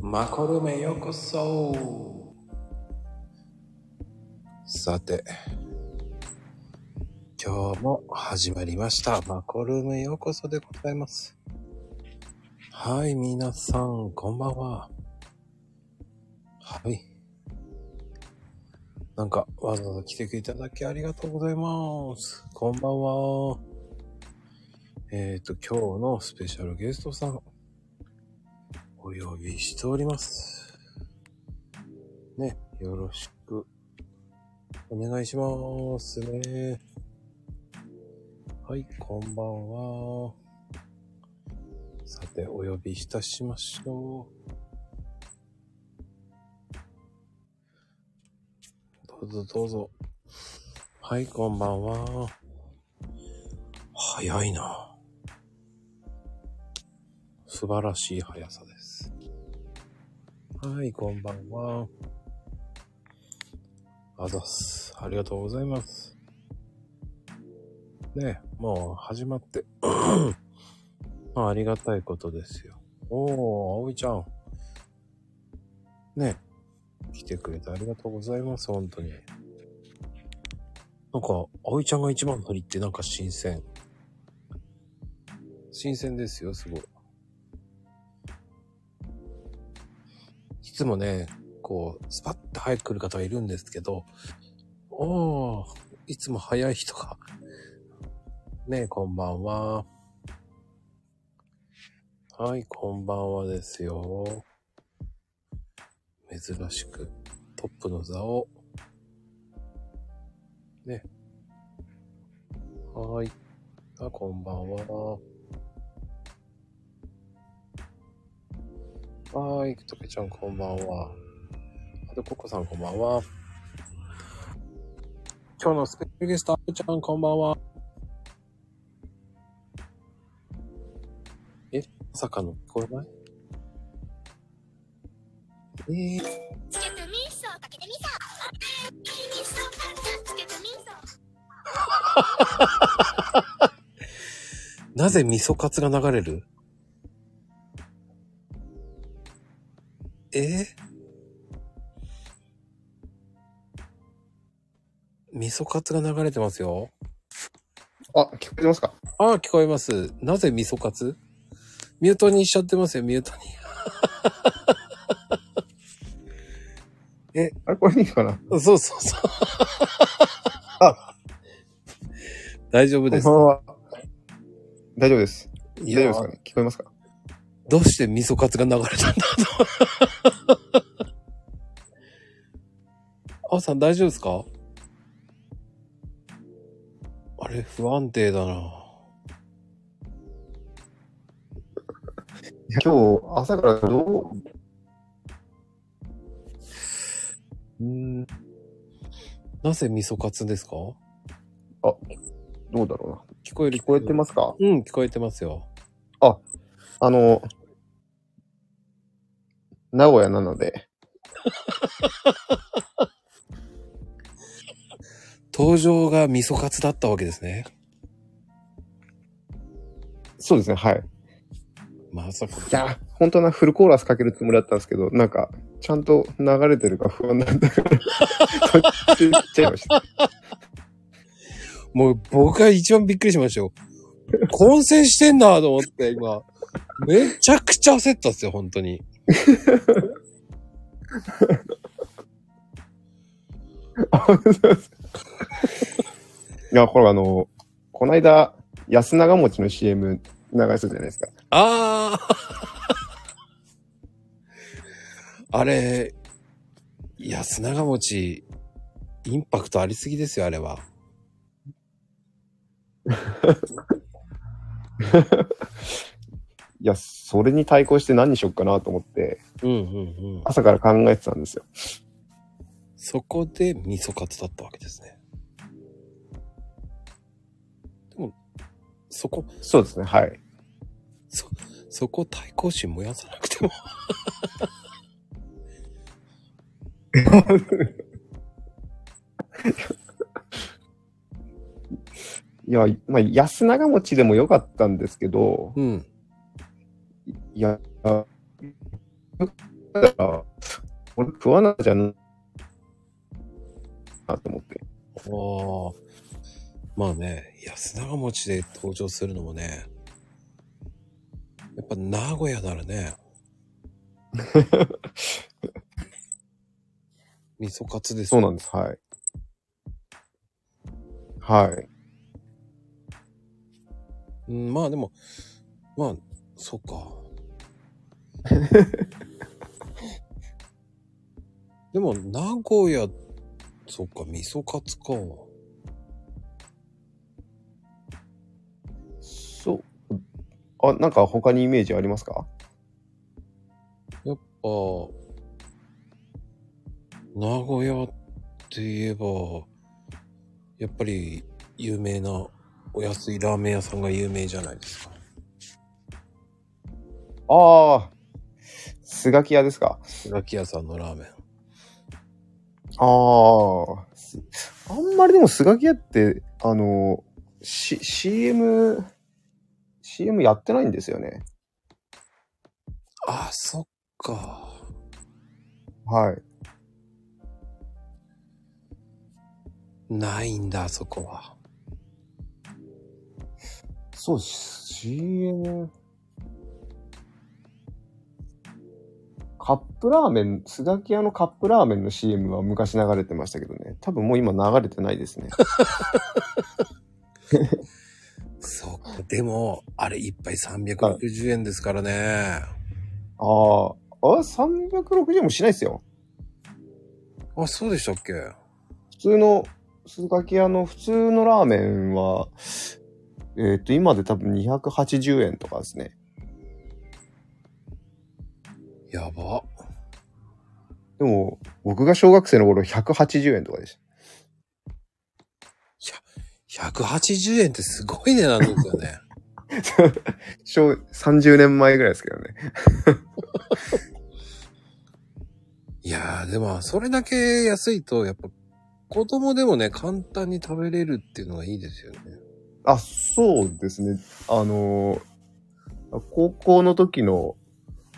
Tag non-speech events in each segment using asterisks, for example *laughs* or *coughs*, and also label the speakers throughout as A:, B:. A: マコルメようこそさて今日も始まりましたマコルメようこそでございますはい皆さんこんばんははいなんかわざわざ来ていただきありがとうございますこんばんはえっ、ー、と今日のスペシャルゲストさんお呼びしております。ね、よろしくお願いしますね。はい、こんばんは。さて、お呼びいたしましょう。どうぞどうぞ。はい、こんばんは。早いな。素晴らしい速さです。はい、こんばんは。あざっす。ありがとうございます。ねえ、もう始まって。 *coughs* まあ、ありがたいことですよ。おー、葵ちゃん。ねえ、来てくれてありがとうございます、本当に。なんか、葵ちゃんが一番乗りってなんか新鮮。新鮮ですよ、すごい。いつもね、こう、スパッと早く来る方がいるんですけど、おー、いつも早い人が。ねえ、こんばんは。はい、こんばんはですよ。珍しく、トップの座を。ね。はーい。あ、こんばんは。はーい、とけちゃんこんばんは。あと、ココさんこんばんは。今日のスペシャルゲスト、あぶちゃんこんばんは。え、まさかの聞こえないえー、
B: つけてみんそうかけてみそうつけてみんそう
A: なぜ味噌カツが流れるえー、味噌カツが流れてますよ。
C: あ、聞こえてますか
A: ああ、聞こえます。なぜ味噌カツミュートにしちゃってますよ、ミュートに。
C: あれ、これでいいかな
A: そうそうそう。 *laughs* 大丈夫です
C: こん。ばんは。大丈夫です。
A: い
C: 大
A: や
C: 丈夫ですかね聞こえますか
A: どうして味噌カツが流れたんだと。 *laughs* あおさん大丈夫ですかあれ、不安定だな。
C: いや今日、朝からど
A: うーん。なぜ味噌カツですか
C: う、どうだろ
A: 聞こえ
C: うな。
A: る
C: 聞こえてますか
A: うん、聞こえてますよ。
C: あの、名古屋なので、
A: 登場が味噌カツだったわけですね。
C: そうですね、はい。
A: まさか。
C: いや、本当はフルコーラスかけるつもりだったんですけど、なんか、ちゃんと流れてるか不安なんだ *laughs* から、途中切っちゃいました。
A: もう僕が一番びっくりしましたよ。混戦してんなと思って、今。めちゃくちゃ焦ったっすよ、本当に。
C: *laughs* いや、これあの、この間、安長餅の CM 流したじゃないですか。
A: あああれ、いや、砂が餅、インパクトありすぎですよ、あれは。
C: いや、それに対抗して何にしよっかなと思って、
A: うんうんうん。
C: 朝から考えてたんですよ。
A: そこで味噌カツだったわけですね。でも、そこ、
C: そうですね、はい。
A: そこ対抗心燃やさなくても。
C: いや、まあ、安長持ちでもよかったんですけど、
A: うん。
C: いや、よかだから、俺食わないじゃん。なと思って。
A: ああ。まあね、安永餅で登場するのもね、やっぱ名古屋なら
C: *laughs*
A: ね、味噌カツです
C: そう
A: よ
C: なんです。はい。はい。
A: うん、まあでも、まあ、そっ
C: *laughs*
A: か。でも、名古屋、そっか、味噌カツか。
C: そう。あ、なんか他にイメージありますか
A: やっぱ、名古屋って言えば、やっぱり有名なお安いラーメン屋さんが有名じゃないですか。
C: ああ、スガキ屋ですか
A: ラキ屋さんのラーメン。
C: ああ、すあんまりでもスガキ屋って、あの、C、CM、CM やってないんですよね。
A: ああ、そっか。
C: はい。
A: ないんだ、あそこは。
C: そう、CM。カップラーメン、スガキ屋のカップラーメンの CM は昔流れてましたけどね。多分もう今流れてないですね。
A: そっか。でも、あれ一杯360円ですからね。
C: ああ、あ、360円もしないですよ。
A: あ、そうでしたっけ
C: 普通の、スガキ屋の普通のラーメンは、えっ、と、今で多分280円とかですね。
A: やば。
C: でも、僕が小学生の頃180円とかでした。
A: 180円ってすごい値段ですよね。
C: 小、30年前ぐらいですけどね。
A: いやー、でも、それだけ安いと、やっぱ、子供でもね、簡単に食べれるっていうのがいいですよね。
C: あ、そうですね。あのー高校の時の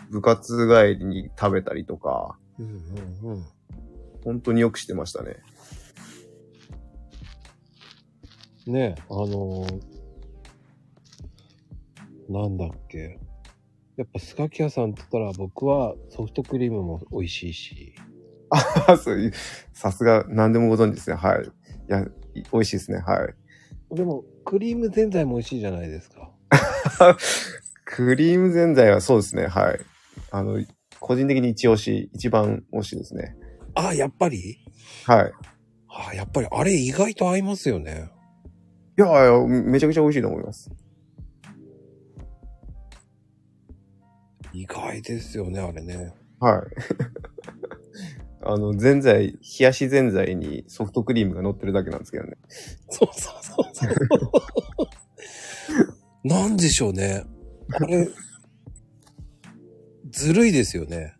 C: 部活帰りに食べたりとか、
A: うんうんうん。
C: 本当によくしてましたね。 *laughs*
A: ねえ、あのーなんだっけ。やっぱ、スカキ屋さんって言ったら、僕はソフトクリームも美味しいし、
C: あそういう、さすが何でもご存知ですね。はい。いや、い美味しいですね。はい。
A: でも、クリーム全体も美味しいじゃないですか。
C: *laughs* クリームぜんざいはそうですね。はい。あの、個人的に一押し、一番推しですね。
A: あ、やっぱり
C: はい。
A: あ、やっぱり、あれ意外と合いますよね。
C: いやいや、めちゃくちゃ美味しいと思います。
A: 意外ですよね、あれね。
C: はい。 *laughs* あの、ぜんざい、冷やしぜんざいにソフトクリームが乗ってるだけなんですけどね。
A: そうそうそうそう。なんでしょうね。あれ、ずるいですよね。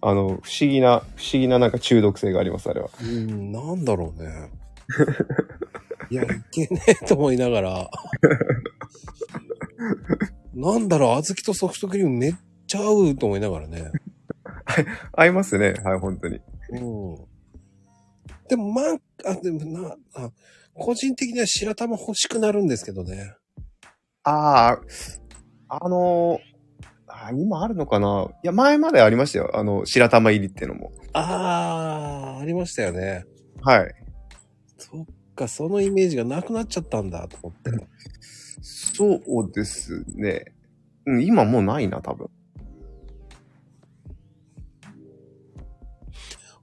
C: あの、不思議な、不思議ななんか中毒性があります、あれは。
A: うん、なんだろうね。いや、いけねえと思いながら。なんだろう、小豆とソフトクリームめっちゃ合うと思いながらね。
C: 合いますね、はい、本当に。
A: うん。でも、まあ、あ、でもな、あ個人的には白玉欲しくなるんですけどね。
C: ああ、あのあ今あるのかないや、前までありましたよ。あの、白玉入りっていうのも。
A: あー、ありましたよね。
C: はい。
A: そっか、そのイメージがなくなっちゃったんだと思って。
C: そうですね。うん、今もうないな、多分。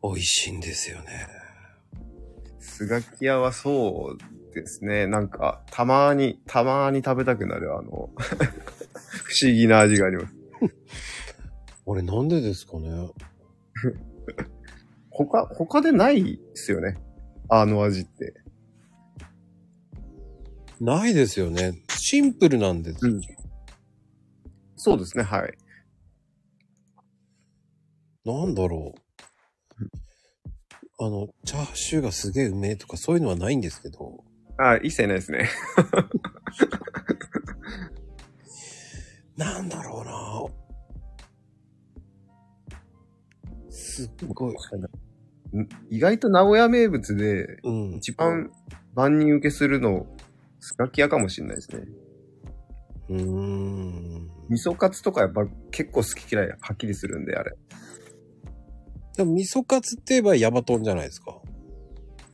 A: 美味しいんですよね。
C: スガキ屋はそうですね。なんか、たまに、たまに食べたくなる、あの、 *laughs* 不思議な味があります。
A: 俺なんでですかね。
C: 他、他でないっすよね。あの味って。
A: ないですよね。シンプルなんです。
C: うんそうですね、はい。
A: なんだろう。あの、チャーシューがすげえうめえとかそういうのはないんですけど。
C: あ、一切ないですね。
A: なんだろうなすっごい。
C: 意外と名古屋名物で、
A: うん。
C: 一番万人受けするの、スガキ屋かもしれないですね。
A: うーん。
C: 味噌カツとかやっぱ結構好き嫌いはっきりするんで、あれ。
A: でも、味噌カツって言えばヤバトンじゃないですか。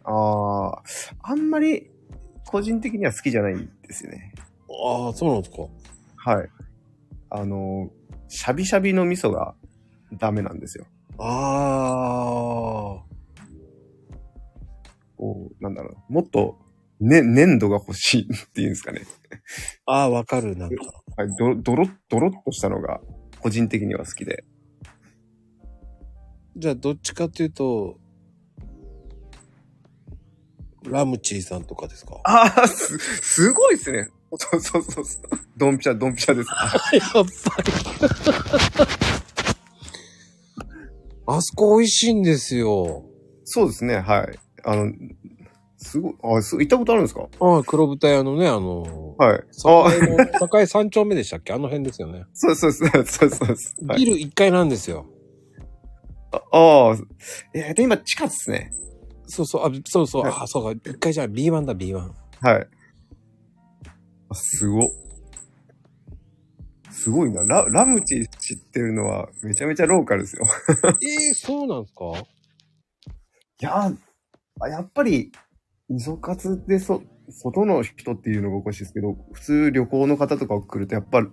C: ああ、あんまり個人的には好きじゃないんですよね。
A: ああ、そうなんですか。
C: はい。あの、シャビシャビの味噌がダメなんですよ。
A: ああ。
C: こう、なんだろう。もっと、ね、粘度が欲しいっていうんですかね。
A: ああ、わかる、なんか。
C: はい、ど、どろ、どろっとしたのが個人的には好きで。
A: じゃあ、どっちかっていうと、ラムチーさんとかですか
C: ああ、す、すごいですね。そうそうそうそう。ドンピシャ、ドンピシャです。
A: やっぱり。あそこ美味しいんですよ。
C: そうですね、はい。あの、すごい、あ、す行ったことあるんですか
A: ああ、黒豚屋のね、あの、
C: はい。あ、
A: 栄の栄三丁目でしたっけあの辺ですよね。
C: そうそうそう、そうそうそう。はい
A: ビル1階なんですよ。
C: あああ、えー、で、今、地下っすね。
A: そうそう、あ、そうそう、
C: はい
A: あ、そうか、1階じゃない B1 だ、B1。
C: はい。あすごっ。すごいな。ラ、ラムチ知ってるのは、めちゃめちゃローカルですよ。 *laughs*
A: ええそうなんですか
C: いやーあ、やっぱり、味噌カツでそ、外の人っていうのがおかしいですけど、普通旅行の方とかが来ると、やっぱ、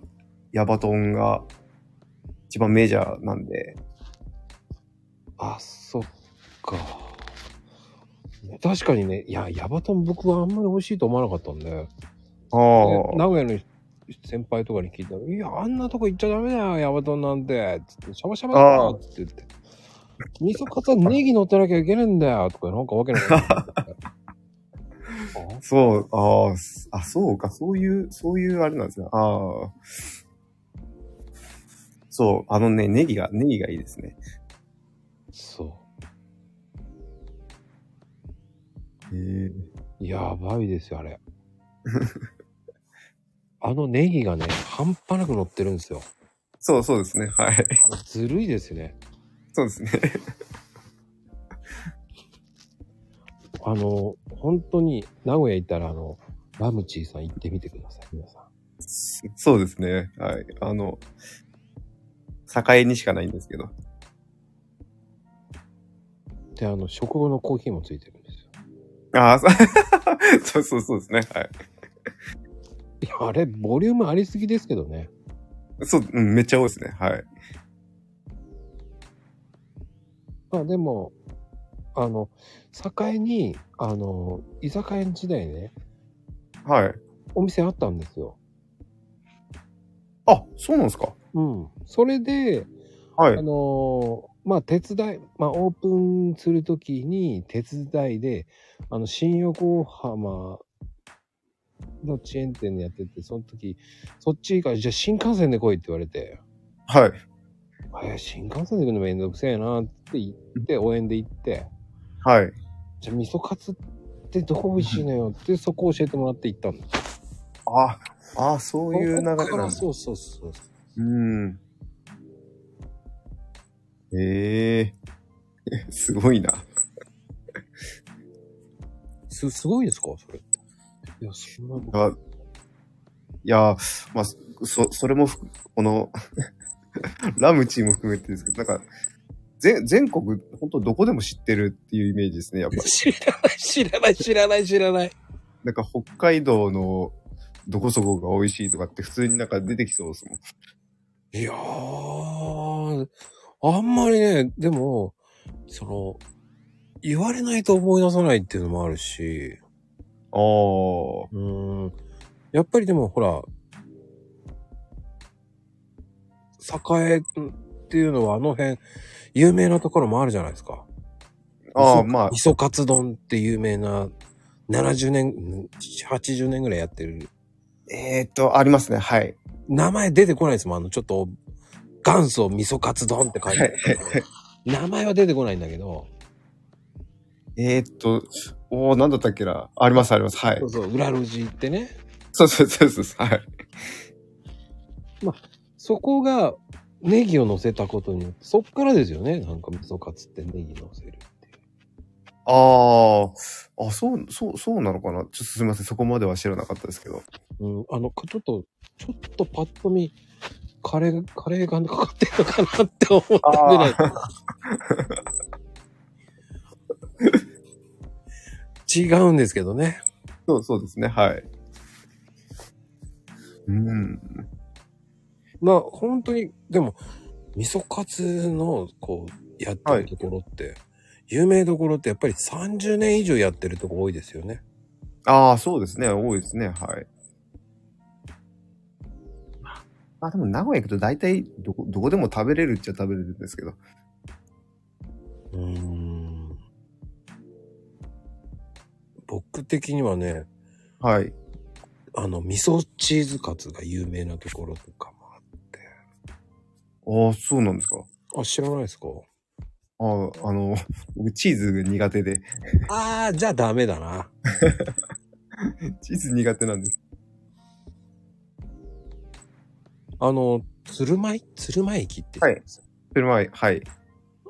C: ヤバトンが、一番メジャーなんで、
A: あ、そっか。確かにね、いや、ヤバトン僕はあんまり美味しいと思わなかったんで、
C: あ
A: で
C: あ、
A: 名古屋の先輩とかに聞いたら、いや、あんなとこ行っちゃダメだよ、ヤバトンなんて、つって、シャバシャバだ
C: ああ
A: よ、って言って。味噌カツはネギ乗ってなきゃいけねえんだよ、とか、なんかわけないこと
C: *laughs*
A: 言って。あ
C: そう、ああすあ、そうか、そういう、そういうあれなんですね。ああ。そう、あのね、ネギが、ネギがいいですね。
A: そ
C: へえ。
A: う。やばいですよ、あれ。 *laughs* あのネギがね、半端なく乗ってるんですよ。
C: そう、そうですね。は
A: あ
C: い。 *laughs*
A: れ、ずるいですね。
C: そうですね。 *laughs*
A: あの、本当に名古屋行ったら、あの、ラムチーさん行ってみてください、皆さん。
C: そうですね。はい。あの、栄にしかないんですけど。
A: で、あの、食後のコーヒーもついてるんですよ。
C: ああ、 *laughs* そうそうそうそうですね。はい。
A: いや、あれ、ボリュームありすぎですけどね。
C: そう、うん、めっちゃ多いですね。はい。
A: まあ、でも、あの、栄に、あの、居酒屋時代ね、
C: はい。
A: お店あったんですよ。
C: あ、そうなんですか。
A: うん。それで、
C: は
A: あ
C: い。
A: のーまあ、手伝い、まあ、オープンするときに手伝いで、あの、新横浜のチェーン店でやってて、その時、そっちから、じゃあ新幹線で来いって言われて、
C: はい。
A: あいや新幹線で行くのめんどくせえなって言って、応援で行って、
C: はい。
A: じゃあ味噌カツってどこ美味しいのよって、そこ教えてもらって行ったんです。
C: ああー、そういう流れ
A: こ
C: なん
A: こ
C: で
A: から
C: す
A: そうそうそう。
C: うん。ええ *laughs* すごいな。
A: す、すごいですかそれって。いや、そんなこと
C: あいや、まあ、そ、それもふ、この、 *laughs* ラムチーも含めてですけど、なんか、全、全国、本当どこでも知ってるっていうイメージですね、やっぱり。
A: 知らない、知らない、知らない、知らない。
C: なんか北海道のどこそこが美味しいとかって普通になんか出てきそうですもん。
A: いやー、あんまりね、でも、その、言われないと思い出さないっていうのもあるし、
C: あ
A: うーん、やっぱりでもほら、栄っていうのはあの辺、有名なところもあるじゃないですか。
C: ああ、
A: 味噌
C: まあ
A: 味、噌カツ丼って有名な、70年、うん80年ぐらいやってる。
C: えーっと、ありますね、はい。
A: 名前出てこないですもん、あの、ちょっと、元祖味噌カツ丼って書いてある。名前は出てこないんだけど、
C: えーっと、おー、なんだったっけな。あります、あります、はい
A: そう。そう、裏路地行ってね。
C: そうそうそうそう、はい。
A: そこが、ネギを乗せたことによって、そっからですよね。なんか味噌カツってネギ乗せるっていう。
C: ああ、あ、そう、そう、そうなのかなちょっとすみません、そこまでは知らなかったですけど。
A: うん、あの、ちょっと、ちょっとパッと見、カレー、カレーがかかってるのかなって思ったぐらい。違うんですけどね。
C: そう、そうですね、はい。うん。
A: まあ、本当に、でも、味噌カツの、こう、やってるところって、有名どころってやっぱり30年以上やってるとこ多いですよね。
C: ああ、そうですね、多いですね、はい。まあでも名古屋行くと大体どこ、どこでも食べれるっちゃ食べれるんですけど。
A: うーん。僕的にはね、
C: はい。
A: あの、味噌チーズカツが有名なところとかもあって。
C: ああ、そうなんですか。
A: あ、知らないです
C: *laughs*
A: か
C: ああ、あの、 *laughs* 僕チーズが苦手で。 *laughs*
A: ああ、じゃあダメだな。
C: チーズ苦手なんです。
A: あの、鶴舞鶴舞駅って知ってます、
C: それ前、はい。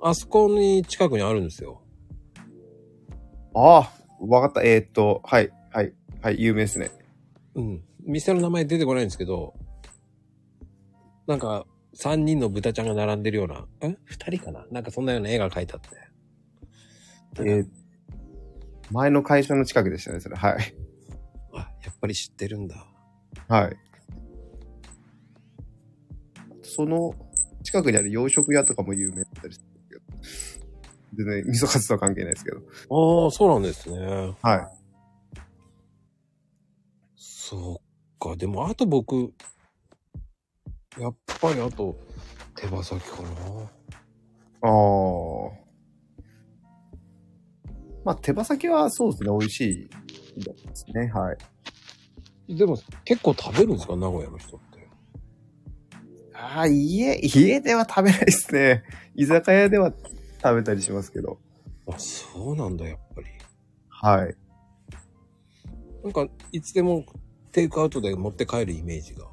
A: あそこに近くにあるんですよ。
C: ああ、わかった。えー、っと、はい、はい、はい、有名ですね。
A: うん。店の名前出てこないんですけど、なんか、三人の豚ちゃんが並んでるような、え二人かななんかそんなような絵が描いてあって。
C: えー前の会社の近くでしたね、それ。はい。
A: あ、やっぱり知ってるんだ。
C: はい。その近くにある洋食屋とかも有名だったりするんですけど。全然、味噌カツとは関係ないですけど。
A: ああ、そうなんですね。
C: はい。
A: そっか。でも、あと僕、やっぱりあと、手羽先かな。
C: ああ。まあ、手羽先はそうですね、美味しいですね。はい。
A: でも、結構食べるんですか名古屋の人って。
C: ああ、家、家では食べないですね。居酒屋では食べたりしますけど。
A: あ、そうなんだ、やっぱり。
C: はい。
A: なんか、いつでもテイクアウトで持って帰るイメージが。
C: あ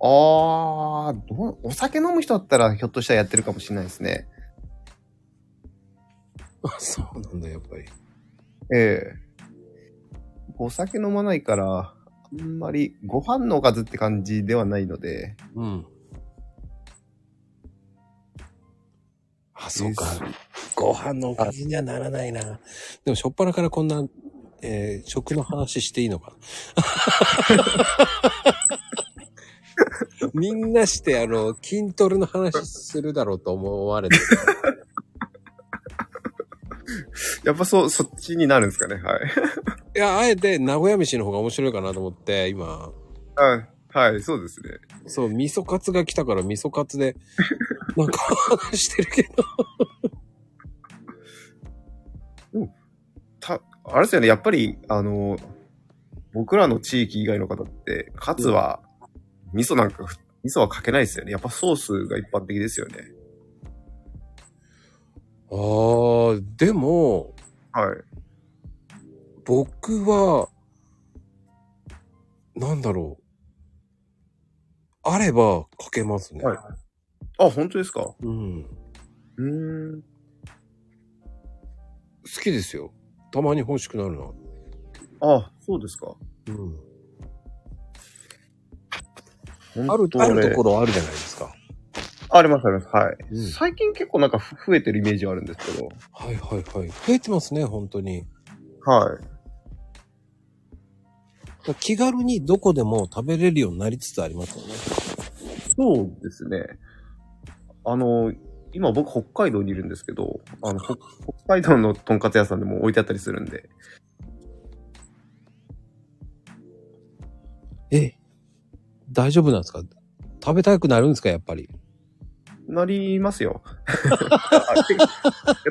C: あ、どう、お酒飲む人だったらひょっとしたらやってるかもしれないですね。
A: *laughs* あ、そうなんだ、やっぱり。
C: ええお酒飲まないから、あんまりご飯のおかずって感じではないので。
A: うん。あ、そうか。ご飯のおかずにはならないな。でも、しょっぱなからこんな、えー食の話していいのかな。 *laughs* みんなして、あの、筋トレの話するだろうと思われてる。
C: やっぱそう、そっちになるんですかね。はい。
A: いや、あえて名古屋飯の方が面白いかなと思って、今。
C: はい。はい、そうですね。
A: そう、味噌カツが来たから味噌カツ *laughs* で、なんか話してるけど。
C: た、あれですよね、やっぱり、あの、僕らの地域以外の方って、カツは、味噌なんか、味噌はかけないですよね。やっぱソースが一般的ですよね。
A: ああ、でも、
C: はい。
A: 僕は、なんだろう。あればかけますね。
C: はいあ、本当ですかう
A: うん。
C: ーん。
A: 好きですよ。たまに欲しくなるな。
C: あ、そうですか。
A: うん。あ
C: 本
A: る、
C: 当
A: ある
C: ね
A: ところあるじゃないですか。
C: ありますあります。はい。
A: うん
C: 最近結構なんかふ増えてるイメージはあるんですけど。
A: はいはいはい。増えてますね、本当に。
C: はい。
A: 気軽にどこでも食べれるようになりつつありますよね。
C: そうですね。あの、今僕北海道にいるんですけど、あの、北北海道のとんかつ屋さんでも置いてあったりするんで。
A: え、大丈夫なんですか食べたくなるんですか、やっぱり。
C: なりますよ。あて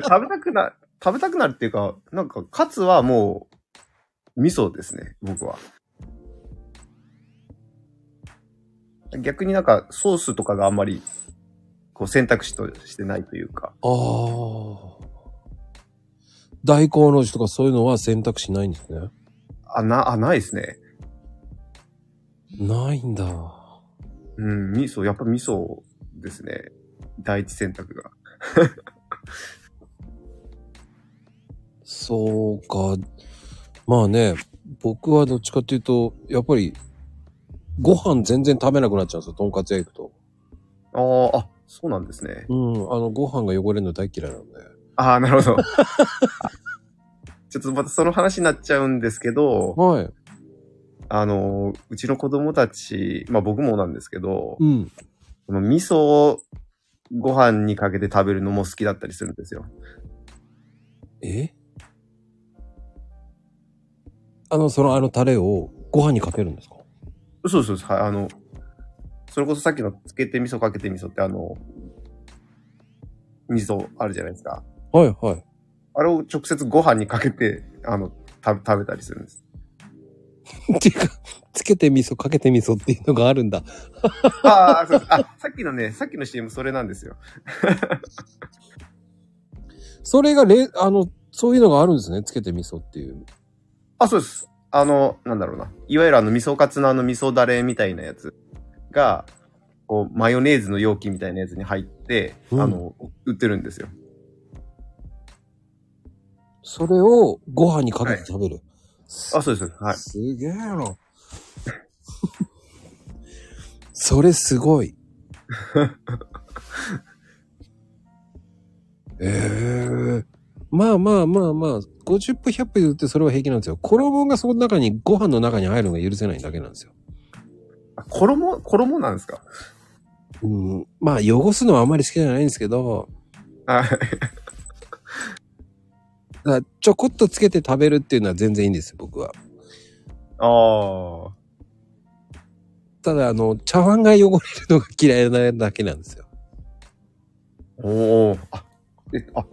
C: 食べたくな、食べたくなるっていうか、なんか、カツはもう、味噌ですね、僕は。逆になんか、ソースとかがあんまり、こう、選択肢としてないというか。
A: ああ。大根おろしとかそういうのは選択肢ないんですね。
C: あ、な、あ、ないですね。
A: ないんだ。
C: うん、味噌、やっぱ味噌ですね。第一選択が。
A: そうか。まあね、僕はどっちかっていうと、やっぱり、ご飯全然食べなくなっちゃうんですよ、とんかつ屋行くと。
C: あーあ、そうなんですね。
A: うん、あの、ご飯が汚れるの大嫌いなんで。
C: ああ、なるほど。ちょっとまたその話になっちゃうんですけど、
A: はい。
C: あの、うちの子供たち、まあ僕もなんですけど、
A: うん。
C: この味噌をご飯にかけて食べるのも好きだったりするんですよ。
A: えあの、その、あのタレをご飯にかけるんですか
C: そうそうそう、はい、あの、それこそさっきのつけて味噌かけて味噌ってあの、味噌あるじゃないですか。
A: はいはい。
C: あれを直接ご飯にかけて、あの、た食べたりするんです。
A: っていうか、 *laughs* つけて味噌、かけて味噌っていうのがあるんだ。
C: ああ、そうですあ、さっきのね、さっきの CM それなんですよ。
A: それがれ、あの、そういうのがあるんですね。つけて味噌っていう。
C: あ、そうです。あの、なんだろうな。いわゆるあの、味噌カツのあの、味噌だれみたいなやつが、こう、マヨネーズの容器みたいなやつに入って、
A: うん
C: あの、売ってるんですよ。
A: それをご飯にかけて食べる。
C: あ、そうです。はい。
A: すげえな。 *laughs* それすごい。ええまあまあまあまあ、50分100分言ってそれは平気なんですよ。衣がその中に、ご飯の中に入るのが許せないだけなんですよ。
C: あ衣、衣なんですか
A: うん。まあ汚すのはあんまり好きじゃないんですけど、
C: はい。
A: だからちょこっとつけて食べるっていうのは全然いいんですよ、僕は。
C: ああ。
A: ただ、あの、茶碗が汚れるのが嫌いなだけなんですよ。
C: おお。あ、え、あ、ん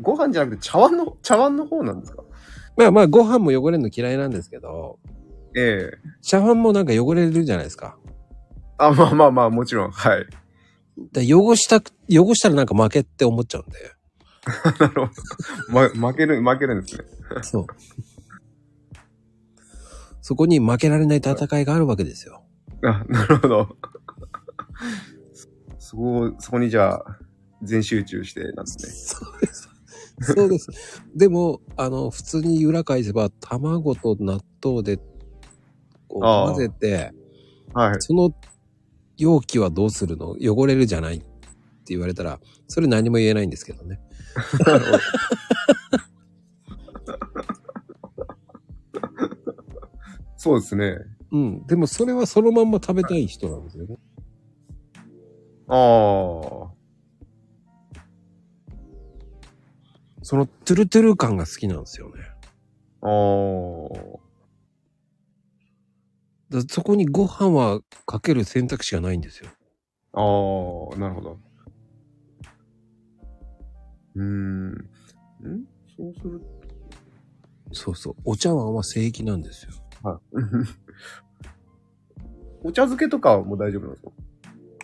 C: ご飯じゃなくて茶碗の、茶碗の方なんですか
A: まあまあ、ご飯も汚れるの嫌いなんですけど、
C: ええ
A: 茶碗もなんか汚れるじゃないですか。
C: あ、まあまあまあ、もちろん。はい。 *laughs*
A: だから汚したく、汚したらなんか負けって思っちゃうんで。
C: なるほど。ま、負ける、負けるんですね。
A: そう。 *laughs* そこに負けられない戦いがあるわけですよ。
C: あ、なるほど。そそこ、そこにじゃあ、全集中してなんですね。
A: そうです。そうです。でも、あの、普通に裏返せば、卵と納豆で、こう
C: ああ
A: 混ぜて、
C: はい。
A: その容器はどうするの汚れるじゃないって言われたら、それ何も言えないんですけどね。
C: なるほどそうですね。
A: うん。でもそれはそのまんま食べたい人なんですよね。
C: ああ。
A: そのトゥルトゥル感が好きなんですよね。
C: ああ。
A: だからそこにご飯はかける選択肢がないんですよ。
C: ああ、なるほど。うーん。んそうする
A: そうそう。お茶碗は聖域なんですよ。
C: と。はい。 *laughs* お茶漬けとかはもう大丈夫なんですか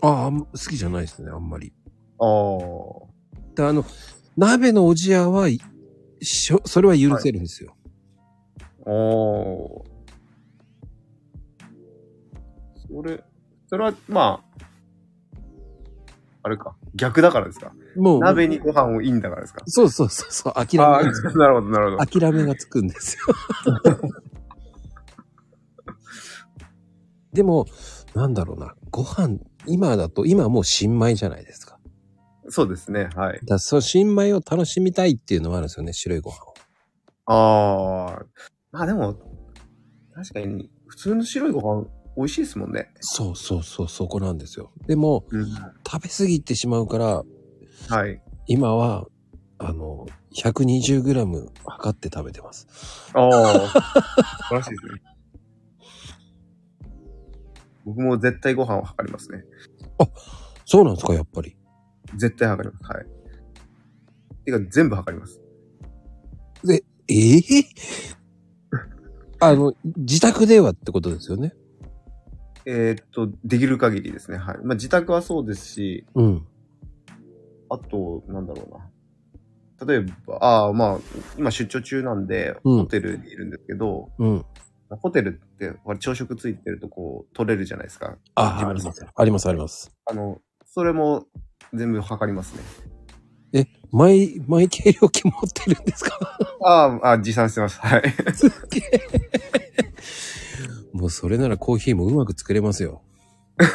A: あああん、好きじゃないですね、あんまり。
C: ああ。
A: で、あの、鍋のおじやは、いしょそれは許せるんですよ。
C: ああ。それ、それは、まあ、あれか。逆だからですか
A: もう。
C: 鍋にご飯をいいんだからですか
A: そうそうそうそう、諦め
C: ああ *laughs*
A: が、
C: ー、なるほど、なるほど。
A: 諦めがつくんです *laughs* よ。でも、なんだろうな、ご飯、今だと、今はもう新米じゃないですか。
C: そうですね、は
A: だか。
C: い
A: らその新米を楽しみたいっていうのはあるんですよね、白いご飯を。
C: ああ。まあでも、確かに、普通の白いご飯、美味しいですもんね。
A: そうそうそう、そこなんですよ。でも、
C: うん。
A: 食べ過ぎてしまうから、
C: はい。
A: 今は、あの、120g 測って食べてます。
C: ああ。素晴らしいですね。僕も絶対ご飯を測りますね。
A: そうなんですか、やっぱり。
C: 絶対測ります。はい。てか、全部測ります。
A: ええ *laughs* あの、自宅ではってことですよね。
C: えーっと、できる限りですね。はい。まあ、自宅はそうですし、
A: うん。
C: あと、なんだろうな。例えば、ああ、まあ、今出張中なんで、
A: うん
C: ホテルにいるんですけど、
A: うん。
C: ホテルって、ほら朝食ついてるとこう、取れるじゃないですか。
A: ああ、あり
C: 自分
A: ま
C: の
A: す。あります、あります。
C: あの、それも全部測りますね。
A: マイ、マイ計量器持ってるんですか *laughs*
C: ああ、あ持参してます。はい。 *laughs*
A: もうそれならコーヒーもうまく作れますよ。
C: コーヒ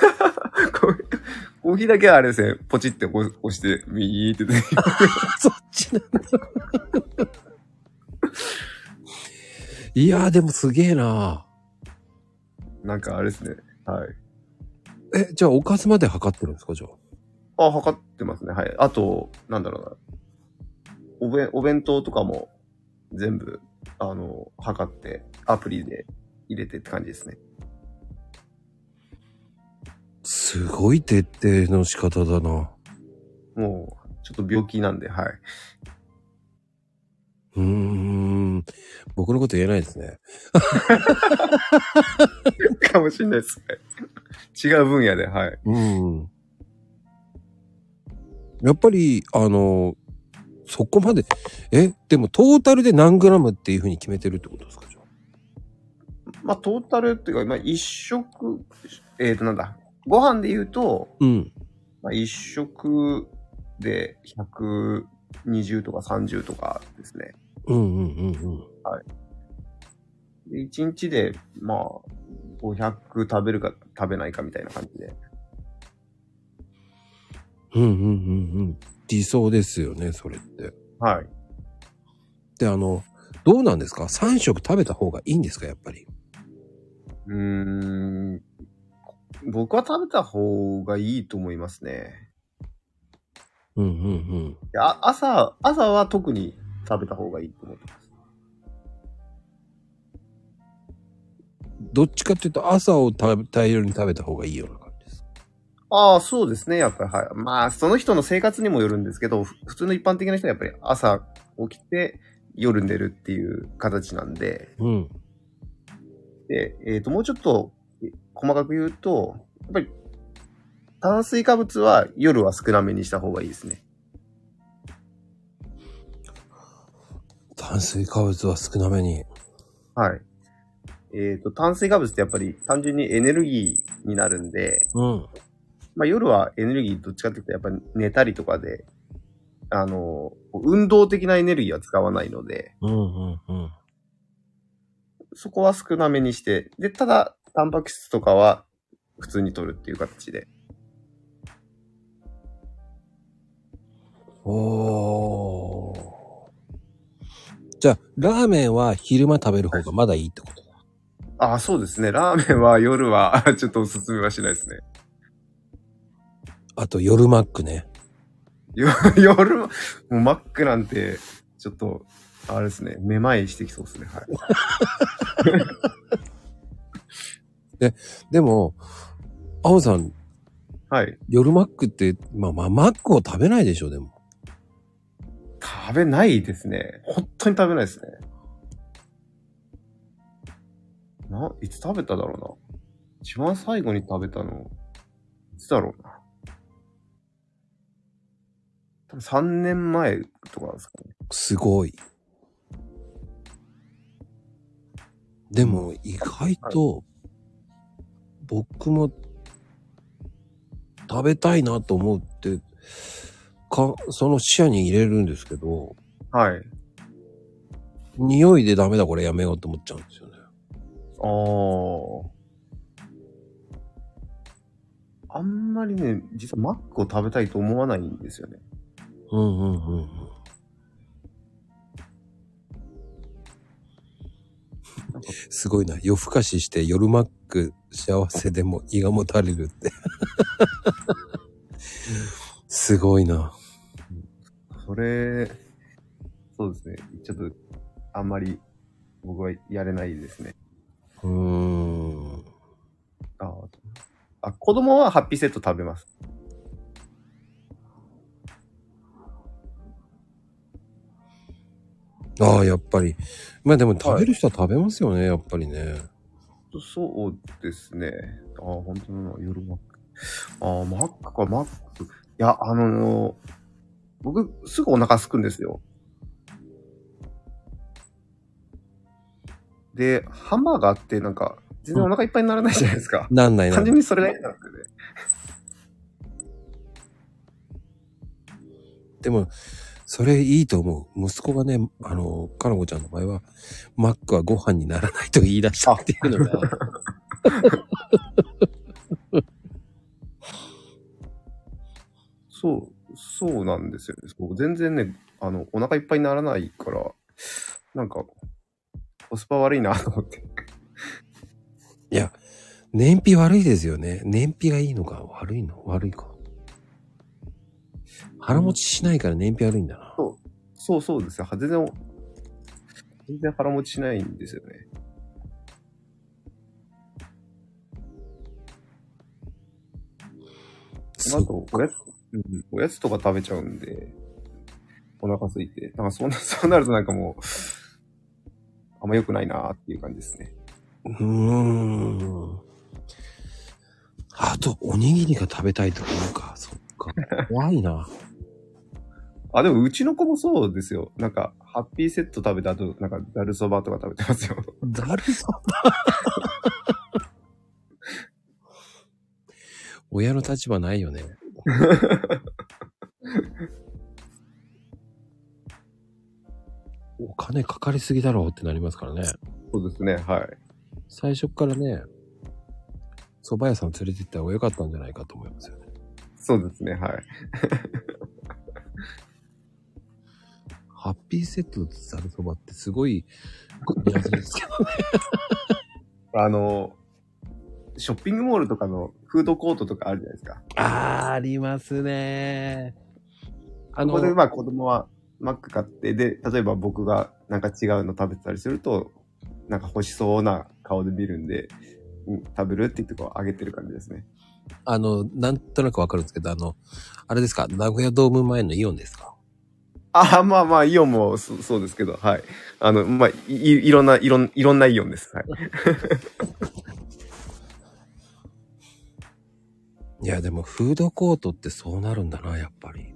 C: ーコーヒーだけはあれですね、ポチって押押して、右って出てきます
A: そっちなんだ。いやーでもすげえな
C: なんかあれですね。はい。
A: え、じゃあおかずまで測ってるんですかじゃあ。
C: あ、測ってますね。はい。あと、なんだろうな。おべん、お弁当とかも全部、あの、測って、アプリで入れてって感じですね。
A: すごい徹底の仕方だな。
C: もう、ちょっと病気なんで、はい。 *laughs*
A: うーん。僕のこと言えないですね。
C: かもしれないですね。違う分野で、はい。
A: うん。やっぱり、あの、そこまで、え、でもトータルで何グラムっていうふうに決めてるってことですかじゃあ。
C: まあ、トータルっていうか、まあ、一食、えっ、ー、と、なんだ。ご飯で言うと、
A: うん。
C: まあ、一食で120とか30とかですね。
A: うんうんうんうん。
C: で、一日で、まあ、500食べるか食べないかみたいな感じで。
A: うんうんうんうん。理想ですよね、それって。
C: はい。
A: で、あの、どうなんですか ?3 食食べた方がいいんですかやっぱり。
C: うーん。僕は食べた方がいいと思いますね。
A: うんうん
C: であ朝、朝は特に食べた方がいいと思ってます。
A: うん。どっちかっていうと朝を食べ大量に食べた方がいいような感じです。
C: ああ、そうですね。やっぱり、はい。まあ、その人の生活にもよるんですけど、ふ普通の一般的な人はやっぱり朝起きて夜寝るっていう形なんで、
A: うん。
C: で、えっ、と、もうちょっとえ細かく言うと、やっぱり、炭水化物は夜は少なめにした方がいいですね。
A: 炭水化物は少なめに。
C: はい。えっ、と、炭水化物ってやっぱり単純にエネルギーになるんで、
A: うん。
C: まあ夜はエネルギーどっちかっていうとやっぱり寝たりとかで、あの、運動的なエネルギーは使わないので、
A: うんうんうん。
C: そこは少なめにして、で、ただ、タンパク質とかは普通に取るっていう形で。
A: おー。じゃあ、ラーメンは昼間食べる方がまだいいってことだ。
C: ああ、そうですね。ラーメンは夜は *laughs* ちょっとおすすめはしないですね。
A: あと、夜マックね。
C: よ *laughs* 夜も、もうマックなんて、ちょっと、あれですね、めまいしてきそうですね。はい。
A: でも、青さん、
C: はい。
A: 夜マックって、まあまあ、マックを食べないでしょ、でも。
C: 食べないですね。本当に食べないですね。な、いつ食べただろうな。一番最後に食べたの、いつだろうな。多分3年前とかですかね。
A: すごい。でも、意外と、僕も、食べたいなと思って、か、その視野に入れるんですけど、
C: はい。
A: 匂いでダメだこれやめようと思っちゃうんですよね。
C: ああ。あんまりね、実はマックを食べたいと思わないんですよね。
A: うんうんうんうん。すごいな。夜更かしして夜マック幸せでも胃がもたれるって。すごいな。
C: それ、そうですね。ちょっと、あんまり僕はやれないですね。
A: うーん。
C: あーあ、子供はハッピーセット食べます。
A: ああ、やっぱり。まあでも食べる人は食べますよね、やっぱりね。
C: そうですね。ああ、本当だな、夜マック。ああ、マックか、マック。いや、あのー僕、すぐお腹すくんですよ。で、ハンバーガーってなんか、全然お腹いっぱいにならないじゃないですか。
A: なんないな
C: 単
A: んな
C: 純
A: い。
C: にそれが嫌なんですよね。
A: でも、それいいと思う。息子がね、あの、かなこちゃんの場合は、マックはご飯にならないと言い出したっていうのが、
C: そう、そうなんですよね。そう全然ね、あの、お腹いっぱいにならないから、なんか、コスパ悪いなと思って。
A: いや、燃費悪いですよね。燃費がいいのか、悪いの悪いか。腹持ちしないから燃費悪いんだな。
C: そうそうですよ。全然、全然腹持ちしないんですよね。
A: そ
C: あと、おやつ、うん、おやつとか食べちゃうんで、お腹空いて。なんかそんな、 *laughs* そうなるとなんかもう、あんま良くないなーっていう感じですね。
A: うーん。あと、おにぎりが食べたいと思うか。そっか。怖いな。
C: あ、でもうちの子もそうですよ。なんか、ハッピーセット食べた後、なんか、ざるそばとか食べてますよ。 *laughs*
A: だるさ。 *laughs* 親の立場ないよね。お金かかりすぎだろうってなりますからね。
C: そうですね、はい。
A: 最初っからね、蕎麦屋さん連れて行った方が良かったんじゃないかと思いますよね。
C: そうですね、はい。
A: ハッピーセットとざるそばってすご
C: *laughs*
A: い、組み合わせですけど。
C: あの、ショッピングモールとかのフードコートとかあるじゃないですか。
A: あー、ありますね。あ
C: ここでまあ子供はマック買って、で、例えば僕がなんか違うの食べてたりすると、なんか欲しそうな顔で見るんで、うん、食べるっていうとこをあげてる感じですね。
A: あの、なんとなくわかるんですけど、あの、あれですか、名古屋ドーム前のイオンですか
C: ああ、まあまあ、イオンもそそうですけど、はい。あの、まあ、いいいろんな、いろん、いろんなイオンです。はい。
A: いや、でもフードコートってそうなるんだな、やっぱり。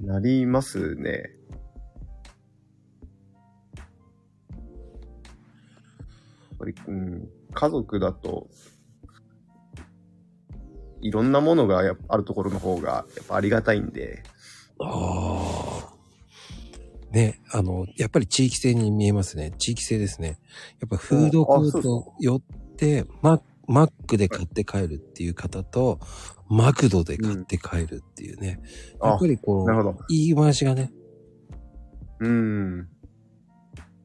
C: なりますね。やっぱり、うん、家族だと、いろんなものがやっぱあるところの方が、やっぱありがたいんで、
A: ああ。ね、あの、やっぱり地域性に見えますね。地域性ですね。やっぱフードコ
C: あそ
A: ー
C: うそ
A: ト寄って、ママックで買って帰るっていう方と、マクドで買って帰るっていうね。
C: うん
A: やっぱりこ
C: なる
A: う、
C: ほど。
A: 言い回しがね、
C: うん。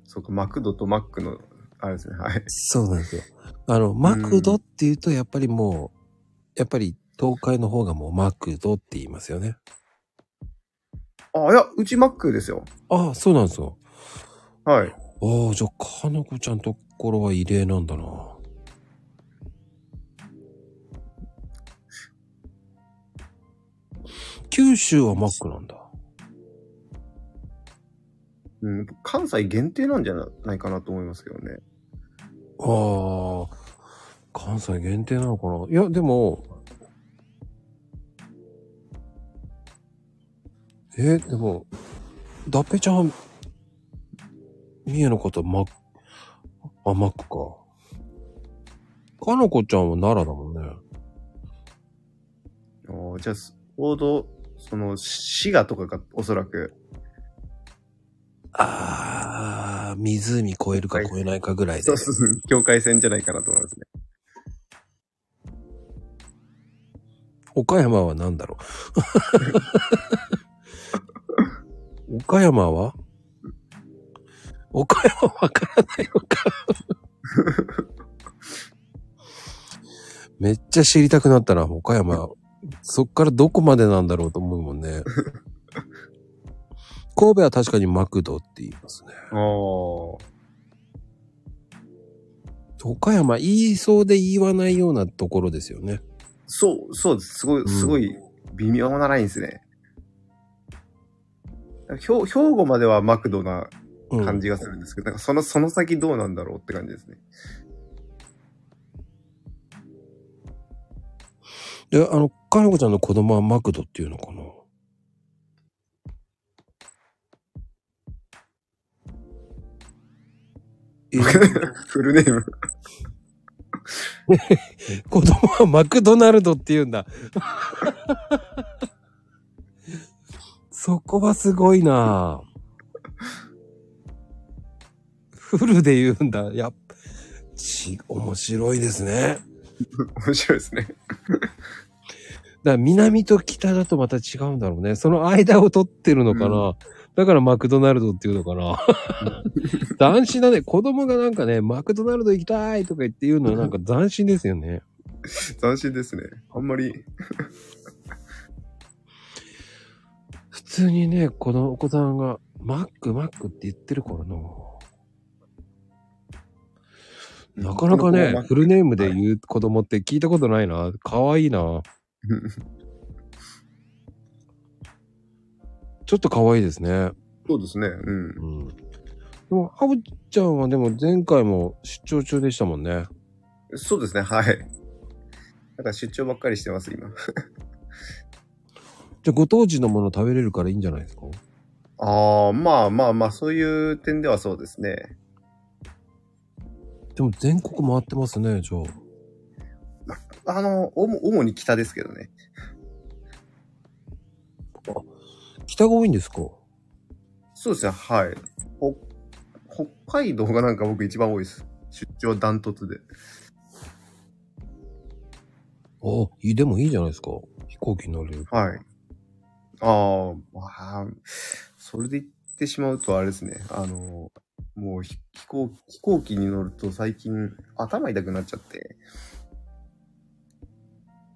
C: そうか、マクドとマックの、あれですね、はい。
A: そうなんですよ。あの、マクドっていうと、やっぱりもう、やっぱり東海の方がもうマクドって言いますよね。
C: あ、いや、うちマックですよ。
A: ああ、そうなんですよ。
C: はい。
A: ああ、じゃあ、かのこちゃんところは異例なんだな。九州はマックなんだ。
C: うん、関西限定なんじゃないかなと思いますけどね。
A: ああ、関西限定なのかな。いや、でも、え、でも、だっぺちゃん、三重の方、マあ、マックか。かのこちゃんは奈良だもんね。
C: おーじゃあ、報道、その、滋賀とかがおそらく、
A: ああ、湖越えるか越えないかぐらいで。
C: そうそうそう、境界線じゃないかなと思いますね。
A: 岡山は何だろう *laughs* 岡山は岡山わからないのか。 *laughs* めっちゃ知りたくなったな、岡山。そっからどこまでなんだろうと思うもんね。 *laughs* 神戸は確かにマクドって言いますね。
C: お
A: 岡山言いそうで言わないようなところですよね。
C: そう、そうです。すご
A: う
C: い、
A: ん
C: すごい、微妙なラインですね。兵兵庫まではマクドな
A: うん
C: 感じがするんですけど、なんかその、その先どうなんだろうって感じですね。
A: で、あの、かのこちゃんの子供はマクドっていうのかなえ
C: *laughs* フルネーム。
A: 子供はマクドナルドって言うんだ。そこはすごいなフルで言うんだ。やっぱ、ち、面白いですね。
C: 面白いですね。
A: だから南と北だとまた違うんだろうね。その間を取ってるのかな。だからマクドナルドっていうのかな。 *laughs* 斬新だね。子供がなんかね、マクドナルド行きたいとか言って言うのはなんか斬新ですよね。
C: 斬新ですね。あんまり。
A: 普通にね、このお子さんが、マック、マックって言ってるからな。なかなかね、フルネームで言う子供って聞いたことないな。かわいい *laughs* な。ちょっとかわいいですね。
C: そうですね。うん。
A: うん。でも、ハブちゃんはでも前回も出張中でしたもんね。
C: そうですね。はい。なんか出張ばっかりしてます、今。
A: じゃあ、ご当地のもの食べれるからいいんじゃないですか
C: ああ、まあまあまあ、そういう点ではそうですね。
A: でも全国回ってますね、じゃあ。
C: あの、おも主に北ですけどね。
A: 北が多いんですか
C: そうですね。はい。ほ北海道がなんか僕一番多いです。出張ダントツで。
A: あ、いいでもいいじゃないですか。飛行機乗れる。
C: はい。あーまあ、それで言ってしまうとあれですね。あの、もうひ飛行飛行機に乗ると最近頭痛くなっちゃって。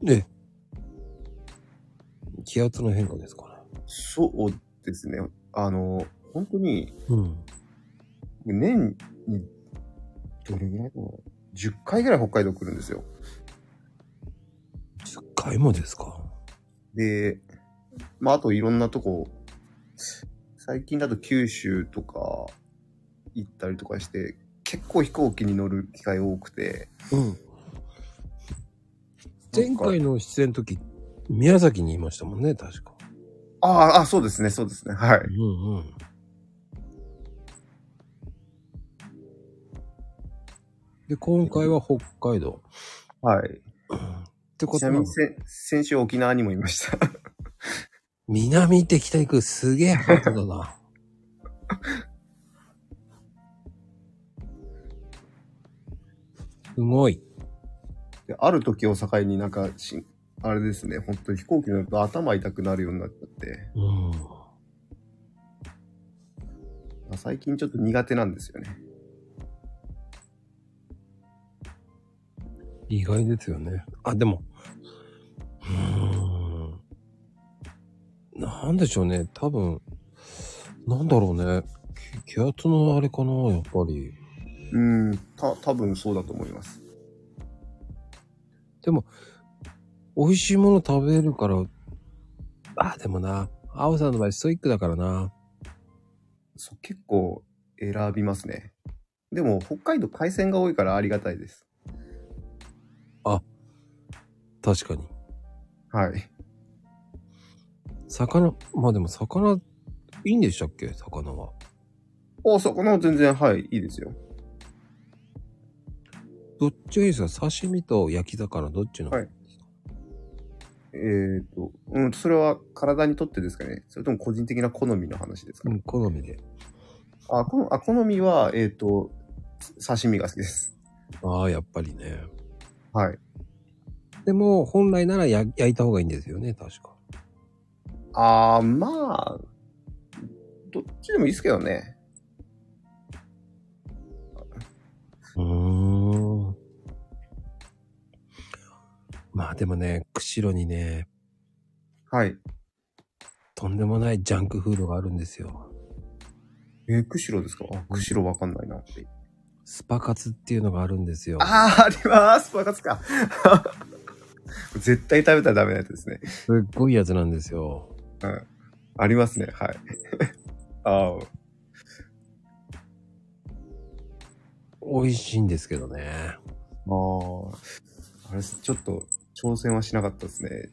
A: ええ。気圧の変化ですかね。
C: そうですね。あの、本当に
A: うん。
C: 年にどれぐらいかな ?10 回ぐらい北海道来るんですよ。
A: 10回もですか。
C: で、まあ、あといろんなとこ、最近だと九州とか行ったりとかして、結構飛行機に乗る機会多くて、
A: うん。
C: なん
A: 前
C: か
A: 回の出演の時、宮崎にいましたもんね、確か。
C: ああ、あ、そうですね、そうですね、はい。
A: うんうん。で、今回は北海道。
C: はい。
A: ってこ
C: ち
A: と
C: な
A: は
C: みに先、先週沖縄にもいました。
A: 南行って北行く、すげえハートだな。 *laughs* すごい。
C: である時を境になんかし、あれですね、本当に飛行機に乗ると頭痛くなるようになっちゃって、
A: うん。
C: まあ最近ちょっと苦手なんですよね。
A: 意外ですよね。あ、でも、うーん。なんでしょうね。多分、なんだろうね。気気圧のあれかな、やっぱり。
C: うん、た、多分そうだと思います。
A: 美味しいもの食べるから、あ、でもな、青さんの場合ストイックだからな。
C: そう結構選びますね。でも北海道海鮮が多いからありがたいです。
A: 確かに。
C: はい。
A: 魚、まあでも魚、いいんでしたっけ魚は。
C: お魚は全然、はい、いいですよ。
A: どっちがいいですか刺身と焼き魚、どっちの、
C: はいえっ、と、うん、それは体にとってですかねそれとも個人的な好みの話ですか、
A: うん、好みで。
C: あこのあ、好みは、えっ、と、刺身が好きです。
A: ああ、やっぱりね。
C: はい。
A: でも、本来ならや焼いた方がいいんですよね、確か。
C: あー、まあ、どっちでもいいですけどね。
A: うーん。まあでもね、釧路にね、
C: はい。
A: とんでもないジャンクフードがあるんですよ。
C: えー、釧路ですかあ、釧路わかんないなって。
A: スパカツっていうのがあるんですよ。
C: あー、ありますバカツか。 *laughs* 絶対食べたらダメなやつですね。
A: すっごいやつなんですよ。
C: ありますね、はい。 *laughs* あー
A: 美味しいんですけどね。
C: あーあれです、ちょっと挑戦はしなかったですね。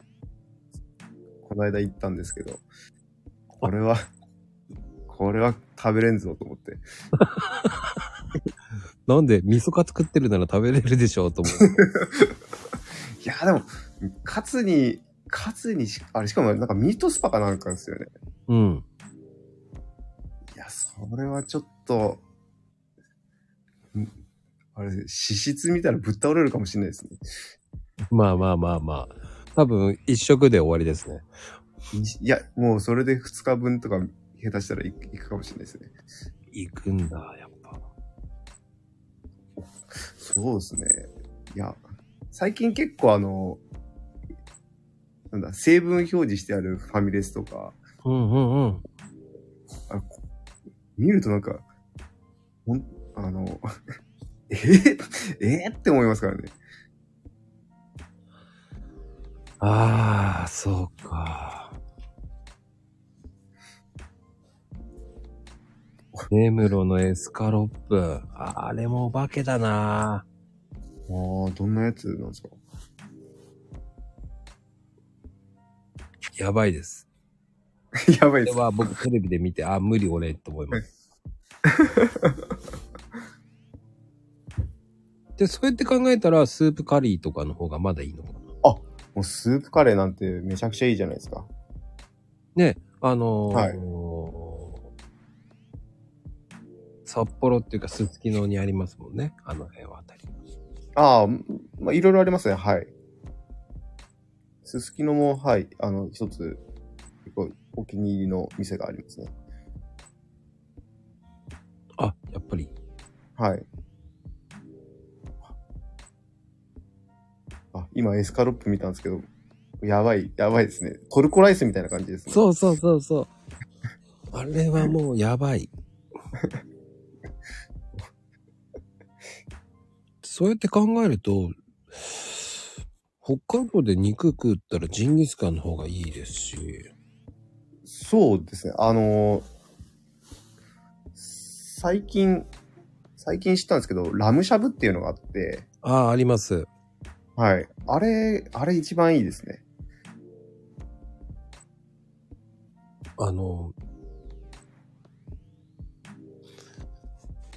C: この間行ったんですけど、これは、これは食べれんぞと思って。
A: なんで、味噌カツ食ってるなら食べれるでしょうと思う。
C: いや、でも、カツに、カツにし、あれ、しかもなんかミートスパかなんかですよね。
A: うん。
C: いや、それはちょっと、んあれ、脂質見たらぶっ倒れるかもしれないですね。
A: まあまあまあまあ。多分、一食で終わりですね。
C: いや、もうそれで2日分とか下手したらいいくかもしれないですね。
A: 行くんだ、やっぱ。
C: そうですね。いや、最近結構あの、なんだ、成分表示してあるファミレスとか、
A: うんうんうん。
C: あこ見るとなんか、ほん、あの、 *laughs* えー、えーって思いますからね。
A: ああ、そうか。根室のエスカロップ。あれもお化けだな。
C: ああ、どんなやつなんですか *laughs*
A: やばいです。
C: やば
A: こ
C: いで
A: れ
C: す。
A: は僕テレビで見て、あ、無理俺って思います。 *laughs* で、そうやって考えたら、スープカリーとかの方がまだいいのかな。
C: もうスープカレーなんてめちゃくちゃいいじゃないですか。
A: ね、あのー
C: はい
A: 札幌っていうか、すすきのにありますもんね。あの辺はあたり。
C: ああ、んまあ、いろいろありますね。はい。すすきのも、はい、あの、一つ、結構お気に入りの店がありますね。
A: あ、やっぱり。
C: はい。あ、今エスカロップ見たんですけど、やばい、やばいですね。トルコライスみたいな感じですね。
A: そうそうそうそう。あれはもうやばい。そうやって考えると、北海道で肉食ったらジンギスカンの方がいいですし、
C: そうですね。あのー最近、最近知ったんですけど、ラムしゃぶっていうのがあって、
A: ああ、あります。
C: はい。あれ、あれ一番いいですね。
A: あの、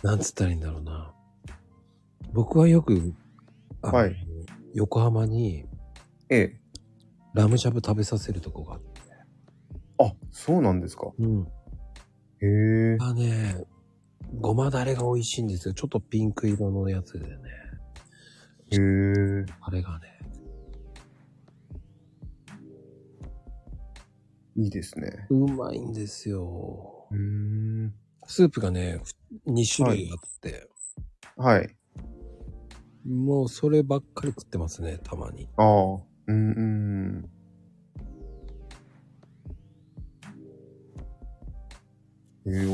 A: なんつったらいいんだろうな。僕はよく、あの
C: はい
A: 横浜に
C: ええ。
A: ラムしゃぶ食べさせるとこがあって、
C: あ、そうなんですか。
A: うん、
C: へえ。
A: あね、ごまだれが美味しいんですよ。ちょっとピンク色のやつでね。
C: へえ。
A: あれがね。
C: いいですね。
A: うまいんですよ。
C: うーん。
A: スープがね、2種類あって、
C: はい。
A: もうそればっかり食ってますね、たまに。
C: ああ。うんうん。ええ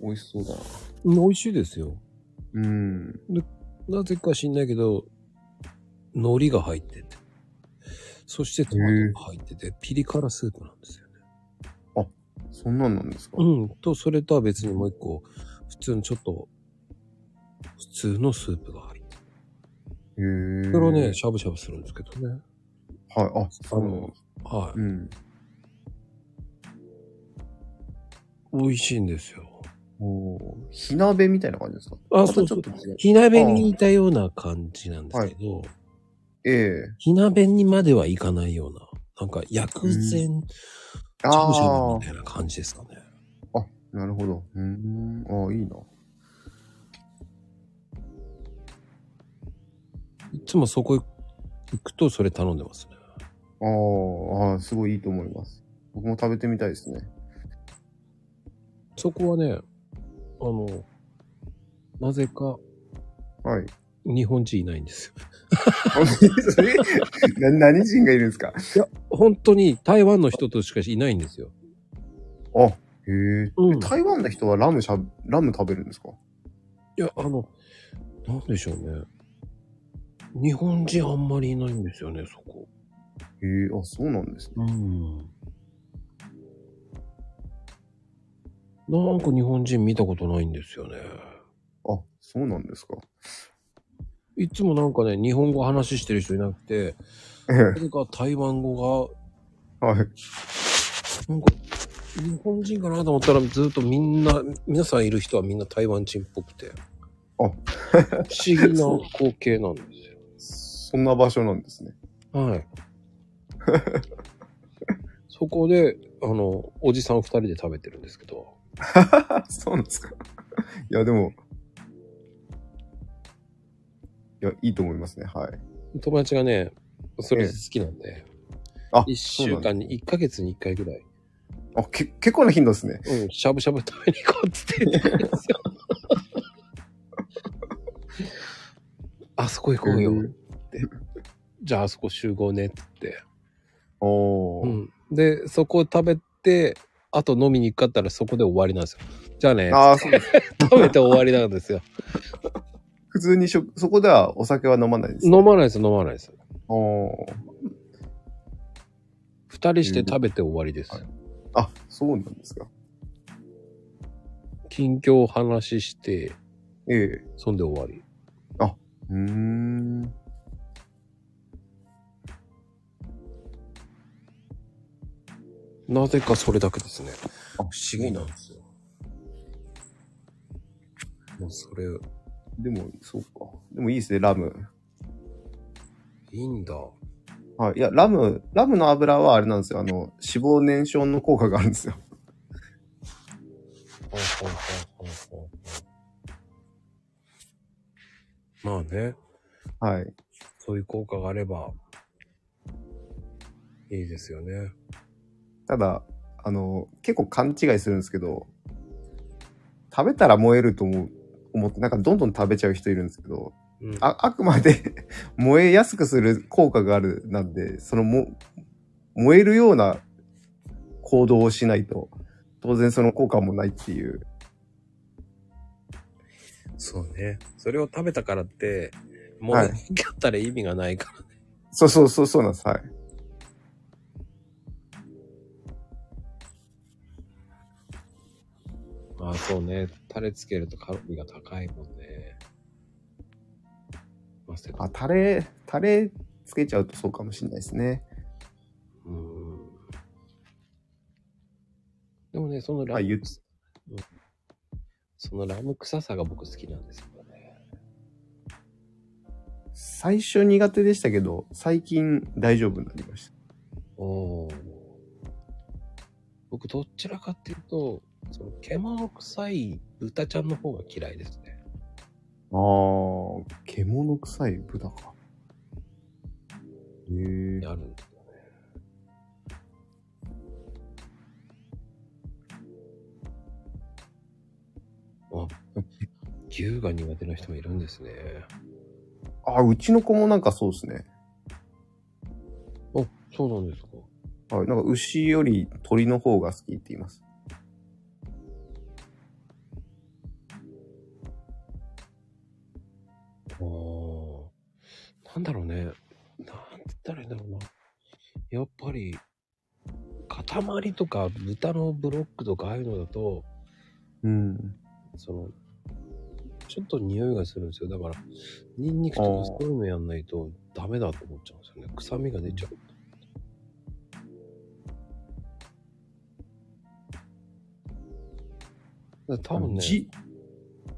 C: お、お美味しそうだな。
A: うん美味しいですよ。
C: うん。
A: なぜか知んないけど、海苔が入ってて。そしてトマトが入ってて、ピリ辛スープなんですよね。
C: そんなんなんですか。
A: うん。と、それとは別にもう一個、普通のちょっと、普通のスープが入ってて。
C: へ
A: そ
C: え。
A: れをね、、しゃぶしゃぶするんですけどね。
C: はい、あ、
A: あ
C: そうなん
A: の
C: です、
A: は
C: うん。
A: い。美味しいんですよ。
C: おー火鍋みたいな感じですか
A: あ、
C: ま
A: そ
C: た
A: う
C: ち
A: そ
C: ょっ
A: う
C: と。違う。
A: 火鍋に似たような感じなんですけど、
C: え
A: 火鍋にまではいかないような、なんか薬膳
C: え。
A: チャーシュー
C: あ
A: みたいな感じですかね。
C: あ、なるほど。うーん。ああ、いいな。
A: いつもそこ行くとそれ頼んでますね。
C: ああ、ああ、すごいいいと思います。僕も食べてみたいですね。
A: そこはね、あの、なぜか
C: はい。
A: 日本人いないんですよ。
C: *laughs* な何人がいるんですか
A: 本当に台湾の人としかいないんですよ。
C: あ、へえ。
A: うん
C: 台湾の人はラムしゃ、ラム食べるんですか
A: いや、あの、なんでしょうね。日本人あんまりいないんですよね、そこ。
C: へえ、あ、そうなんですね。
A: うん。なんか日本人見たことないんですよね。
C: あ、そうなんですか。 *laughs*
A: いつもなんかね、日本語話してる人いなくて、
C: え
A: なぜか台湾語
C: え、はい。
A: が、なんか、日本人かなと思ったらずっとみんな、皆さんいる人はみんな台湾人っぽくて。
C: あ
A: 不思議な光景なんですよ。
C: そんな場所なんですね。
A: はい。そこで、あの、おじさん二人で食べてるんですけど、
C: *laughs* そうなんですか。 *laughs* いや、でも、いや、いいと思いますね。はい。
A: 友達がね、それ好きなんで、
C: あ
A: 一
C: そう
A: 週
C: なんだ
A: 間に、一ヶ月に一回ぐらい、
C: あ、け、結構な頻度ですね。
A: うん、しゃぶしゃぶ食べに行こうっつって *laughs* 言ってるんですよ。あそこ行こうよ。
C: うん
A: じゃああそこ集合ねっつって。
C: お
A: う
C: ー。
A: ん、で、そこ食べて、あと飲みに行くかったらそこで終わりなんですよ。じゃあね、
C: ああ、そうです。 *laughs*
A: 食べて終わりなんですよ。
C: 普通にしょ、そこではお酒は飲まないです。
A: 飲まないです、飲まないです。
C: おー。
A: 二人して食べて終わりです。
C: うんあ、そうなんですか。
A: 近況を話して、
C: ええ。
A: そんで終わり。
C: うーん。
A: なぜかそれだけですね。
C: あ
A: ですよ。もうそれ、
C: でも、そうか。でもいいですね、ラム。
A: いいんだ。
C: はい。いや、ラム、ラムの油はあれなんですよ。あの、脂肪燃焼の効果があるんですよ。
A: まあね、
C: はい。
A: そういう効果があれば、いいですよね。
C: ただ、あの、結構勘違いするんですけど、食べたら燃えると思う、思って、なんかどんどん食べちゃう人いるんですけど、
A: うん、
C: あ、あくまで *laughs* 燃えやすくする効果があるなんで、そのも、燃えるような行動をしないと、当然その効果もないっていう。
A: そうね。それを食べたからって、もう、
C: は
A: や
C: い
A: ったら意味がないからね。
C: そうそうそうそうなんです。はい。
A: まあそうね。タレつけるとカロリーが高いもんね。まあ、せ
C: あ、タレ、タレつけちゃうとそうかもしれないですね。
A: うん。でもね、そのラ
C: あ
A: ム
C: 言っ、
A: うんそのラム臭さが僕好きなんですよね。
C: 最初苦手でしたけど、最近大丈夫になりました。
A: おー僕どちらかっていうと、その獣臭い豚ちゃんの方が嫌いですね。
C: あー、獣臭い豚か。へえ。
A: あるんですよね。あ、牛が苦手な人もいるんですね。
C: あ、うちの子もなんかそうですね。
A: あ、そうなんですか。
C: はい。なんか牛より鳥の方が好きって言います。
A: ああ。なんだろうね。なんて言ったらいいんだろうな。やっぱり、塊とか豚のブロックとかああいうのだと、
C: うん。
A: その、ちょっと匂いがするんですよ。だから、ニンニクと
C: あ
A: か
C: ー
A: そういうのやんないとダメだと思っちゃうんですよね。臭みが出ちゃう。だから多分ね、
C: じ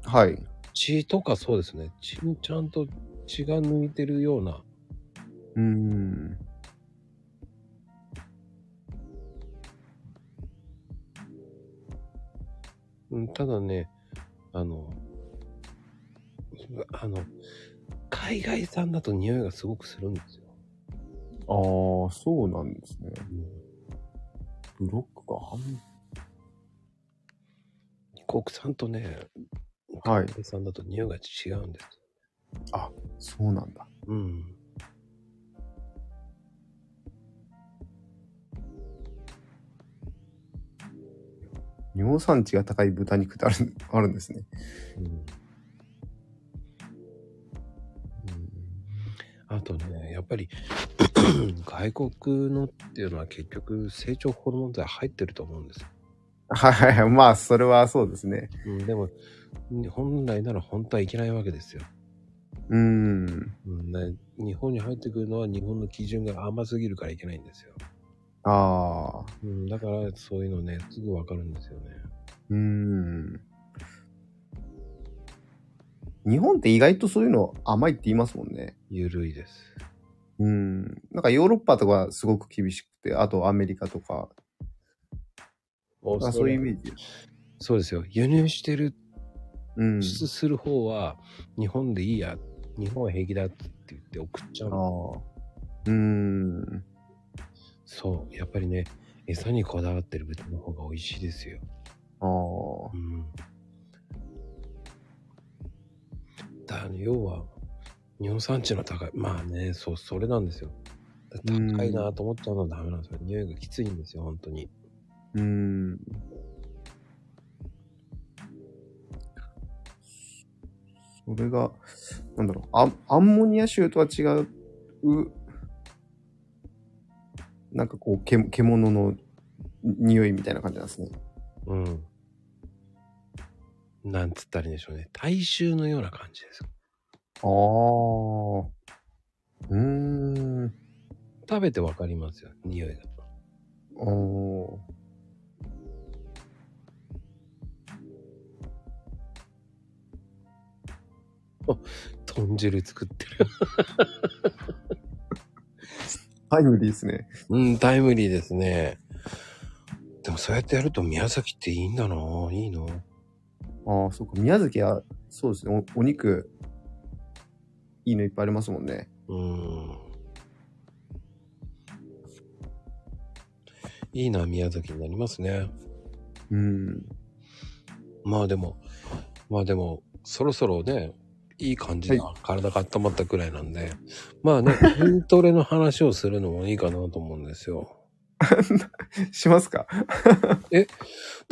C: はい。
A: 血とかそうですね。血にちゃんと血が抜いてるような
C: うん。
A: うん、ただね、あの、うあの、海外産だと匂いがすごくするんですよ。
C: あー、そうなんですね。ブロックか。
A: 国産とね、
C: はい
A: 海外産だと匂いが違うんです。
C: そうなんだ。
A: うん。
C: 尿酸値が高い豚肉ってある、あるんですね。
A: うん、あとね、やっぱり *clears throat* 外国のっていうのは結局成長ホルモン剤入ってると思うんですよ。
C: はいはいはい。まあ、それはそうですね。
A: うん、でも、本来なら本当はいけないわけですよ。
C: うん。
A: うんね、日本に入ってくるのは日本の基準が甘すぎるからいけないんですよ。
C: あ
A: う
C: ー。
A: ん、だからそういうのね、すぐわかるんですよね。
C: うーん日本って意外とそういうの甘いって言いますもんね。
A: ゆるいです。
C: うん。なんかヨーロッパとかはすごく厳しくて、あとアメリカとか、
A: オー
C: あ
A: ス
C: そ
A: ト
C: うい
A: ラ
C: うイ
A: リア
C: メージ。
A: そうですよ。輸入してる、
C: うん
A: 輸。出する方は、日本でいいや、日本は平気だって言って送っちゃうの。
C: ああ。うん。
A: そう。やっぱりね、餌にこだわってる豚の方が美味しいですよ。
C: あ
A: う
C: あ。
A: ん。だ、要は、日本産地の高い。まあね、そう、それなんですよ。
C: うん
A: 高いなと思っちゃうのはダメなんですよ。匂いがきついんですよ、本当に。
C: うん。それが、なんだろう、アアンモニア臭とは違う、なんかこう、け獣の匂いみたいな感じなんですね。
A: うん。なんつったらいいんでしょうね。大衆のような感じです。
C: ああ。うーん。
A: 食べてわかりますよ、匂いが。
C: おー
A: 豚汁作ってる。
C: タイムリーですね。
A: うん、タイムリーですね。でもそうやってやると宮崎っていいんだなぁいいの
C: ああ、そうか。宮崎は、そうですね。おお肉、いいのいっぱいありますもんね。
A: うん。いいな、宮崎になりますね。
C: うん。
A: まあでも、まあでも、そろそろね、いい感じな、体が温まったくらいなんで、まあね、 *laughs* 筋トレの話をするのもいいかなと思うんですよ。
C: *laughs* しますか
A: だ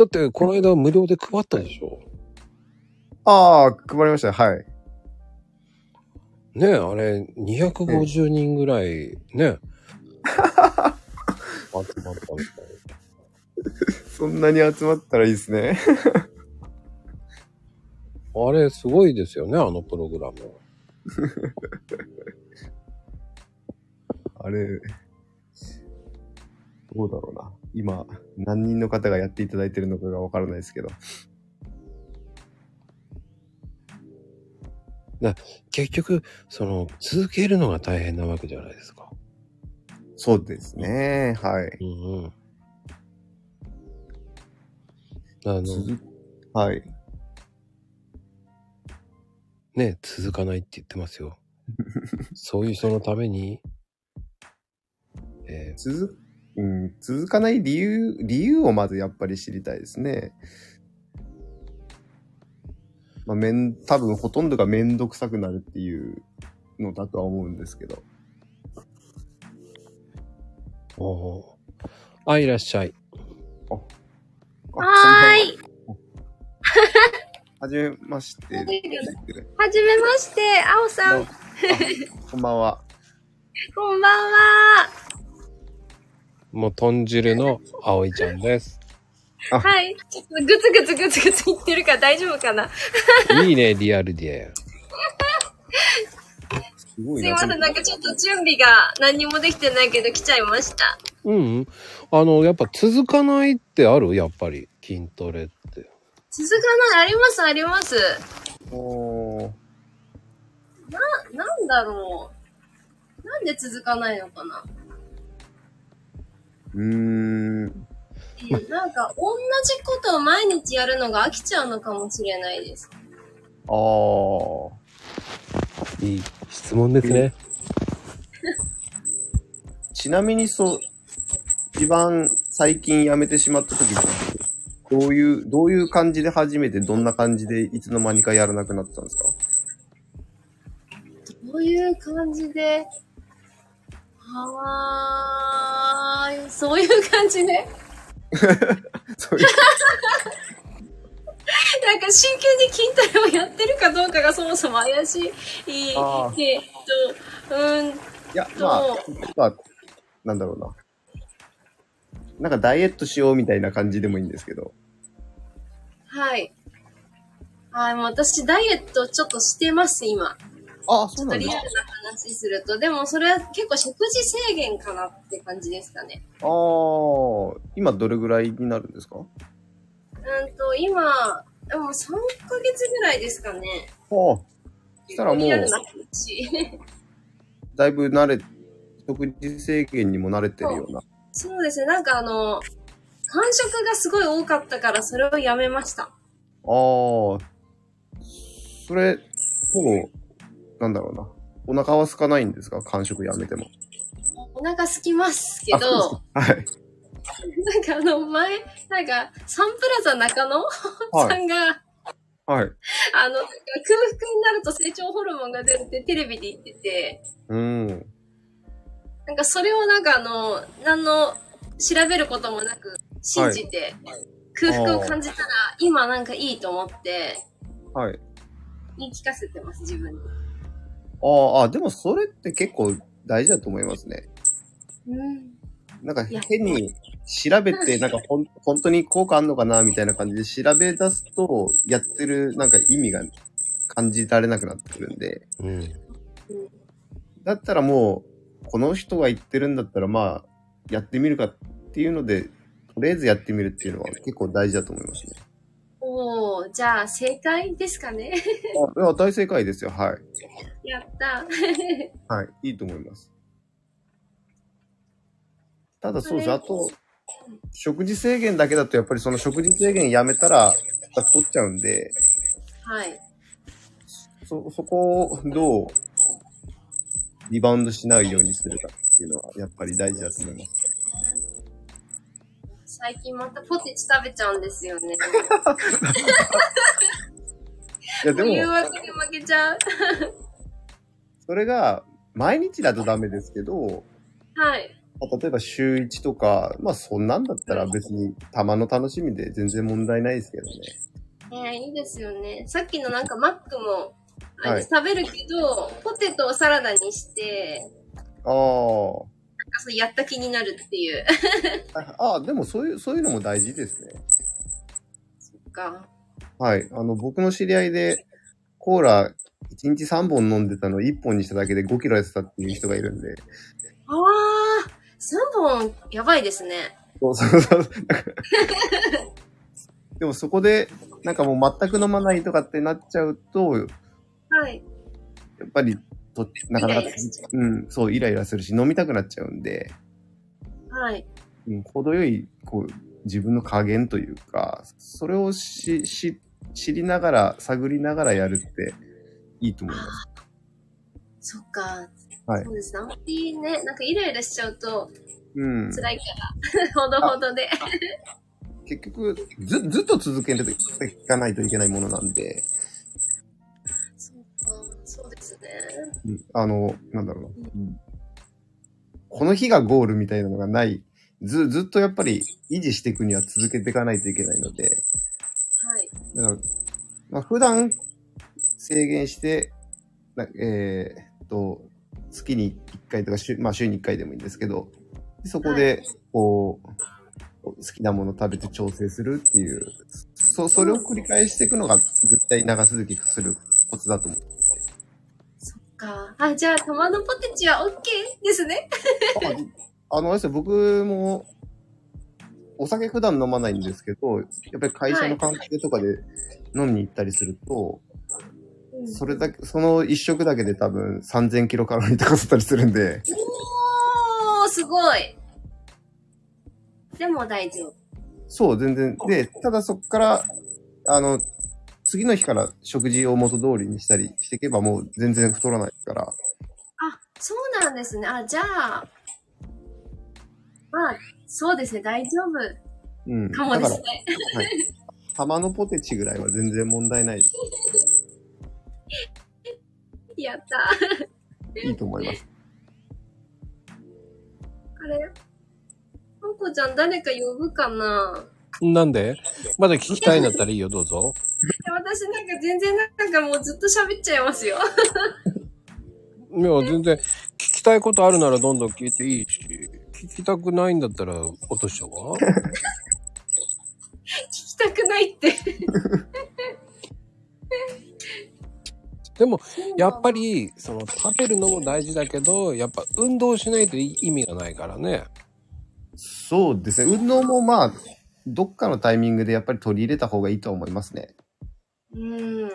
A: って、この間無料で配ったでしょ
C: ああ、配りました。はい。
A: ねえ、あれ、250人ぐらい、ね。集まったみたい。
C: そんなに集まったらいいですね。 *laughs*
A: あれ、すごいですよね、あのプログラム。
C: あれ、どうだろうな。今、何人の方がやっていただいてるのかがわからないですけど。
A: 結局、その、続けるのが大変なわけじゃないですか。
C: そうですね。はい。
A: うんうん。あの、
C: 続はい。
A: ね、続かないって言ってます *laughs* よ。そういう人のために、え
C: 続、うん、続かない理由、理由をまずやっぱり知りたいですね。まあ、めん、多分ほとんどがめんどくさくなるっていうのだとは思うんですけど。
A: ー、おーあ、いらっしゃい。
C: あ
D: はーい。
C: こんばん *laughs* ははじめまして。
D: はじめまして、あおさん、
C: こんばんは。
D: こんばんは。
A: もう、豚汁の葵ちゃん *laughs* です。
C: あ
D: はい。ちょっとグツグツグツグツ言ってるから大丈夫かない
A: いね、リアルで。
C: すご
D: す
C: い
D: い
C: な。
D: ません、なんかちょっと準備が何もできてないけど来ちゃいました。
A: うんうん。あの、やっぱ続かないってあるやっぱり、筋トレって。
D: 続かない、あります、あります。
C: おー
D: な、なんだろう。なんで続かないのかな、
C: うーん。
D: うん、なんか、同じことを毎日やるのが飽きちゃうのかもしれないです。
C: あー。
A: いい質問ですね。
C: ちなみにそう、一番最近辞めてしまった時、どういう、どういう感じで始めて、どんな感じでいつの間にかやらなくなったんですか *laughs*
D: どういう感じで、あー、そういう感じね。
C: そういう。
D: なんか真剣に筋トレをやってるかどうかがそもそも怪しい。え
C: あー
D: ーっと、うーん、
C: い
D: *laughs*
C: や、まあ、まあ、なんだろうな。なんかダイエットしようみたいな感じでもいいんですけど。
D: はい。あーもう私、ダイエットちょっとしてます、今。
C: ああ、そ
D: ちょっとリアルな話すると。でも、それは結構食事制限かなって感じですかね。
C: ああ、今どれぐらいになるんですか
D: うーんと、今、でも3ヶ月ぐらいですかね。
C: ああ、したらもう
D: リアルな *laughs* 話。
C: だいぶ慣れ、食事制限にも慣れてるような。
D: そうですね、なんかあの、間食がすごい多かったから、それをやめました。
C: ああ。それ、ほぼ、なんだろうな。お腹は空かないんですか間食やめても。
D: お腹空きますけど、
C: はい。
D: なんかあの前、なんかサンプラザ中野
C: は
D: さ
C: い。
D: んが、
C: はい。
D: あの、なんか空腹になると成長ホルモンが出るってテレビで言ってて、
C: うん。
D: なんかそれをなんかあの、何の調べることもなく信じて、空腹を感じたら今なんかいいと思って
C: はい。
D: 言い聞かせてます、自分に。
C: あーあー、でもそれって結構大事だと思いますね。
D: うん。
C: なんか
D: いや
C: 変に調べて、なんかほん本当に効果あんのかなみたいな感じで調べ出すと、やってるなんか意味が感じられなくなってくるんで、
A: うん。
C: だったらもう、この人が言ってるんだったら、まあ、やってみるかっていうので、とりあえずやってみるっていうのは結構大事だと思い
D: *laughs*
C: ますね。
D: おー、じゃあ正解ですかね。 *laughs*
C: あいや大正解ですよ。はい。
D: やった。
C: はい。いいと思います。ただそうです。あと、食事制限だけだと、やっぱりその食事制限やめたら、また太っちゃうんで、
D: はい。
C: そ、そこをどう、リバウンドしないようにするかっていうのは、やっぱり大事だと思います。
D: 最近またポテチ食べちゃうんですよね。
C: いや、で
D: 誘
C: も、
D: 惑に負けちゃう。
C: それが、毎日だとダメですけど、
D: はい。
C: まあ例えば週1とか、まあそんなんだったら別に、たまの楽しみで全然問題ないですけどね。
D: ねえいいですよね。さっきのなんかマックも、あ
C: はい
D: 食べるけど、ポテトをサラダにして、
C: ああ。
D: なんかそうやった気になるって *laughs* いう。
C: ああ、でもそういう、そういうのも大事ですね。
D: か
C: はい。あの、僕の知り合いで、コーラ1日3本飲んでたのを1本にしただけで5キロ痩せたっていう人がいるんで。
D: ああ、3本やばいですね。
C: そうそうそう。なんかでもそこで、なんかもう全く飲まないとかってなっちゃうと、や
D: はい。
C: っぱりと、なかな
D: イラ
C: か
D: イラしちゃ
C: うん、そう、イライラするし、飲みたくなっちゃうんで、
D: うはい。
C: うん、程よい、こう、自分の加減というか、それをし、し、知りながら、探りながらやるって、いいと思います。
D: そっか。
C: はい
D: そうですね。あんまりね、なんかイライラしちゃうと
C: うん。
D: 辛
C: *laughs*
D: いから、ほどほどで。
C: 結局、ず、ずっと続けていかないといけないものなんで、
D: そうか、そうですね。
C: うんあの、なんだろうな。この日がゴールみたいなのがない。ず、ずっとやっぱり維持していくには続けていかないといけないので、
D: はい。
C: だから、まあ、普段制限して、なえーっと、月に1回とか週、まあ週に1回でもいいんですけど、そこで、こう、好きなもの食べて調整するっていう、そ、それを繰り返していくのが絶対長続きするコツだと思う。
D: そっか。あ、じゃあ、玉のポテチは OK ですね。
C: ああの、あれですよ、僕も、お酒普段飲まないんですけど、やっぱり会社の関係とかで飲みに行ったりすると、
D: うん
C: それだけ、その一食だけで多分3000キロカロリーとかだったりするんで、
D: おー、すごい。でも大丈夫。
C: そう、全然。で、ただそこから、あの、次の日から食事を元通りにしたりしていけばもう全然太らないですから。
D: あ、そうなんですね。あ、じゃあ、まあ、そうですね。大丈夫
C: うん。だ
D: か
C: か
D: も
C: ら、
D: で
C: は
D: す
C: い
D: ね。。
C: 玉のポテチぐらいは全然問題ないです。
D: やった。
C: いいと思います。
D: あれまこちゃん誰か呼ぶかな
A: なんでまだ聞きたいんだったらいいよ、どうぞ。
D: え私なんか全然なんかもうずっと喋っちゃいますよ。
A: いや、全然、聞きたいことあるならどんどん聞いていいし、聞きたくないんだったら落としちゃう *laughs* わ。
D: 聞きたくないって。
A: でも、やっぱり、その、食べるのも大事だけど、やっぱ運動しないとい意味がないからね。
C: そうですね。運動もまあ、どっかのタイミングでやっぱり取り入れた方がいいとは思いますね。
D: うん。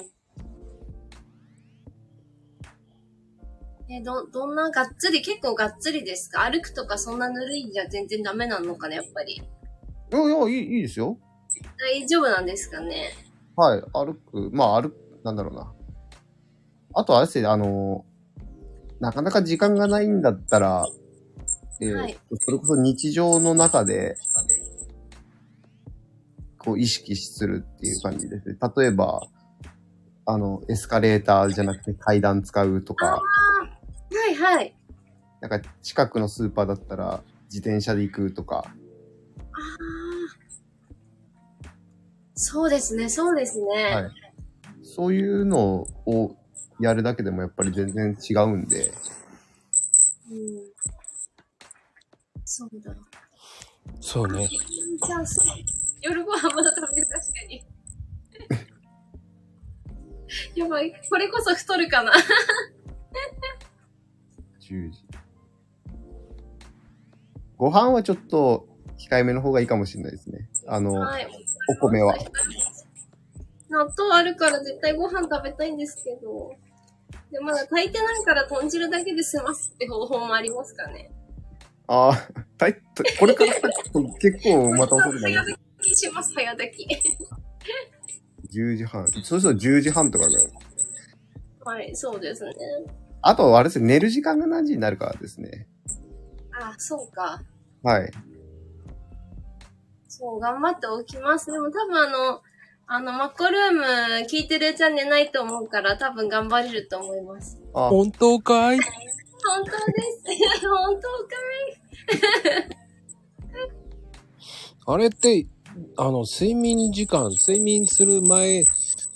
D: え、ど、どんながっつり、結構がっつりですか歩くとかそんなぬるいんじゃ全然ダメなのかね、やっぱり。
C: いやいや、いい、いいですよ。
D: 大丈夫なんですかね
C: はい、歩く、まあ歩く、なんだろうな。あとあれですね、あの、なかなか時間がないんだったら、えー
D: はい
C: それこそ日常の中で、こう意識するっていう感じですね。例えば、あの、エスカレーターじゃなくて階段使うとか、
D: はいはい。
C: なんか近くのスーパーだったら自転車で行くとか、
D: あーそうですね、そうですね。
C: はいそういうのをやるだけでもやっぱり全然違うんで、
D: うん、そうだ。
A: そうね。
D: じゃあ、そう夜ご飯まだ食べる、確 *laughs* かに。やばい、これこそ太るかな。
C: 10時。ご飯はちょっと控えめの方がいいかもしれないですね。あの、
D: はい。
C: お米は。
D: 納豆あるから絶対ご飯食べたいんですけど。で、まだ炊いてないから豚汁だけで済ますって方法もありますかね。
C: ああ、たい、たこれから結構また遅くなり
D: 早
C: ます。
D: 炊きします、早炊き。
C: 10時半。そろそろ10時半とかぐらい。
D: はい、そうですね。
C: あと、あれですね、寝る時間が何時になるかですね。
D: あ、そうか。
C: はい。
D: そう、頑張っておきます。でも多分あの、あの、マッコルーム聞いてるチャンネルないと思うから多分頑張れると思います。
C: あ
A: 本当かい
D: 本当です。 *laughs* 本当か
A: あれって、あの、睡眠時間、睡眠する前、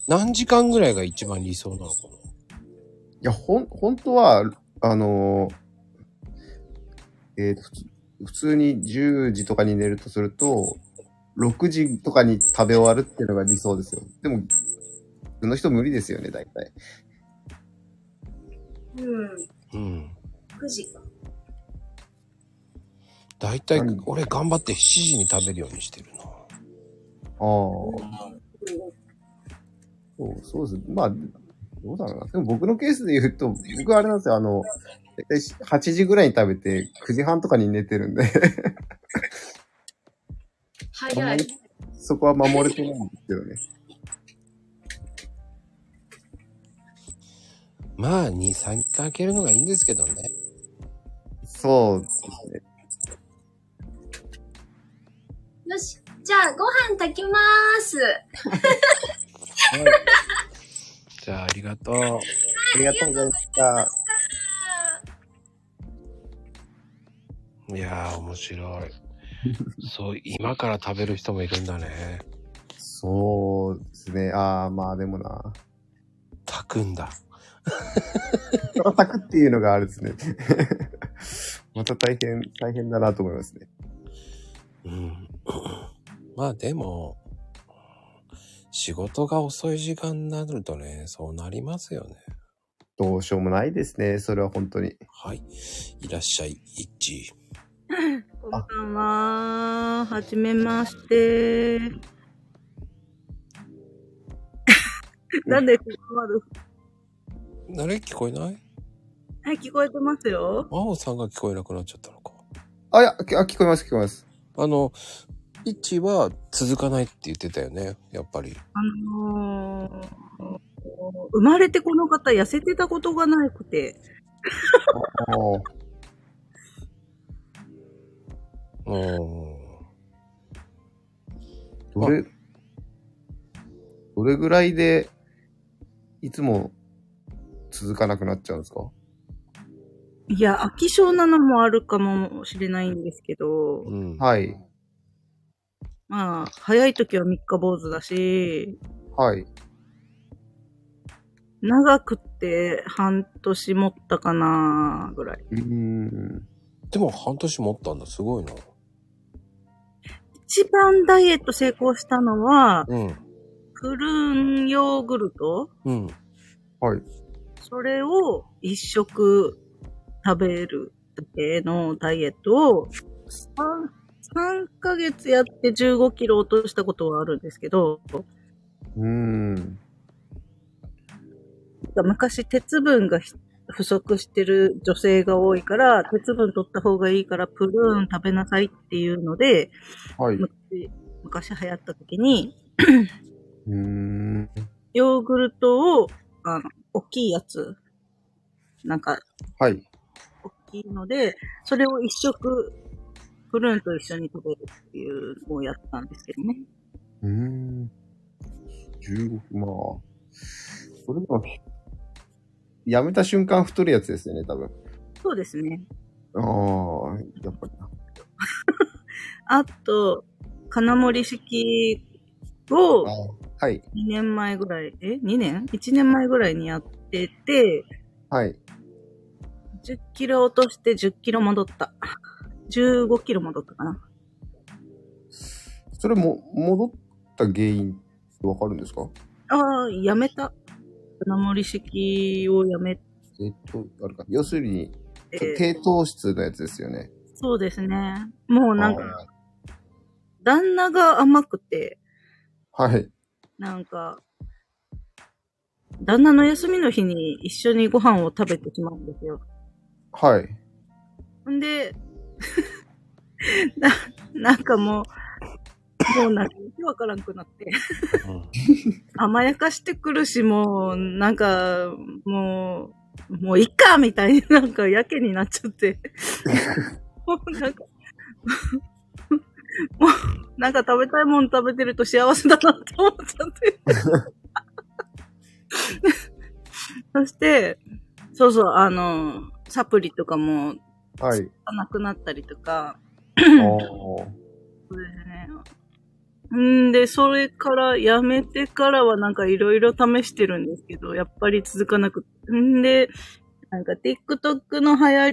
A: 何時間ぐらいが一番理想なのか
C: いや、ほん、本当は、あのーえーと、普通普通に10時とかに寝るとすると、6時とかに食べ終わるっていうのが理想ですよ。でも、普通の人無理ですよね、大体。
D: いうん。
A: なうん。
D: 9時か。
A: だいたい
C: うん、
A: 俺頑張って7時に食べるようにしてるな。
C: ああ、そう、そうです。まあ、どうだろうな。でも僕のケースで言うと、僕はあれなんですよ、あの、大体8時ぐらいに食べて、9時半とかに寝てるんで、あん
D: 早
C: ま
D: い
C: り。そこは守れてないんですよね。
A: まあ、2、3日空けるのがいいんですけどね。
C: そうですね。
D: よし。じゃあ、ご飯炊きまーす。
A: はい。じゃあ、ありがとう。
C: ありがとうございました。
A: いやー、面白い。そう、今から食べる人もいるんだね。
C: そうですね。ああ、まあでもな。
A: 炊くんだ。
C: 叩くっていうのがあるですね。 *laughs* また大変、大変だなと思いますね。
A: うん。 *laughs* まあ、でも、仕事が遅い時間になるとね、そうなりますよね。
C: どうしようもないですね。それは本当に。
A: はい。いらっしゃい、いっち。
E: こんばんは。はじめまして。 *laughs* なんで困る
A: あれ聞こえない
E: はい、聞こえてますよ。
A: 真央さんが聞こえなくなっちゃったのか。
C: あ、いや、きあ聞こえます、聞こえます。
A: あの、いっちは続かないって言ってたよね、やっぱり。
E: あのー、生まれてこの方痩せてたことがなくて、
C: あー
A: うん。
C: どれ、どれぐらいで、いつも続かなくなっちゃうんですか
E: いや、飽き性なのもあるかもしれないんですけど、
A: うん。
C: はい。
E: まあ、早い時は三日坊主だし、
C: はい。
E: 長くって半年持ったかなぐらい。
C: うーん。
A: でも半年持ったんだ、すごいな。
E: 一番ダイエット成功したのは、
A: うん。
E: プルーンヨーグルト
A: うん。
C: はい。
E: それを一食食べるだけのダイエットを 3, ヶ月やって15キロ落としたことはあるんですけど、
C: うーん。
E: 昔鉄分がひ不足してる女性が多いから、鉄分取った方がいいから、プルーン食べなさいっていうので、
C: はい。う
E: 昔昔流行った時に、
C: ーん。
E: ヨーグルトを、あの、大きいやつ、なんか、
C: はい。
E: 大きいので、それを一食、プルーンと一緒に食べるっていうのをやったんですけどね。
C: うーん。15、まあ。それでも、やめた瞬間太るやつですよね、多分。
E: そうですね。
C: ああ、やっぱりな。
E: あと、金森式を
C: ああはい。
E: 2年前ぐらい、え ?2 年 ?1 年前ぐらいにやってて、
C: はい。
E: 10キロ落として10キロ戻った。15キロ戻ったかな。
C: それも、戻った原因ってわかるんですか
E: ああ、やめた。金森式をやめ
C: えっと、あれか。要するに、
E: て、
C: 低糖質のやつですよね。
E: そうですね。もうなんか、
C: あ
E: 旦那が甘くて、
C: あはい。
E: なんか、旦那の休みの日に一緒にご飯を食べてしまうんですよ。
C: はい。
E: んで、 *laughs* な、なんかもう、もうなんかわけわからんくなって、
A: うん
E: 甘やかしてくるし、もう、なんか、もう、もういっかみたいになんかやけになっちゃって。もうなんか、もう、なんか食べたいもの食べてると幸せだなって思っちゃって。そして、そうそう、あの、サプリとかも *laughs*
C: はい。
E: なくなったりとか、
C: ああ。
E: そうですね。んで、それから、やめてからはなんかいろいろ試してるんですけど、やっぱり続かなくて。んで、なんか TikTok の流行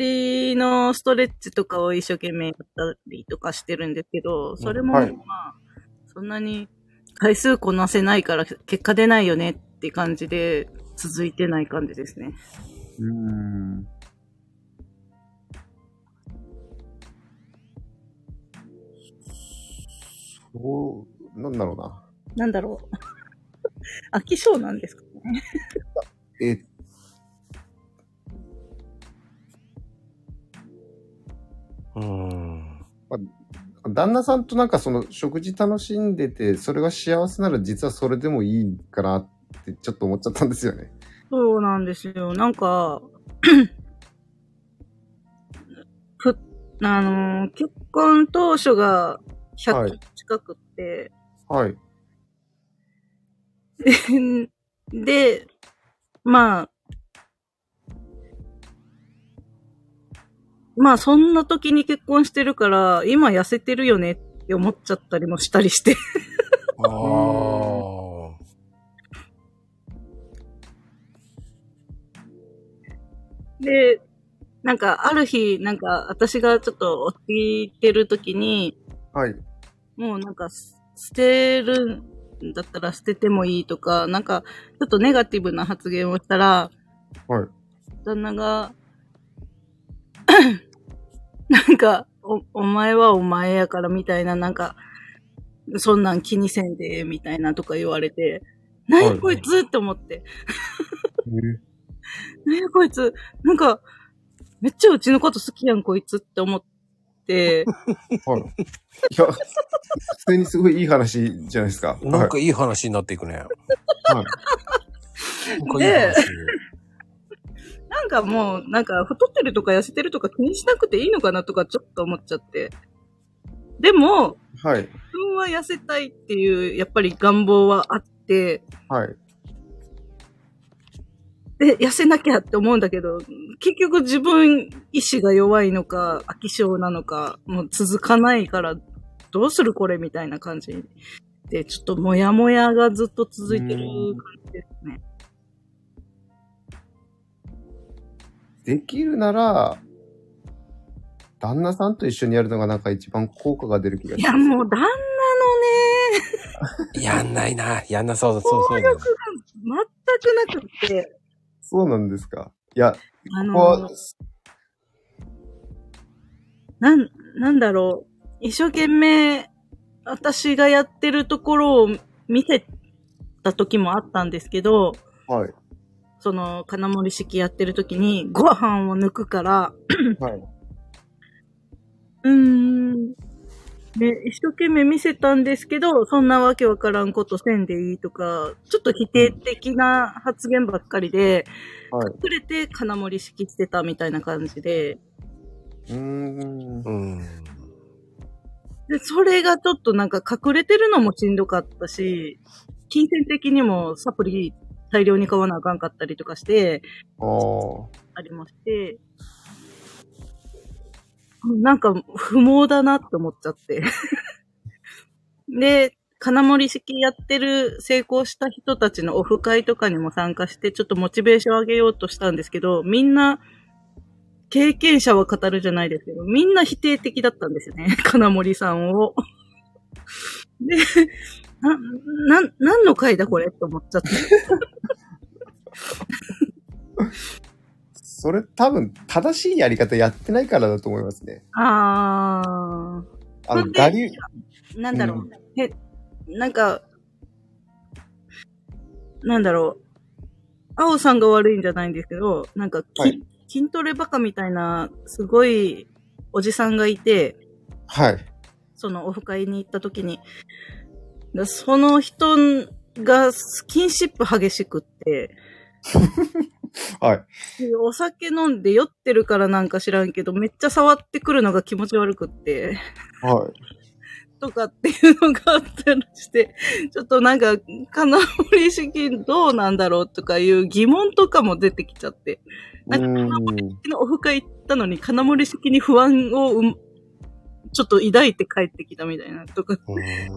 E: りのストレッチとかを一生懸命やったりとかしてるんですけど、それもま
C: は
E: あ、
C: い
E: そんなに回数こなせないから結果出ないよねって感じで続いてない感じですね。
C: うーん。そう、なんだろうな。
E: なんだろう。 *laughs* 飽き性なんですかね。
C: え、
A: うん。
C: 旦那さんとなんかその食事楽しんでて、それが幸せなら実はそれでもいいかなってちょっと思っちゃったんですよね。
E: そうなんですよ。なん
C: *clears throat*
E: か、ふ、あのー結婚当初が
C: は
E: 100
C: い
E: 近くって、 *laughs*
C: はい。
E: で、まあ、まあそんな時に結婚してるから、今痩せてるよねって思っちゃったりもしたりして。 *laughs*
A: ああ。
E: で、なんかある日、なんか私がちょっと落ちてる時に、
C: はい。
E: もうなんか、す捨てるんだったら捨ててもいいとか、なんか、ちょっとネガティブな発言をしたら、
C: はい。
E: 旦那が、 *coughs* なんか、お、お前はお前やからみたいな、なんか、そんなん気にせんで、みたいなとか言われて、な
C: は
E: に
C: い
E: こいつって思って、なにこいつ、なんか、めっちゃうちのこと好きやん、こいつって思って、
C: はい。いや、普通にすごいいい話じゃないですか。
A: なんかいい話になっていくね。
C: はい。
A: な
C: はい
A: んかいい話。
E: なんかもう、なんか太ってるとか痩せてるとか気にしなくていいのかなとかちょっと思っちゃって。でも、
C: はい。
E: 自分は痩せたいっていう、やっぱり願望はあって、
C: はい。
E: で、痩せなきゃって思うんだけど、結局自分意志が弱いのか、飽き性なのか、もう続かないから、どうするこれみたいな感じで、ちょっともやもやがずっと続いてる感じですね。
C: できるなら、旦那さんと一緒にやるのがなんか一番効果が出る気が
E: い
C: しま
E: や、
C: す。
E: もう旦那のね、
A: やんないな。やんなそうだ、そうそうだよ。
E: 全くなくって、
C: そうなんですか。いや、
E: あ
C: こ
E: の
C: こは、
E: なん、なんだろう。一生懸命、私がやってるところを見せた時もあったんですけど、
C: はい。
E: その、金森式やってる時に、ご飯を抜くから、
C: はい。
E: うーん。で、一生懸命見せたんですけど、そんなわけわからんことせんでいいとか、ちょっと否定的な発言ばっかりで、
C: はい。
E: 触れて金森式してたみたいな感じで、
C: うーん。
A: うん。
E: で、それがちょっとなんか隠れてるのもしんどかったし、金銭的にもサプリ大量に買わなあかんかったりとかして、
C: ああ。
E: ありまして、なんか不毛だなって思っちゃって。 *laughs* で、金森式やってる成功した人たちのオフ会とかにも参加して、ちょっとモチベーション上げようとしたんですけど、みんな、経験者は語るじゃないですけど、みんな否定的だったんですよね。 *laughs* 金森さんを。で、な、な、何の回だこれって思っちゃって。
C: それ多分正しいやり方やってないからだと思いますね。
E: あー。
C: あの、
E: 本当
C: 我流、
E: なんだろう、へ、なんか、なんだろう、青さんが悪いんじゃないんですけど、なんか、き
C: はい
E: 筋トレバカみたいな、すごいおじさんがいて、
C: はい。
E: そのオフ会に行った時に、だその人がスキンシップ激しくって、
C: はい。
E: でお酒飲んで酔ってるからなんか知らんけど、めっちゃ触ってくるのが気持ち悪くって。
C: はい。
E: とかっていうのがあったりして、ちょっとなんか、金森式どうなんだろうとかいう疑問とかも出てきちゃって、
C: う
E: なんか
C: ーん。
E: 昨日オフ会行ったのに金森式に不安をうむちょっと抱いて帰ってきたみたいなとか
A: う
C: うー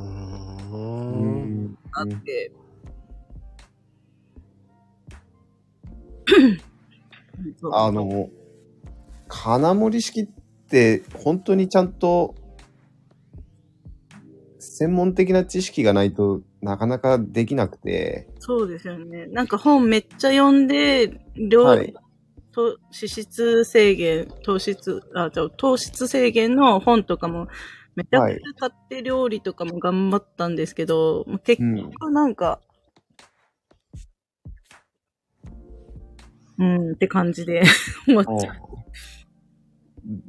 A: ん。
C: ん
E: あって、そう
C: あの、金森式って本当にちゃんと専門的な知識がないとなかなかできなくて、
E: そうですよね。なんか本めっちゃ読んで、量、
C: はい
E: と脂質制限、糖質、あ、じゃあ糖質制限の本とかも、めちゃくちゃ買って料理とかも頑張ったんですけど、もう結
C: うん、
E: 局なんか、うん、って感じで *laughs* 思っちゃう。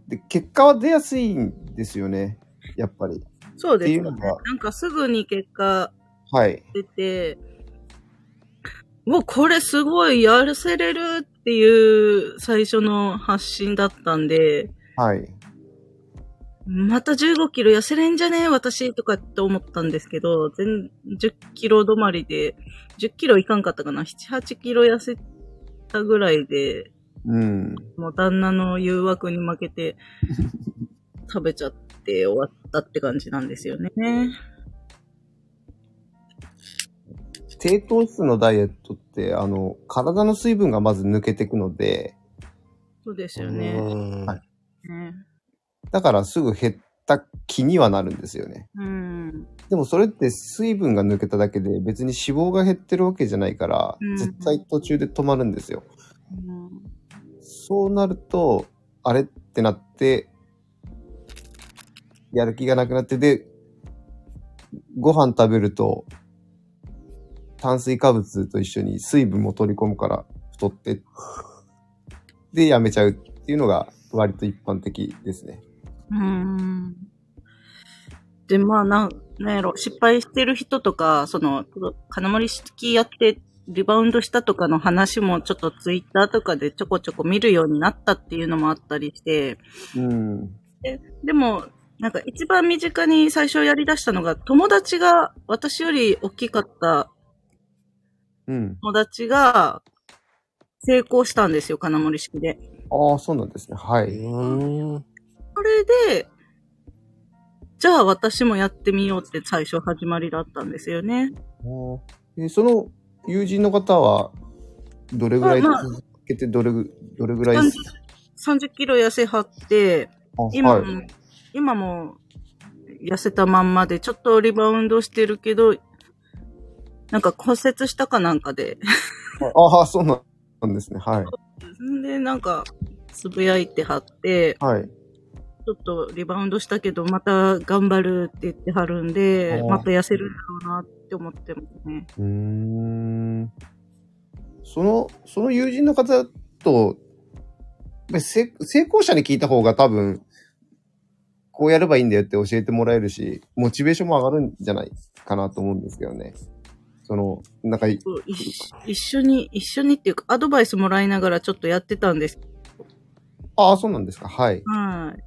C: で結果は出やすいんですよね、やっぱり。
E: そう
C: ってい
E: です
C: う
E: ね
C: の。が、
E: なんかすぐに結果
C: はい。
E: 出て、もうこれすごいやらせれるっていう最初の発信だったんで、
C: はい。
E: また15キロ痩せれんじゃねえ私とかって思ったんですけど、全10キロ止まりで、10キロいかんかったかな ?7、8キロ痩せたぐらいで、
C: うん。
E: もう旦那の誘惑に負けて、食べちゃって終わったって感じなんですよね。
C: 低糖質のダイエットって、あの、体の水分がまず抜けていくので、
E: そうですよね。
A: は
C: はいい。
E: ね
C: だからすぐ減った気にはなるんですよね。
E: うん。
C: でもそれって水分が抜けただけで別に脂肪が減ってるわけじゃないから、
E: うん
C: 絶対途中で止まるんですよ。
E: うん
C: そうなると、あれってなって、やる気がなくなって、で、ご飯食べると、炭水化物と一緒に水分も取り込むから太って、で、やめちゃうっていうのが割と一般的ですね。
E: うーんで、まあ、なん、なんやろ、失敗してる人とか、その、金森式やってリバウンドしたとかの話もちょっとツイッターとかでちょこちょこ見るようになったっていうのもあったりして、
C: うん。
E: ででも、なんか一番身近に最初やり出したのが、友達が、私より大きかった
C: うん。
E: 友達が、成功したんですよ、金森式で。
C: ああ、そうなんですね。は
A: う
C: い。
A: ん。
E: それで、じゃあ私もやってみようって最初始まりだったんですよね。
C: えーその友人の方は、どれぐらい
E: まあ
C: 続けて、どれぐ、どれぐらい、
E: 30, 30キロ痩せはって、
C: あ
E: 今も、
C: はい。
E: 今も痩せたまんまで、ちょっとリバウンドしてるけど、なんか骨折したかなんかで、
C: ああ、そうなんですね。はい。
E: んで、なんか、つぶやいてはって、
C: はい。
E: ちょっとリバウンドしたけど、また頑張るって言ってはるんで
C: あ、ー
E: また痩せるんだろうなって思ってますね。
C: うーん。その、その友人の方と、やっぱり成成功者に聞いた方が多分、こうやればいいんだよって教えてもらえるし、モチベーションも上がるんじゃないかなと思うんですけどね。その、なんか、い
E: そう一一緒に、一緒にっていうか、アドバイスもらいながらちょっとやってたんですけど、
C: ああ、そうなんですか。はい。
E: はい。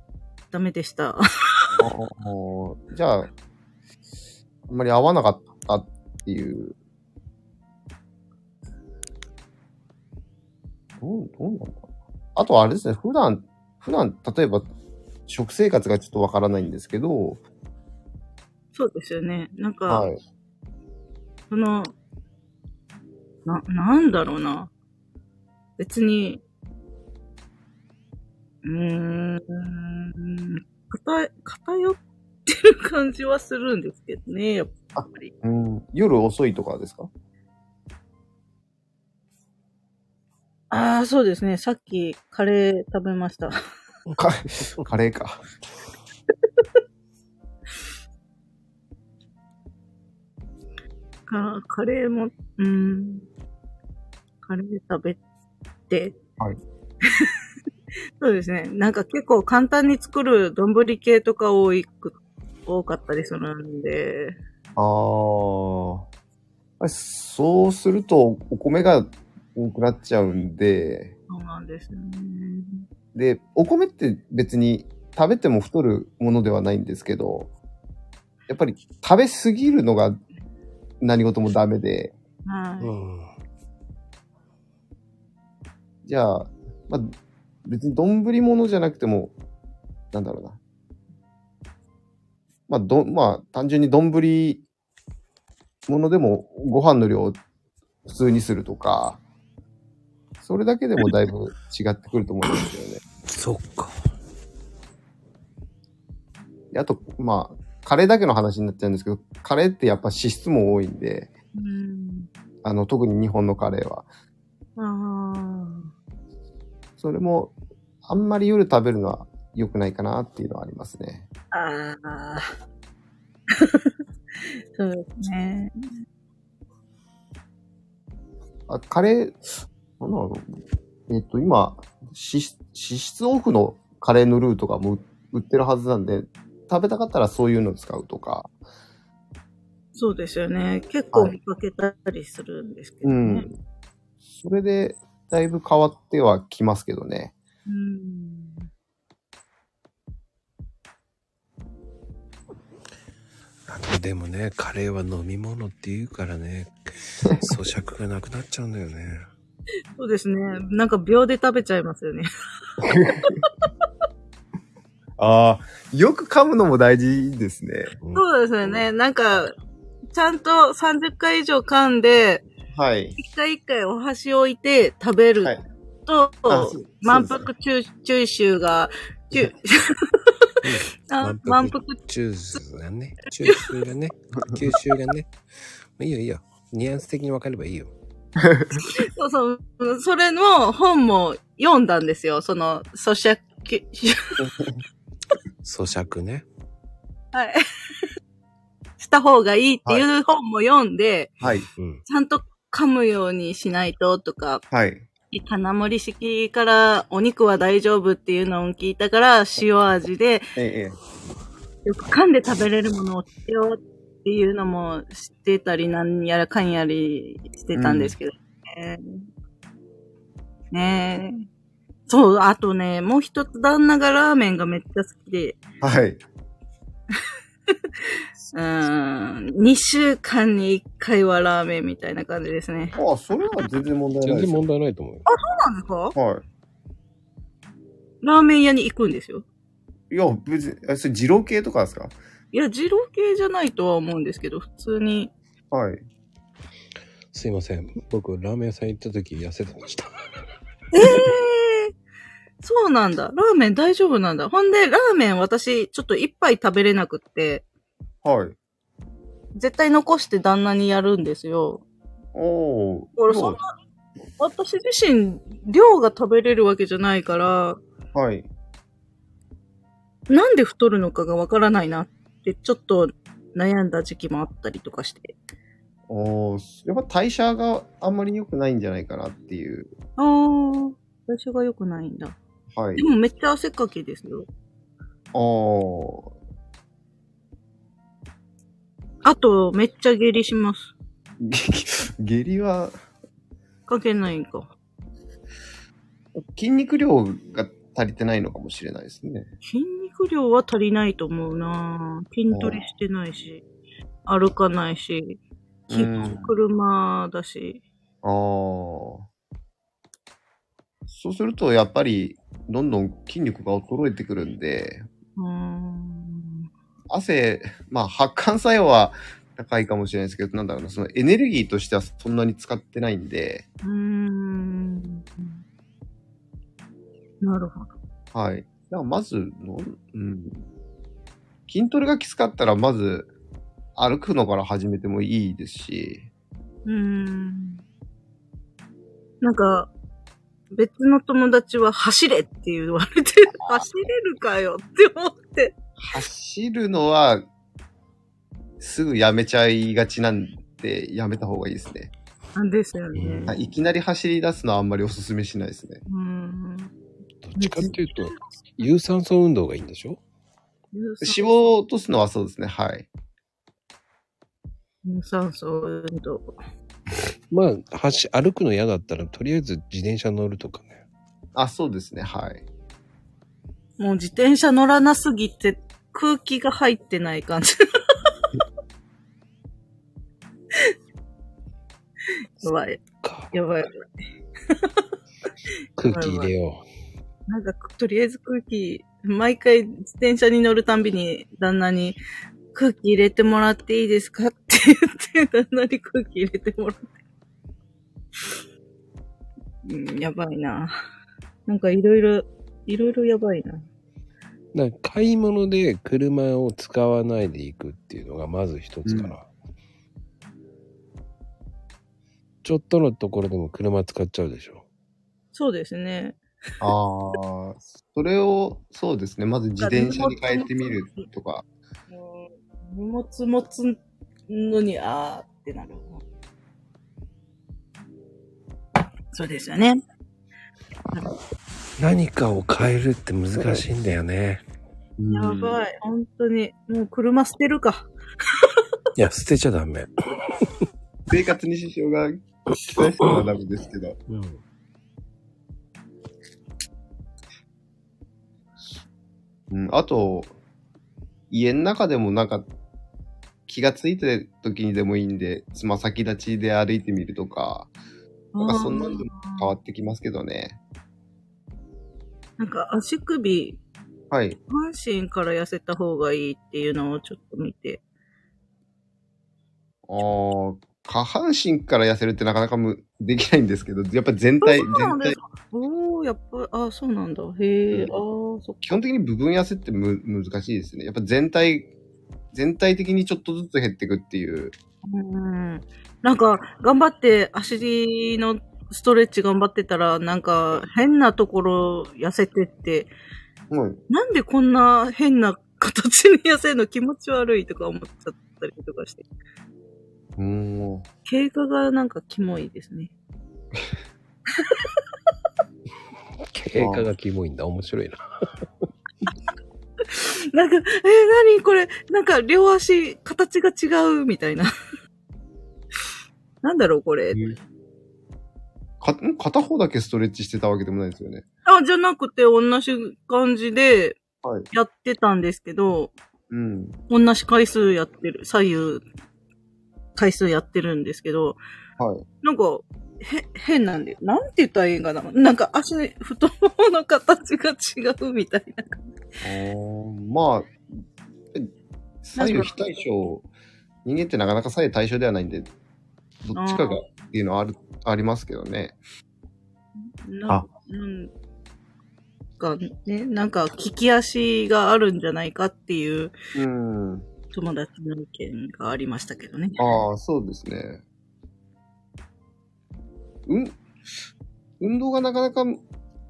E: ダメでし
C: あ
E: た。 *laughs*
C: あ *laughs* じゃあ、あんまり合わなかったっていう。どう、どうなんだろうあとはあれですね、普段、普段、例えば、食生活がちょっとわからないんですけど、
E: そうですよね。なんか、
C: はい。
E: その、な、なんだろうな。別に、うーん、偏、偏ってる感じはするんですけどね、やっぱり。
C: うん、夜遅いとかですか
E: ああ、そうですね。さっきカレー食べました。
C: カ
E: *laughs*
C: カレーか。
E: かカレーも、うーん、カレー食べて、
C: はい
E: *laughs* そうですね。なんか結構簡単に作る丼系とか多いく、多かったりするんで、
C: ああ。そうすると、お米が多くなっちゃうんで、
E: そうなんですね。
C: で、お米って別に食べても太るものではないんですけど、やっぱり食べ過ぎるのが何事もダメで、
E: は
A: う
E: い。
A: ん。
C: じゃあ、まあ、別に丼物じゃなくても、なんだろうな。まあ、ど、まあ、単純に丼物でもご飯の量を普通にするとか、それだけでもだいぶ違ってくると思うんですよね。
A: そっか。
C: であと、まあ、カレーだけの話になっちゃうんですけど、カレーってやっぱ脂質も多いんで、
E: うん。
C: あの、特に日本のカレーは。
E: あ
C: それも、あんまり夜食べるのは良くないかなっていうのはありますね。
E: あ。ああ。そうですね。
C: あ、カレー、なんだろう。えっと、今、脂質脂質オフのカレーのルーとかも売ってるはずなんで、食べたかったらそういうの使うとか。
E: そうですよね。結構
C: はい
E: 見かけたりするんですけど
C: う
E: ね。
C: ん。それで、だいぶ変わってはきますけどね。
E: うん。
A: あのでもね、カレーは飲み物って言うから *laughs* ね、咀嚼がなくなっちゃうんだよね。
E: そうですね。なんか秒で食べちゃいますよね。
C: ああ、よく噛むのも大事ですね。
E: そうですよね。なんか、ちゃんと30回以上噛んで、
C: はい。
E: 一回一回お箸置いて食べる
C: はい
E: と、
C: あそう
E: 満腹中注意臭が、
C: *laughs*
E: 注あ満
A: 満
E: 腹
A: 腹チューズが *laughs* ね、チューズがね、吸収がね。いいよいいよ。ニュアンス的に分かればいいよ。
E: そうそう、それの本も読んだんですよ。その、咀嚼、
A: 咀嚼ね。
E: はい。 *laughs* した方がいいっていう本も読んで、
C: はい。
A: うん。
E: ちゃんと噛むようにしないととか、
C: はい。
E: 金盛り式からお肉は大丈夫っていうのを聞いたから、塩味で、
C: ええ。
E: よく噛んで食べれるものをしようっていうのも知ってたり、なんやらかんやりしてたんですけどね。ねえ。そう、あとね、もう一つ旦那がラーメンがめっちゃ好きで、
C: はい。
E: うーん、2週間に1回はラーメンみたいな感じですね。
C: ああ、それは全然問題ない
A: 全
C: で
A: 然
C: す。
A: 問題ないと思うよ。
E: そうなんですか
C: は
E: ラーメン屋に行くんですよ。
C: い。いや、別に、あそれ、二郎系とかですか
E: いや、二郎系じゃないとは思うんですけど、普通に。
C: はい。
A: すいません。僕、ラーメン屋さん行った時痩せてました。
E: ええそうなんだ。ラーメン大丈夫なんだ。ほんで、ラーメン私、ちょっと一杯食べれなくって、
C: はい。
E: 絶対残して旦那にやるんですよ。
C: おー。
E: 俺そんな、私自身、量が食べれるわけじゃないから、
C: はい。
E: なんで太るのかがわからないなって、ちょっと悩んだ時期もあったりとかして。
C: あおーやっぱ代謝があんまり良くないんじゃないかなっていう。
E: あー、最初が良くないんだ。
C: はい
E: で。もめっちゃ汗っかきですよ。
C: あー
E: あと、めっちゃ下痢します。
C: *laughs* 下痢は
E: かけないか。
C: 筋肉量が足りてないのかもしれないですね。
E: 筋肉量は足りないと思うな筋トレしてないし、歩かないし、き
C: うん
E: 車だし。
C: ああ。そうすると、やっぱり、どんどん筋肉が衰えてくるんで、
E: うーん。
C: 汗、まあ、発汗作用は高いかもしれないですけど、なんだろうな、そのエネルギーとしてはそんなに使ってないんで、
E: うーん。なるほど。
C: はい。だからまずの、うん。筋トレがきつかったら、まず、歩くのから始めてもいいですし、
E: うーん。なんか、別の友達は走れって言わ
C: *laughs*
E: れて、走れるかよって思って。
C: 走るのは、すぐやめちゃいがちなんで、やめた方がいいですね。
E: なんですよね。
A: うん
C: あいきなり走り出すのはあんまりおすすめしないですね。
E: うーん。
A: どっちかっていうと、有酸素運動がいいんでしょ
C: 脂肪を落とすのはそうですね。はい。
E: 有酸素運動。
A: まあ、走、歩くの嫌だったら、とりあえず自転車乗るとかね。
C: あ、そうですね。はい。
E: もう自転車乗らなすぎて空気が入ってない感 *laughs* じ。やばい、
A: か。
E: やばい。
A: 空気入れよ
E: なんか、とりあえず空気、毎回自転車に乗るたんびに旦那に空気入れてもらっていいですかって言って、旦那に空気入れてもらって。うん、やばいな。なんかいろいろ、いろいろやばいな。
A: う。なんか買い物で車を使わないで行くっていうのがまず一つから。ちょっとのところでも車使っちゃうでしょ。
E: そうですね。
C: ああ、それを、そうですね。まず自転車に変えてみるとか。
E: もう荷物持つのに、あーってなる。そうですよね。
A: 何かを変えるって難しいんだよね。
E: やば
C: い。
E: い。本当に。もう車捨てるか。
A: いや、捨てちゃダメ。
C: 生活に支障が来た人はダメですけど。
A: うん。
C: うん。あと、家の中でもなんか、気がついてる時にでもいいんで、つま先立ちで歩いてみるとか、なんかそんなのでも変わってきますけどね。
E: なんか足首、
C: はい。
E: 半身から痩せた方がいいっていうのをちょっと見て。
C: あー下半身から痩せるってなかなかむできないんですけど、やっぱ全体、
E: あそうな
C: 全
E: んです
C: 体、
E: か。おー、やっぱ、あ、そうなんだ。へ
C: うん
E: え、あー、そっ
C: 基本的に部分痩せってむ難しいですね。やっぱ全体、全体的にちょっとずつ減っていくっていう。
E: うんなんか、頑張って、足のストレッチ頑張ってたら、なんか、変なところ痩せてって、
C: はい。
E: なんでこんな変な形に痩せるの気持ち悪いとか思っちゃったりとかして、
C: うん。
E: 経過がなんかキモいですね。 *laughs*
A: 経過がキモいんだ。面白いな。
E: なんか、えー、何これ、なんか両足形が違うみたいな。 *laughs* なんだろうこれ。
C: か片方だけストレッチしてたわけでもないですよね。
E: あ、じゃなくて同じ感じで
C: はい。
E: やってたんですけど、
C: うん。
E: 同じ回数やってる、左右、回数やってるんですけど、
C: はい。
E: なんか、へ、変なんだよ。なんて言ったらいいんかななんか足、太ももの形が違うみたいな。
C: あーまあ、え左右非対称、人間ってなかなか左右対称ではないんで、どっちかがっていうのはある、ありますけどね。
E: な
C: あ
E: なんかね、なんか利き足があるんじゃないかっていう
C: うん。
E: 友達の意見がありましたけどね。
C: ああ、そうですね。うん、運動がなかなか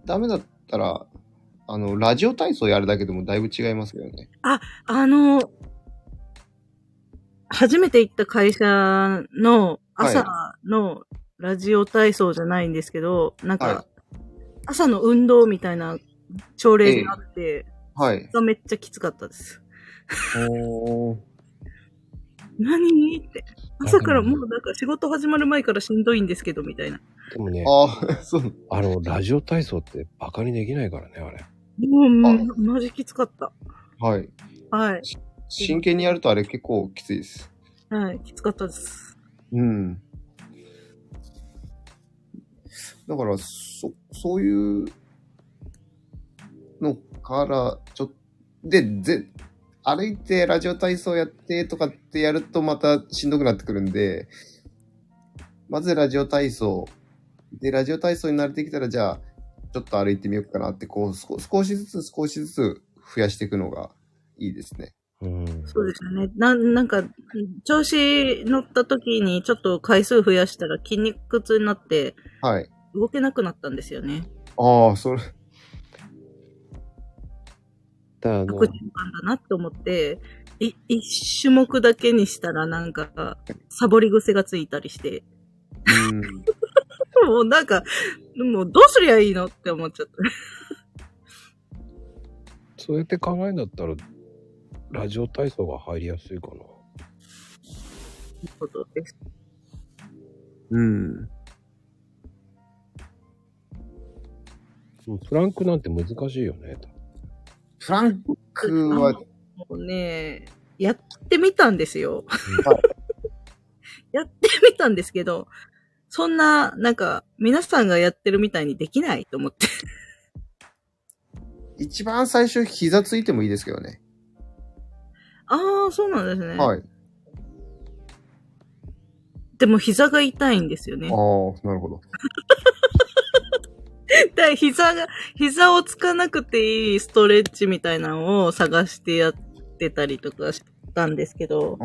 C: ダメだったら、あの、ラジオ体操やるだけでもだいぶ違いますけどね。
E: あの、流初めて行った会社の
C: はい
E: 朝のラジオ体操じゃないんですけど、な
C: は
E: んか、朝の運動みたいな朝礼があって、
C: はい。
E: がめっちゃきつかったです。
C: おー
E: 何って。朝からもうなんか仕事始まる前からしんどいんですけど、みたいな。
A: でもね、
C: ああ、 *laughs* そう。
A: あの、ラジオ体操ってバカにできないからね、あれ。
E: もう、マジきつかった。
C: はい。
E: はい。
C: 真剣にやるとあれ結構きついです。
E: はい。きつかったです。
C: うん。だから、そ、そういうのから、ちょっで、ぜ、歩いてラジオ体操やってとかってやるとまたしんどくなってくるんで、まずラジオ体操。で、ラジオ体操に慣れてきたら、じゃあ、ちょっと歩いてみようかなって、こう、少少しずつ少しずつ増やしていくのがいいですね。
A: うん。
E: そうですよね。な、なんか、調子乗った時にちょっと回数増やしたら筋肉痛になって
C: はい。
E: 動けなくなったんですよね。
C: ああ、それ、
A: だからあの
E: 悪循、環だなって思って、い一種目だけにしたらなんか、サボり癖がついたりして、
C: うん。
E: もうなんか、もうどうすりゃいいのって思っちゃった。
A: そうやって考えんだったら、ラジオ体操が入りやすいかな。
E: ことです。
C: うん。
A: うんフランクなんて難しいよね。
C: フランクは、
E: もうね、やってみたんですよ。
C: は
E: *laughs* やってみたんですけど、そんな、なんか、皆さんがやってるみたいにできないと思って。 *laughs*
C: 一番最初膝ついてもいいですけどね。
E: ああ、そうなんですね。
C: はい。
E: でも膝が痛いんですよね
C: ああ。、なるほど。
E: *laughs* だから膝が、膝をつかなくていいストレッチみたいなのを探してやってたりとかしたんですけど、
C: ああ。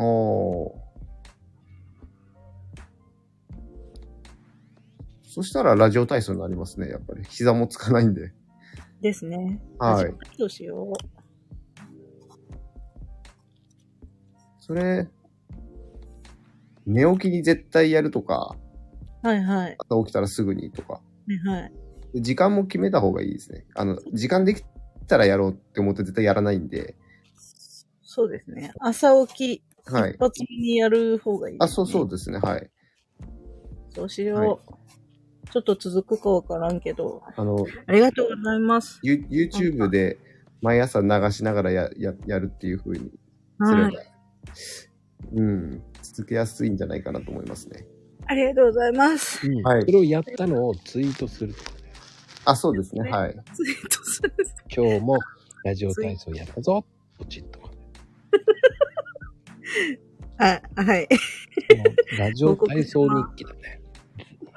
C: そしたらラジオ体操になりますね、やっぱり。膝もつかないんで。
E: ですね。
C: はい。
E: どうしよう。
C: それ、寝起きに絶対やるとか、
E: はいはい。
C: 朝起きたらすぐにとか。
E: はいはい。
C: 時間も決めた方がいいですね。あの、時間できたらやろうって思って絶対やらないんで。
E: そうですね。朝起き、
C: はい
E: 一。発目にやる方がいい、
C: あ、そうそう。ですね、はい。
E: そうしよう。
C: はい
E: ちょっと続くかわからんけど。
C: あの、
E: ありがとうございます。
C: ユ YouTube で毎朝流しながらやややるっていう風にすれば、
E: はい。
C: うん、続けやすいんじゃないかなと思いますね。
E: ありがとうございます。
A: うん
C: はい
A: それをやったのをツイートするとかね。
C: あ、そうですね、はい。
E: ツイートする。
A: 今日もラジオ体操やったぞポチ
E: *laughs*
A: ッとかね。
E: あ、はい。
A: あのラジオ体操日記だね。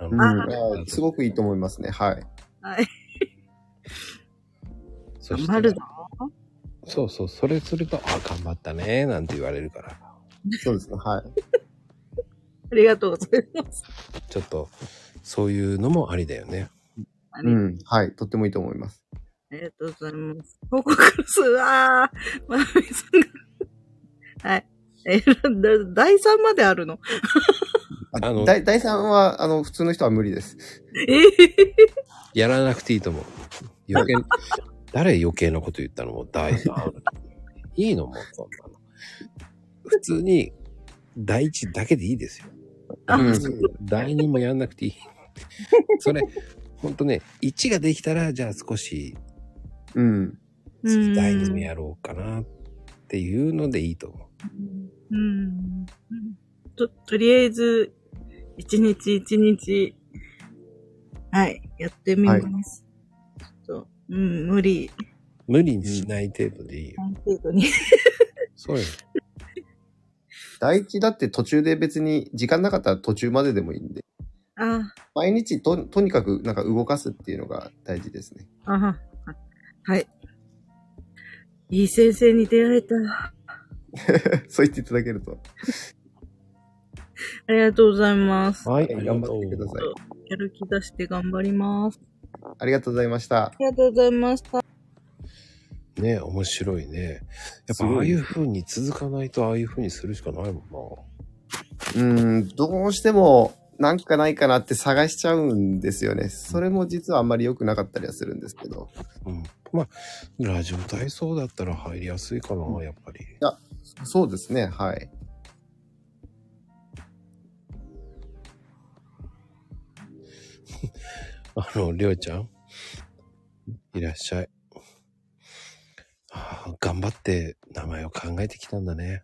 A: あ
C: うん、
A: の
C: あすごくいいと思いますね、はい。
E: はい。
A: そ
E: 頑
A: し
E: 張
A: た
E: る
A: ら
E: ぞ。
A: そうそう、それすると、あ、頑張ったね、なんて言われるから。
C: そうですね、はい。
E: ありがとうございます。
A: ちょっと、そういうのもありだよね。
E: あ
C: う
E: り
C: ん、はい、とってもいいと思います。
E: ありがとうございます。報告数、あー、まなみさんが。はい。え、だ第3まであるの
A: あの
C: だい第3は、あの、普通の人は無理です。
E: えー
A: やらなくていいと思う。余
E: *laughs*
A: 計、誰余計なこと言ったのもう第三いいのもうそんなの。普通に、第一だけでいいですよ。
E: あ
C: うん、
A: 第二もやんなくていい。それ、ほんとね、1ができたら、じゃあ少し、
C: うん、
E: うん
A: 第二もやろうかなっていうのでいいと思
E: うん。と、とりあえず、一日一日、はい、やってみます。ちょっと、うん、無理、
A: う。無理にしない程度でいいよ。
E: 半程度に。
A: そうよ。
C: 第一だって途中で別に時間なかったら途中まででもいいんで、
E: あ
C: 毎日ととにかくなんか動かすっていうのが大事ですね。 *laughs*
E: あ、あはい。いい先生に出会えた。
C: そう言っていただけると。
E: ありがとうございます。
A: はい、ありが
C: 頑
A: と
C: 張
A: う
C: ってください。
E: やる気出して頑張ります。
C: ありがとうございました
E: あ。りがとうございました。
A: ね、面白いね。やっ
C: す
A: ぱ
C: ごい
A: ああいう風に続かないとああいう風にするしかないも
C: うん、どうしても何かないかなって探しちゃうんですよね。それも実はあんまり良くなかったりはするんですけど。
A: んな。うん。まあ、ラジオ体操だったら入りやすいかな、やっぱり。
C: そうですね、はい。
A: あの、りょうちゃん、いらっしゃい。ああ、頑張って名前を考えてきたんだね。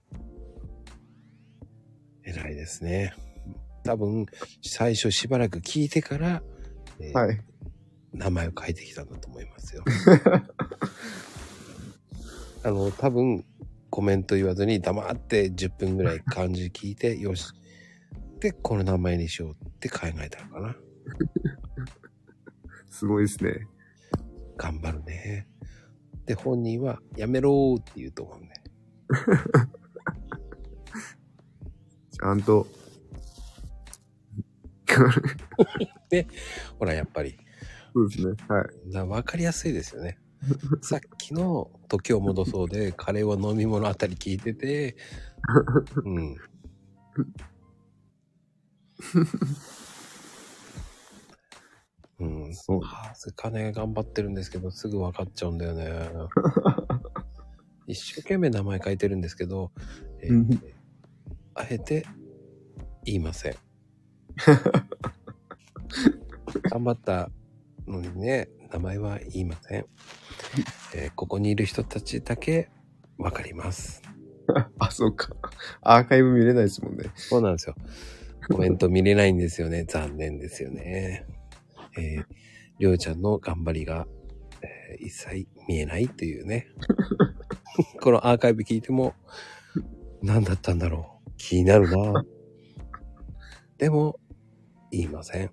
A: 偉いですね。多分、最初しばらく聞いてから、えー
C: はい。
A: 名前を変えてきたんだと思いますよ。 *laughs* あの、多分、コメント言わずに黙って10分ぐらい漢字聞いて、よし。で、この名前にしようって考えたのかな。
C: すごいですね。
A: 頑張るね。で、本人は、やめろーって言うと思うね。
C: ちゃんと。
A: ほら、やっぱり。
C: そうですね。はい。
A: だ分かりやすいですよ
C: *laughs*
A: ね。さっきの時を戻そうで、カレーは飲み物あたり聞いてて、うん。
C: *laughs*
A: うん、
C: そう
A: あー金頑張ってるんですけど、すぐ分かっちゃうんだよね。一生懸命名前書いてるんですけど、えー
C: うん
A: あえて言いません。
C: *laughs*
A: 頑張ったのにね、名前は言いません。えーここにいる人たちだけわかります。
C: あ、そうか。アーカイブ見れないですもんね。
A: *laughs* そうなんですよ。コメント見れないんですよね。残念ですよね。えーりょうちゃんの頑張りが、えー一切見えないというね。 *laughs* このアーカイブ聞いても、何だったんだろう。気になるな。でも、言いません。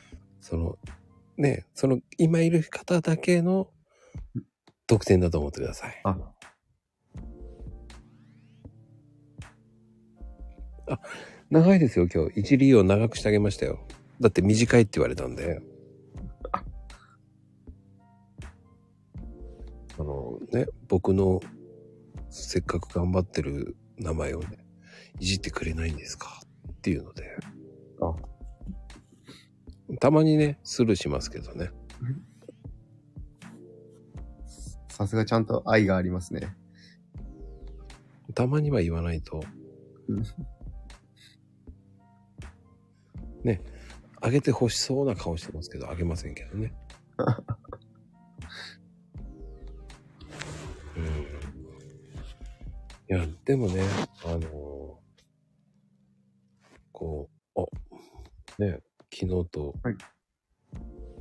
A: *laughs* その、ね、その、今いる方だけの特典だと思ってください。
C: あ、
A: 長いですよ、今日。一理を長くしてあげましたよ。だって短いって言われたんで。あのね、僕のせっかく頑張ってる名前をね、いじってくれないんですかっていうので。
C: あ
A: たまにね、スルーしますけどね。
C: さすがちゃんと愛がありますね。
A: たまには言わないと
C: うん。
A: ね、あげて欲しそうな顔してますけど、あげませんけどね。うん。いや、でもね、あのーこう、あ、ね、昨日と、
C: はい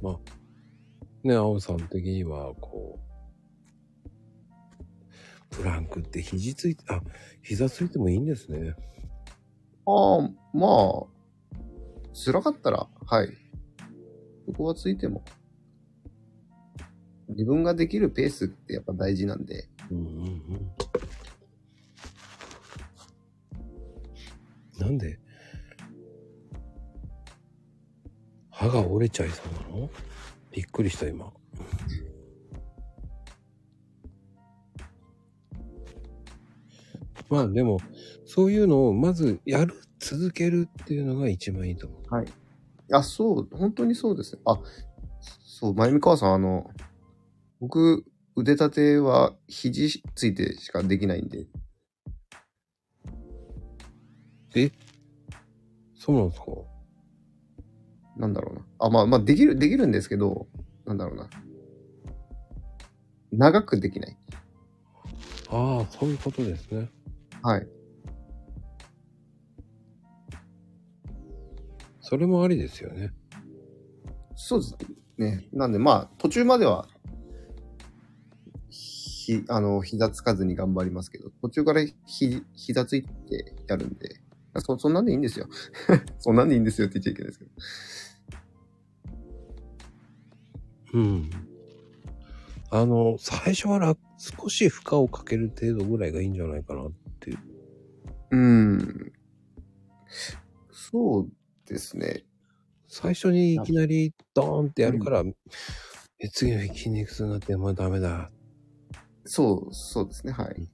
A: まあ、ね、青さん的には、こう、プランクって肘ついて、あ、膝ついてもいいんですね。
C: ああ、まあ、辛かったら、はい。そこはついても。自分ができるペースってやっぱ大事なんで。
A: うんうんうん。なんで、歯が折れちゃいそうなのびっくりした今。 *laughs* まあでも、そういうのをまずやる、続けるっていうのが一番いいと思う。
C: あ、そう、本当にそうですね。あ、そう、まゆみかわさん、あの、僕、腕立ては肘ついてしかできないんで。
A: そうなんですか
C: なんだろうな。あ、まあまあ、できる、できるんですけど、なんだろうな。長くできない。
A: ああ、そういうことですね。
C: はい。
A: それもありですよね。
C: そうですね。なんで、まあ、途中までは、ひ、あの、膝つかずに頑張りますけど、途中からひ、膝ついてやるんで、そ、そんなんでいいんですよ。 *laughs* そんなんでいいんですよって言っちゃいけないですけど。
A: うん。あの、最初は楽少し負荷をかける程度ぐらいがいいんじゃないかな。
C: うーん。そうですね。
A: 最初にいきなりドーンってやるから、え次の日筋肉痛になってもうダメだ
C: そう、そうですね、はい。
A: っ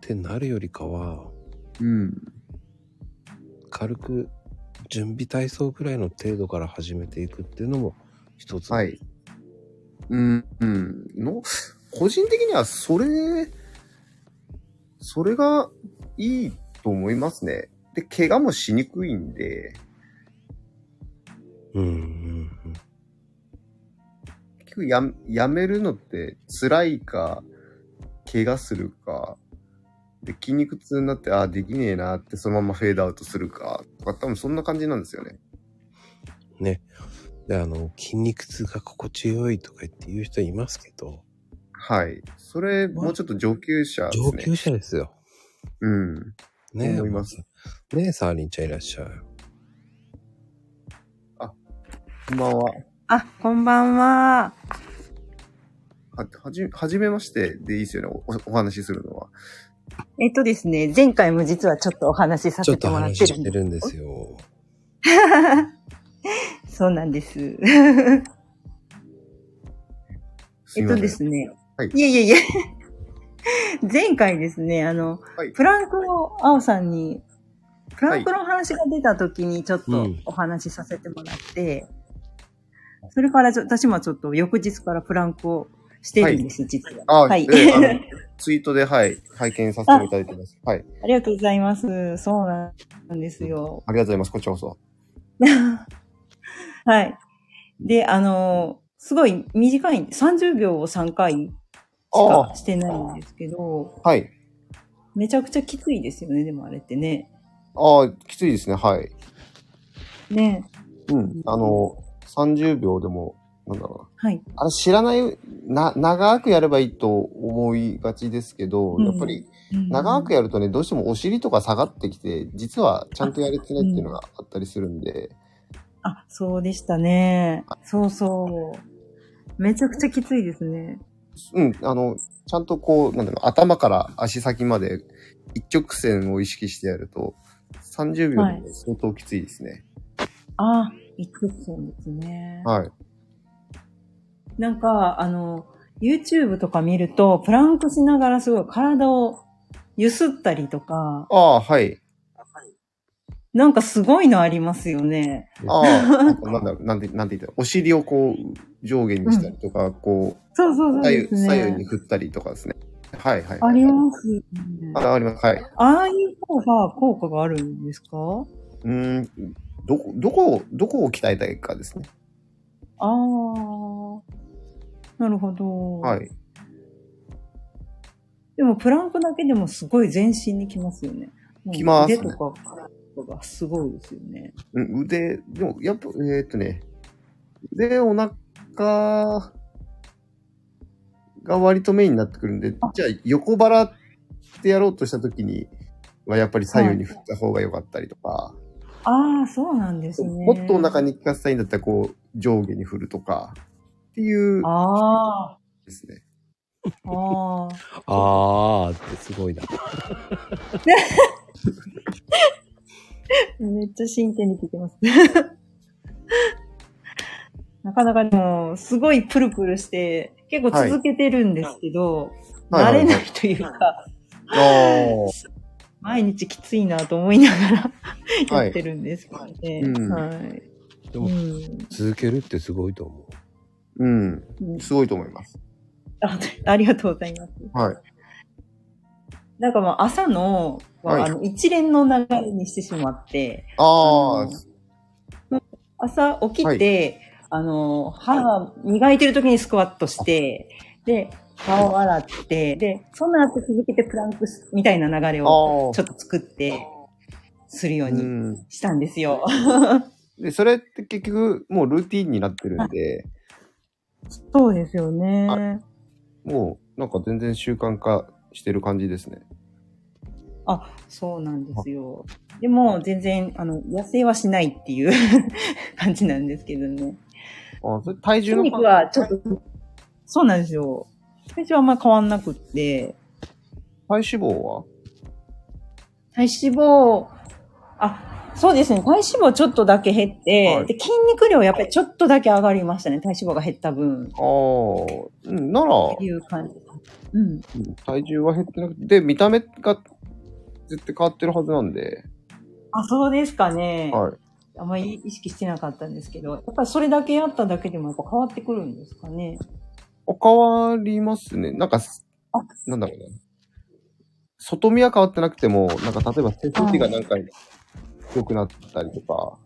A: てなるよりかは、
C: うん。
A: 軽く準備体操くらいの程度から始めていくっていうのも一つ。
C: はい。うん、うん。の、個人的にはそれ、それがいいと思いますね。で、怪我もしにくいんで、
A: うんうんうん。
C: 結局や、やめるのって辛いか、怪我するか、で、筋肉痛になって、ああ、できねえなって、そのままフェードアウトするか、とか、多分そんな感じなんですよね。
A: で、あの、筋肉痛が心地よいとか言って言う人いますけど、
C: はい。それ、もうちょっと上級者で
A: 上
C: すね。
A: 級者ですよ。
C: うん。
A: ねえ。
C: 思います
A: ねえ、サーリンちゃんいらっしゃい。
C: こんばんは。
F: あ、こんばんは。
C: は、はじ、はじめましてでいいですよね。お、おお話しするのは。
F: えっとですね、前回も実はちょっとお話しさ
A: ちょ
F: せ
A: ってと
F: もらっ
A: 話
F: て
A: して
F: る。
A: るんですよ。
F: そうなんです。
C: す
F: え
C: い
F: っ
C: ま
F: と
C: せん
F: ですね。
C: はい
F: いえいえいえ。前回ですね、あの、
C: はい
F: プランクを青さんに、プランクの話が出た時にちょっ
A: は
F: と
A: い
F: お話しさせてもらって、それからちょ私もちょっと翌日からプランクをしているんです、実は。
C: あ、
F: は
C: はいい。。えあ
F: *laughs*
C: のツイートで、はい、拝見させていただいてます。はい。
F: ありがとうございます。そうなんですよ。
C: ありがとうございます。こちらこそ。
F: はい。で、あのーすごい短い、30秒を3回し
C: あ
F: かしてないんですけど、
C: あ、はい。
F: めちゃくちゃきついですよね、でもあれってね。
C: ああ、きついですね。はい。
F: ね。
C: うん。あの、30秒でも、なんだろ
F: はい。
C: うな。あれ、知らない、な、長くやればいいと思いがちですけど、
F: うん
C: やっぱり、
F: うん
C: 長くやるとね、どうしてもお尻とか下がってきて、実はちゃんとやれてないっていうのがあったりするんで、
F: あ、そうでしたね。そうそう。めちゃくちゃきついですね。
C: うん、あの、ちゃんとこう、なんだろう、頭から足先まで一直線を意識してやると、30秒でも相当きついですね。
F: あ、一直線ですね。
C: はい。
F: なんか、あの、YouTube とか見ると、プランクしながらすごい体を揺すったりとか、
C: ああ、はい。
F: なんかすごいのありますよね。
C: ああ、なんだ
F: *laughs*
C: ろう、なんて、なんて言ったら、お尻をこう、上下にしたりとか、こ、
F: そうそうそうう
C: 左
F: で
C: 右、
F: すね。
C: 左右に振ったりとかですね。はい、はい。
F: ありますよ
C: あ
F: ね。
C: らあります。はい。
F: ああいう方が効果があるんですか
C: うーん、どこ、どこを、どこを鍛えたいかですね。
F: ああ。なるほど。
C: はい。
F: でもプランクだけでもすごい全身にきますよね。もう
C: きますね
F: 腕とか体とかがすごいですよね。
C: うん腕、でも、やっぱ、えーっとね、腕、お腹が割とメインになってくるんで、じゃあ横腹ってやろうとしたときには、やっぱり左右に振った方が良かったりとか、
F: ああ、そうなんですね。
C: もっとお腹に効かせたいんだったら、こう、上下に振るとか、っていう
F: あ
C: ですね。
F: あ、ああ。
A: あーってすごいな。
F: めっちゃ真剣に聞いてます。 *laughs* なかなかでも、すごいプルプルして、結構続けてるんですけど、
C: はいはい
F: 慣れないというか、
C: ああ、
F: 毎日きついなと思いながら *laughs*
C: はい
F: やってるんですけどね。
C: うん
F: はい。
A: で
F: う
A: も、
F: ん
A: 続けるってすごいと思う。
C: うん、すごいと思います。
F: あありがとうございます。
C: はい。
F: なんかまあ朝のは、
C: はい
F: あの一連の流れにしてしまって、
C: ああ、
F: 朝起きて、あの、歯磨いてる時にスクワットして、で、顔洗って、で、その後続けてプランクスみたいな流れを
C: ああ
F: ちょっと作って、するよう
C: う
F: に
C: ん。
F: したんですよ。
C: で、それって結局、もうルーティンになってるんで、
F: *laughs* そうですよね
C: はもう、なんか全然習慣化してる感じですね。
F: そうなんですよ。でも、全然、あの、痩せはしないっていう *laughs* 感じなんですけどね。
C: あそれ体重
F: 筋
C: の
F: 肉はちょっと、そうなんですよ。体重はあんま変わんなくって、
C: 体脂肪は
F: 体脂肪、あ、そうですね。体脂肪ちょっとだけ減って、
C: はい
F: で筋肉量やっぱりちょっとだけ上がりましたね。体脂肪が減った分。っ
C: ああ、うんなら、
F: ていう感じ。うん。
C: 体重は減ってなくて、で、見た目が絶対変わってるはずなんで、
F: あ、そうですかね。
C: はい。
F: あんまり意識してなかったんですけど、やっぱりそれだけやっただけでもやっぱ変わってくるんですかね。
C: あ変わりますね。なんか、
F: あ
C: なんだろうな。外見は変わってなくても、なんか例えば手先がなんか良くなったりとか、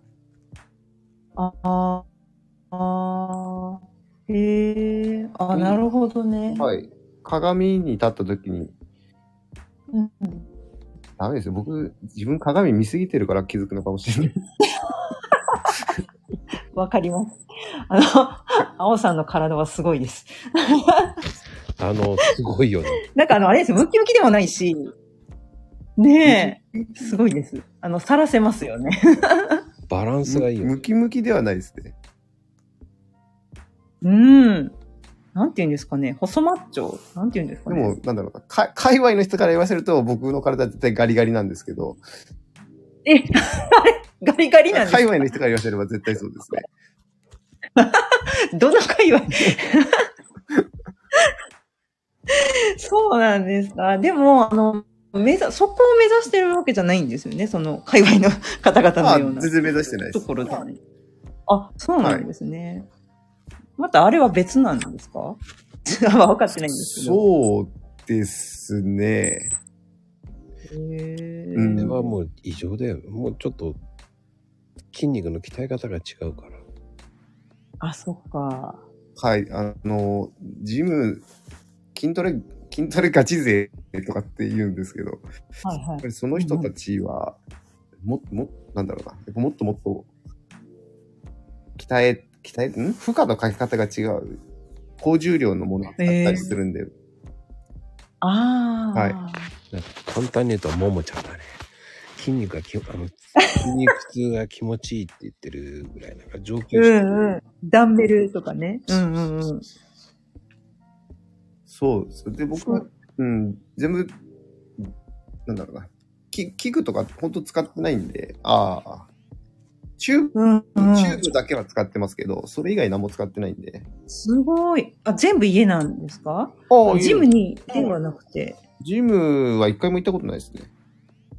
F: ああ、あーへえ、あ、なるほどね。
C: はい。鏡に立った時に、
F: うん、
C: ダメですよ。僕、自分鏡見すぎてるから気づくのかもしれない。
F: わかります。あの、 *laughs* 青さんの体はすごいです。
A: あの、すごいよね。
F: なんかあの、あれです、ムキムキでもないし、ねえ、すごいです。あの、さらせますよね。
A: バランスがいいよ。
C: ムキムキではないですね。
F: うん。なんて言うんですかね、細マッチョ、なんて言うんですか
C: で
F: ね。
C: も、なんだろうな。か界隈の人から言わせると、僕の体は絶対ガリガリなんですけど、
F: え、あれガリガリなんです
C: 界
F: か
C: 隈の人から言わせれば絶対そうですね。
F: どの界隈 *laughs* そうなんですか。でも、あの、目指、そこを目指してるわけじゃないんですよね。その、界隈の方
C: ま
F: 々
C: あ、
F: のような
C: 全然目指してないで
F: と
C: す。
F: ころではない。あ、そうなんですね。またあれは別なんですか *laughs* 分かってないんですけど。
C: そうですね。う
F: へ
A: こ
C: ん
A: れ
F: ー
A: はもう異常だよ。もうちょっと、筋肉の鍛え方が違うから。
F: あ、そっか。
C: はい。あの、ジム、筋トレ、筋トレガチ勢とかって言うんですけど、やっ
F: はいはい
C: ぱ。りその人たちは、も、も、なんだろうな。やっぱもっともっと、鍛え、鍛え、ん負荷のかけ方が違う。高重量のものだったりするんで、
F: ああ。
C: はい
A: なんか簡単に言うと、ももちゃんだね。筋肉がき、あの、筋肉痛が気持ちいいって言ってるぐらい、なんか上級者。
F: うんうん。ダンベルとかね。うんうんうん。
C: そうです。で、僕
F: そう、
C: うん、全部、なんだろうな。き器具とか本当使ってないんで、ああ。チューブ、
F: うんう
C: チュー
F: ん、
C: ブだけは使ってますけど、それ以外何も使ってないんで。
F: すごい。あ、全部家なんですか
C: あ
F: ジムにではなくて。
C: ジムは一回も行ったことないですね。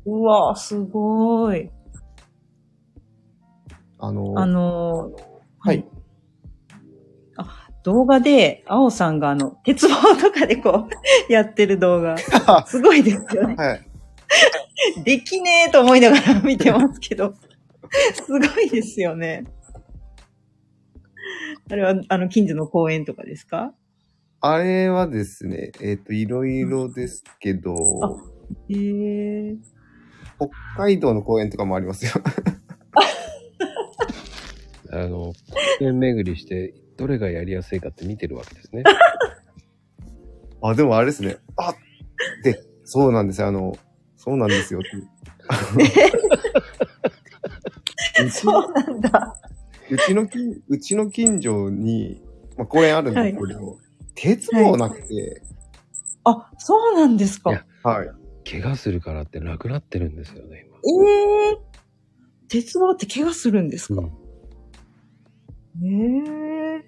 F: うわ、すごい。
C: あの、
F: あのー
C: はい。
F: あ、動画で、あおさんがあの、鉄棒とかでこう、 *laughs* やってる動画。すごいですよね。
C: はい。
F: できねえと思いながら見てますけど。すごいですよね。あれは、あの、近所の公園とかですか
C: あれはですね、えっ、と、いろいろですけど、
F: あへえ。
C: 北海道の公園とかもありますよ。
A: あの、公園巡りして、どれがやりやすいかって見てるわけですね。
C: あ、でもあれですね。あで、そうなんですよ。あの、そうなんですよって。うち
F: そうなんだ。
C: うちの近、うちの近所に、まあ、公園あるんですけど、鉄棒なくて、
F: あ、そうなんですか。
A: い
F: え
A: や
C: はい。
A: 怪我するからってなくなってるんですよね、今。
F: え鉄棒って怪我するんですか、ええ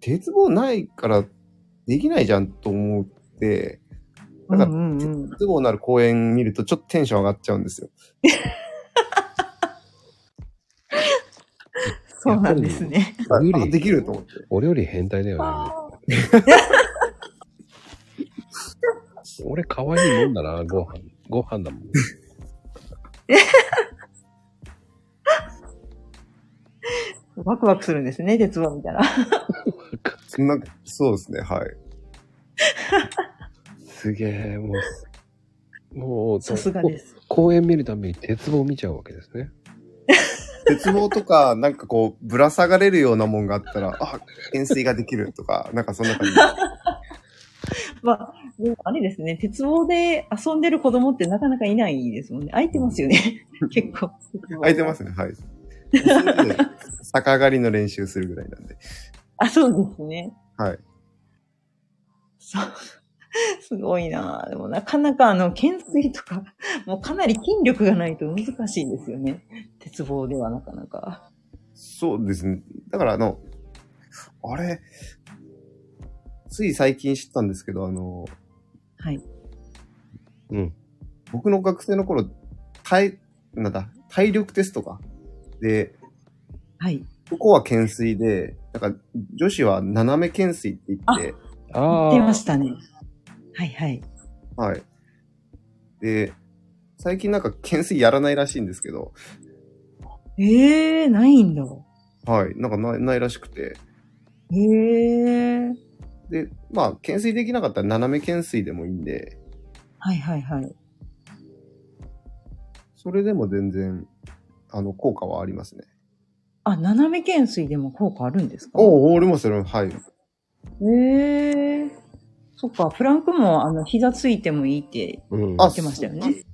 C: 鉄棒ないからできないじゃんと思って、
F: う
C: なん
F: ん
C: か
F: うんうん。
C: 鉄棒なる公園見るとちょっとテンション上がっちゃうんですよ。
F: そうなんですね。
C: あ
A: 無理
C: あできると思って。
A: 俺より変態だよね。 *laughs* 俺可愛いもんだな、ご飯。ご飯だもん。
F: ワクワクするんですね、鉄棒見たら。
C: そんな、そうですね、はい。
A: すげえ、もう。もう、
F: さすがです。
A: 公園見るために鉄棒見ちゃうわけですね。
C: 鉄棒とか、なんかこう、ぶら下がれるようなもんがあったら、あ、懸垂ができるとか、なんかそんな感じ。
F: まあ、でもあれですね、鉄棒で遊んでる子供ってなかなかいないですもんね。空いてますよね。結構。
C: 空いてますね、はい。逆上がりの練習するぐらいなんで。
F: あ、そうですね。
C: はい。
F: そう。すごいなぁでもなかなかあの、懸垂とか、もうかなり筋力がないと難しいんですよね。鉄棒ではなかなか。
C: そうですね。だからあの、あれ、つい最近知ったんですけど、あの、
F: はい。
A: うん。
C: 僕の学生の頃、体、なんだ、体力テストか。で、
F: はい。
C: 男は懸垂で、なんか女子は斜め懸垂って言って、
A: あ
F: 出ましたね。はいはい。
C: はい。で、最近なんか懸垂やらないらしいんですけど、
F: ええー、ないんだ。
C: はい。なんかないないらしくて。
F: ええー。
C: で、まあ、懸垂できなかったら斜め懸垂でもいいんで、
F: はいはいはい。
C: それでも全然、あの、効果はありますね。
F: あ、斜め懸垂でも効果あるんですか
C: おお、俺もそれ、はい。
F: ええそっか、プランクも、あの、膝ついてもいいって
A: うん。
F: 言ってましたよね。
C: 結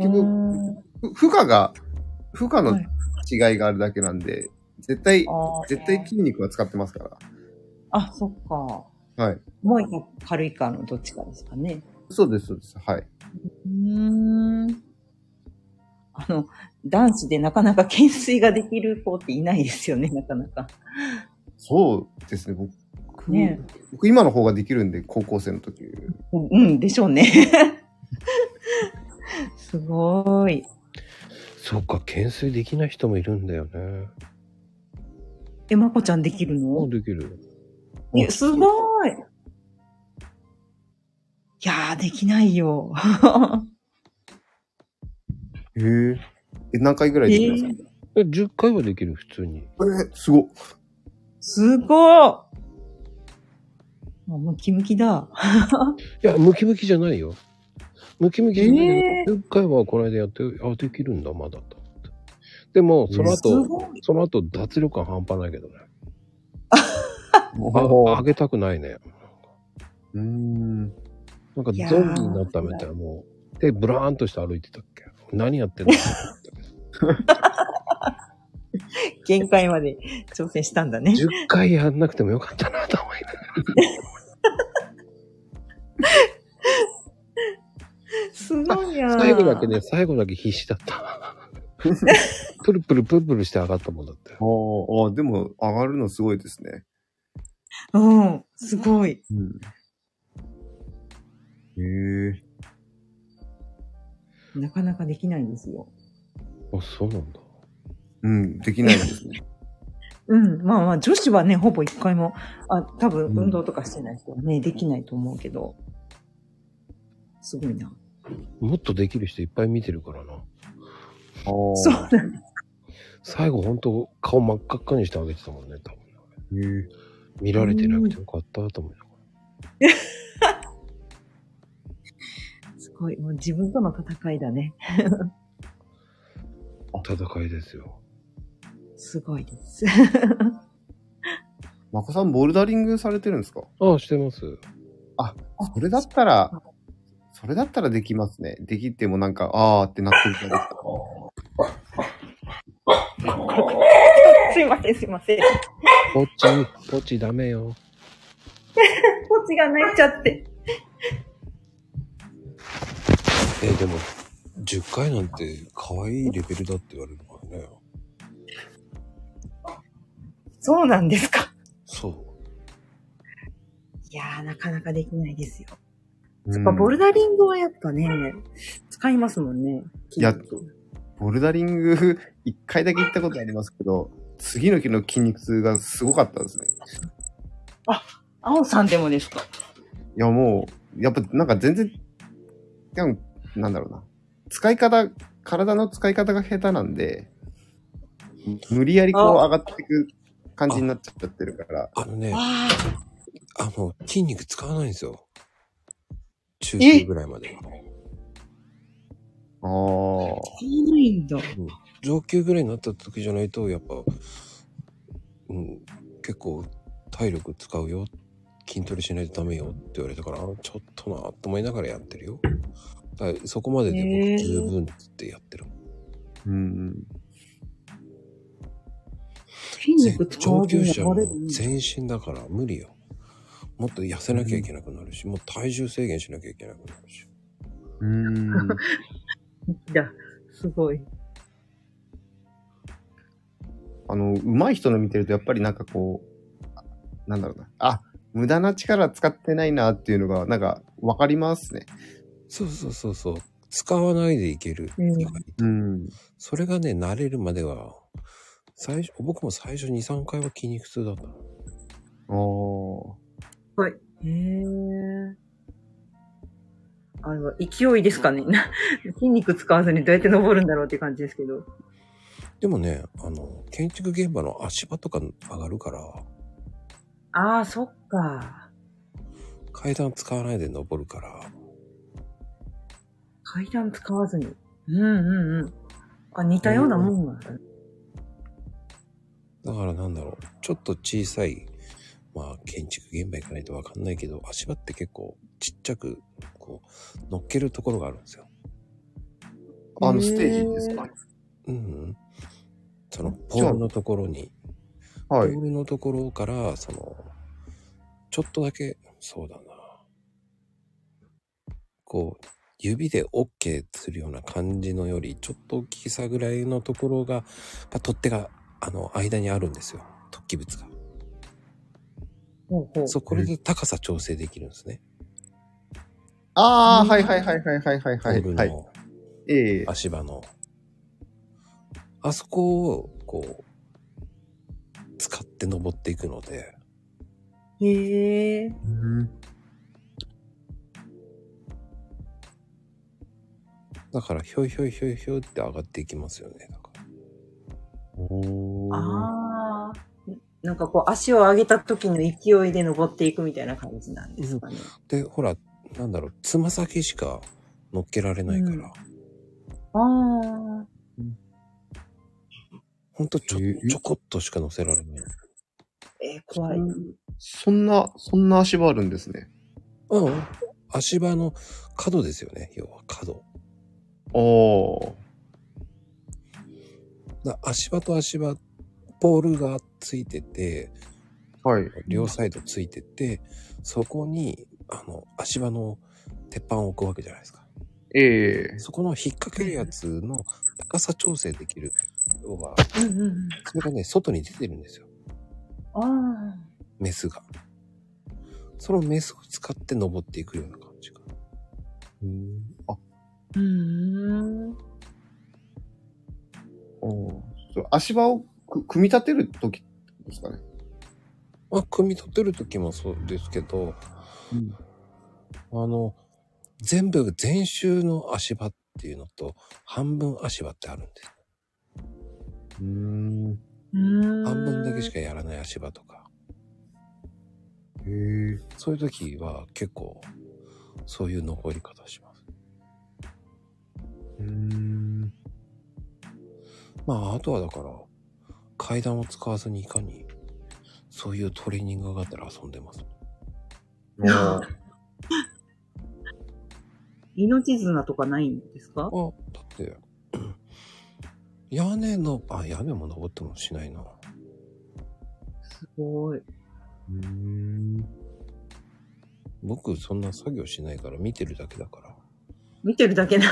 F: うー
C: 局、
F: ん
C: ふ負荷が、負荷の
F: はい
C: 違いがあるだけなんで、絶対、
F: あー
C: 絶対筋肉は使ってますから。
F: あ、そっか。
C: はい。
F: 重いか軽いかのどっちかですかね。
C: そうです、そうです。はい。
F: うーん。あの、男子でなかなか懸垂ができる子っていないですよね、なかなか。
C: そうですね。僕、
F: ね
C: 僕今の方ができるんで、高校生の時。
F: うん、うん、でしょうね。 *laughs* すごーい。
A: そうか、懸垂できない人もいるんだよね。
F: え、まこちゃんできる
A: も
F: の
A: うできる。
F: いやすごーい。いやー、できないよ。
C: へえ。え、何回ぐらいできますか、
A: え10回はできる、普通に。
C: えすごっ。
F: すごーもうムキムキだ。
A: いや、ムキムキじゃないよ。ムキムキじゃないよ。
F: え
A: 10回はこの間やって、あ、できるんだ、まだと思って。でも、その
F: す
A: 後、
F: ごい。
A: その後、脱力感半端ないけどね。あ上
C: う
A: げたくないね。
C: ーん。
A: なんか
F: い
A: ゾ
F: やー
A: ンビになったみたいな、もう、手ブラーンとして歩いてたっけ何やってんの
F: 限界まで挑戦したんだね。
A: ?10 回やんなくてもよかったなと思いながら。
F: すごいや
A: 最後だけね、最後だけ必死だった。プルプルプルプルして上がったもんだって。
C: おあ、でも、上がるのすごいですね。
F: うん、すごい。
C: うん。へえ。
F: なかなかできないんですよ。
A: あ、そうなんだ。
C: うん、できない
F: *laughs*
C: ですね。
F: うん、まあまあ、女子はね、ほぼ一回も、あ、多分
C: うん
F: 運動とかしてない人はね、できないと思うけど。すごいな。
A: もっとできる人いっぱい見てるからな。
C: ああ。
F: そう
C: そ
F: なんだ。
A: 最後ほんと顔真っ赤っかにしてあげてたもんね、多分。
C: う。へえ。
A: 見られてなくてよかったと思いながら。
F: すごい。もう自分との戦いだね。
A: 戦いですよ。
F: すごいです。
C: マコさん、ボルダリングされてるんですか
A: ああ、してます。
C: それだったら、それだったらできますね。できてもなんか、あーってなってるからですか。
F: *laughs* すいません、すいません。
A: ポチ、ポチダメよ。
F: ポチが泣いちゃって。
A: えでも、10回なんて可愛いレベルだって言われるからね。
F: そうなんですか。
A: そう。
F: いやー、なかなかできないですよ。
C: う
F: や
C: ん
F: っぱボルダリングはやっぱね、使いますもんね。
C: いやボルダリング、 *laughs* 一回だけ行ったことありますけど、次の日の筋肉痛がすごかったですね。
F: 青さんでもですか
C: いや、もう、やっぱなんか全然、でも、なんだろうな。使い方、体の使い方が下手なんで、無理やりこう
F: あ
C: 上がっていく感じになっちゃってるから。
A: あのね、
F: ああ、
A: あの、筋肉使わないんですよ。中心ぐらいまで。
C: ああ。
F: そうないんだ。
A: 上級ぐらいになった時じゃないと、やっぱ、うん、結構体力使うよ。筋トレしないとダメよって言われたから、あちょっとなと思いながらやってるよ。だからそこまでで
F: へ
A: 僕
F: ー
A: 十分ってやってる。
C: うん。
F: 筋肉使わ
A: 上
F: ず
A: 級
F: に
A: 者
F: 暴
A: は
F: れる。
A: 全身だから無理よ。もっと痩せなきゃいけなくなるし、もう体重制限しなきゃいけなくなるし。
C: うーん。
E: だ。
F: すごい。
C: あの、上手い人の見てると、やっぱりなんかこう、なんだろうな。あ、無駄な力使ってないなっていうのが、なんか、わかりますね。
A: そうそうそうそう。使わないでいける。
F: うん
A: 意外と
C: うん。
A: それがね、慣れるまでは、最初、僕も最初2、3回は筋肉痛だったの。
C: あー
F: へえ。あの、勢いですかね。 *laughs* な筋肉使わずにどうやって登るんだろうっていう感じですけど。
A: でもね、あの、建築現場の足場とか上がるから、
F: ああ、そっか。
A: 階段使わないで登るから、
F: 階段使わずに。うんうんうん。あ、似たようなもんなんだね。
A: だからなんだろう、ちょっと小さい、まあ建築現場行かないとわかんないけど、足場って結構ちっちゃく、こう、乗っけるところがあるんですよ。
C: あの、ステージですか
A: うんうん。その、ポールのところに、ポ
C: はい。
A: ールのところから、その、ちょっとだけ、そうだな。こう、指で OK するような感じのより、ちょっと大きさぐらいのところが、まあ取っ手が、あの、間にあるんですよ。突起物が。
F: ほうほう。
A: そう、これで高さ調整できるんですね。
C: ああ、はいはいはいはいはいはいはい。
A: ポール
C: はい、
A: の
C: ええ
A: 足場の。あそこを、こう、使って登っていくので、
F: へえ。
A: だから、ひょいひょいひょいひょいって上がっていきますよね。だから
C: おー
F: ああ。なんかこう、足を上げた時の勢いで登っていくみたいな感じなんですかね。
A: で、ほら、なんだろう、つま先しか乗っけられないから、
F: うんああ。
A: ほんとちょ
C: へえ
A: ちょこっとしか乗せられない。
F: えー、怖い。
C: そんな、そんな足場あるんですね。
A: うん。足場の角ですよね、要は角。
C: おー。
A: だ足場と足場、ポールがついてて、
C: はい。
A: 両サイドついてて、そこに、あの、足場の鉄板を置くわけじゃないですか。
C: ええ
A: そこの引っ掛けるやつの高さ調整できる。要は、
F: うんうんうん。
A: それがね、外に出てるんですよ。
F: ああ。
A: メスが。そのメスを使って登っていくような感じか。
C: あ、
F: うーん。
C: おーそう足場をく組み立てるときですかね。
A: まあ、組み立てる時もそうですけど、
C: うん
A: あの、全部、全周の足場っていうのと、半分足場ってあるんです。
C: うーん。
A: 半
F: 半
A: 分だけしかやらない足場とか。
C: へえ。
A: そういう時は結構、そういう登り方します。
C: うーん。
A: まあ、あとはだから、階段を使わずにいかに、そういうトレーニングがあったら遊んでます。
C: おー
F: 命綱とかないんですか
A: あ、だって、 *clears throat* 屋根の、あ、屋根も登ってもしないな。
F: すごい。
C: うーん。
A: 僕、そんな作業しないから見てるだけだから。
F: 見てるだけな。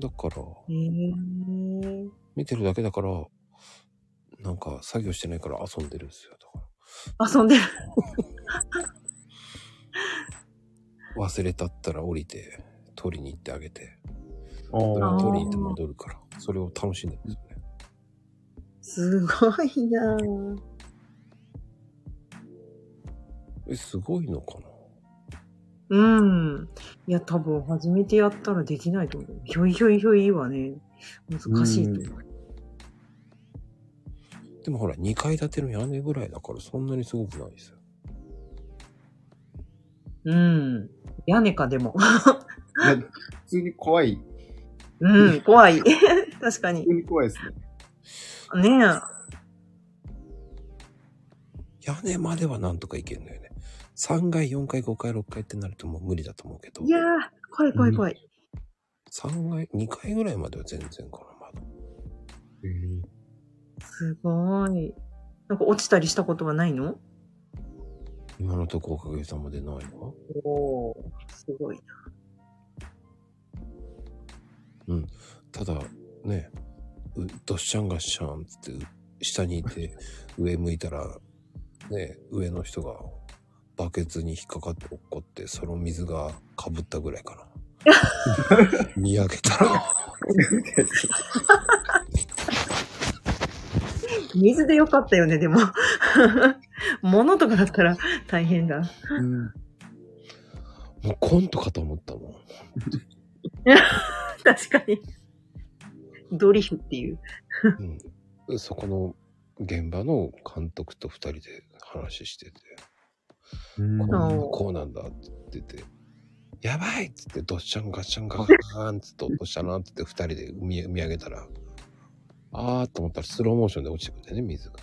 A: だから、
F: へー
A: 見てるだけだから、なんか作業してないから遊んでるんですよ。だか
F: 遊んでる。
A: ら忘れたったら降りて、取りに行ってあげて、
C: お
A: 取
C: ー *laughs*
F: あー
A: りに行って戻るから、それを楽しんでるんですよね。
F: すごいなぁ
A: え、すごいのかな
F: うん。いや、多分、初めてやったらできないと思う。ひょいひょいひょいはね、難しいと思う。
A: でもほら、2階建ての屋根ぐらいだから、そんなにすごくないですよ。
F: うん。屋根か、で *laughs* も。
C: いや普通に怖い。
F: うん、怖い。 *laughs* 確かに
C: 普。通に怖いですね。
F: ねえ。
A: 屋根まではなんとかいけるんだよね。3階、4階、5階、6階ってなるともう無理だと思うけど
F: い、やー、怖い怖い怖い。
A: 3階、2階ぐらいまでは全然かな、まだ。
C: へ
F: すごい。なんか落ちたりしたことはないの
A: 今のとこおかげさまでないわ。
F: おおすごいな。
A: ただ、ね、うどっしゃんがっしゃんっつって、下にいて、上向いたら、ね、上の人が、バケツに引っかかって落っこって、その水がかぶったぐらいかな。見上げたら、
F: 水でよかったよね、でも。 *laughs* 物とかだったら大変だ。
A: もうコントかと思ったもん。
F: *laughs* 確かに。ドリフっていう。
A: うん、そこの現場の監督と二人で話してて、
C: うん
A: こ
F: あ
A: う
F: ー
A: こうなんだって言ってて、やばいっつって、どっしゃんがっしゃんがーんっつって落としたなって言って二人で見見上げたら、あーっと思ったらスローモーションで落ちてくんだよね、水が。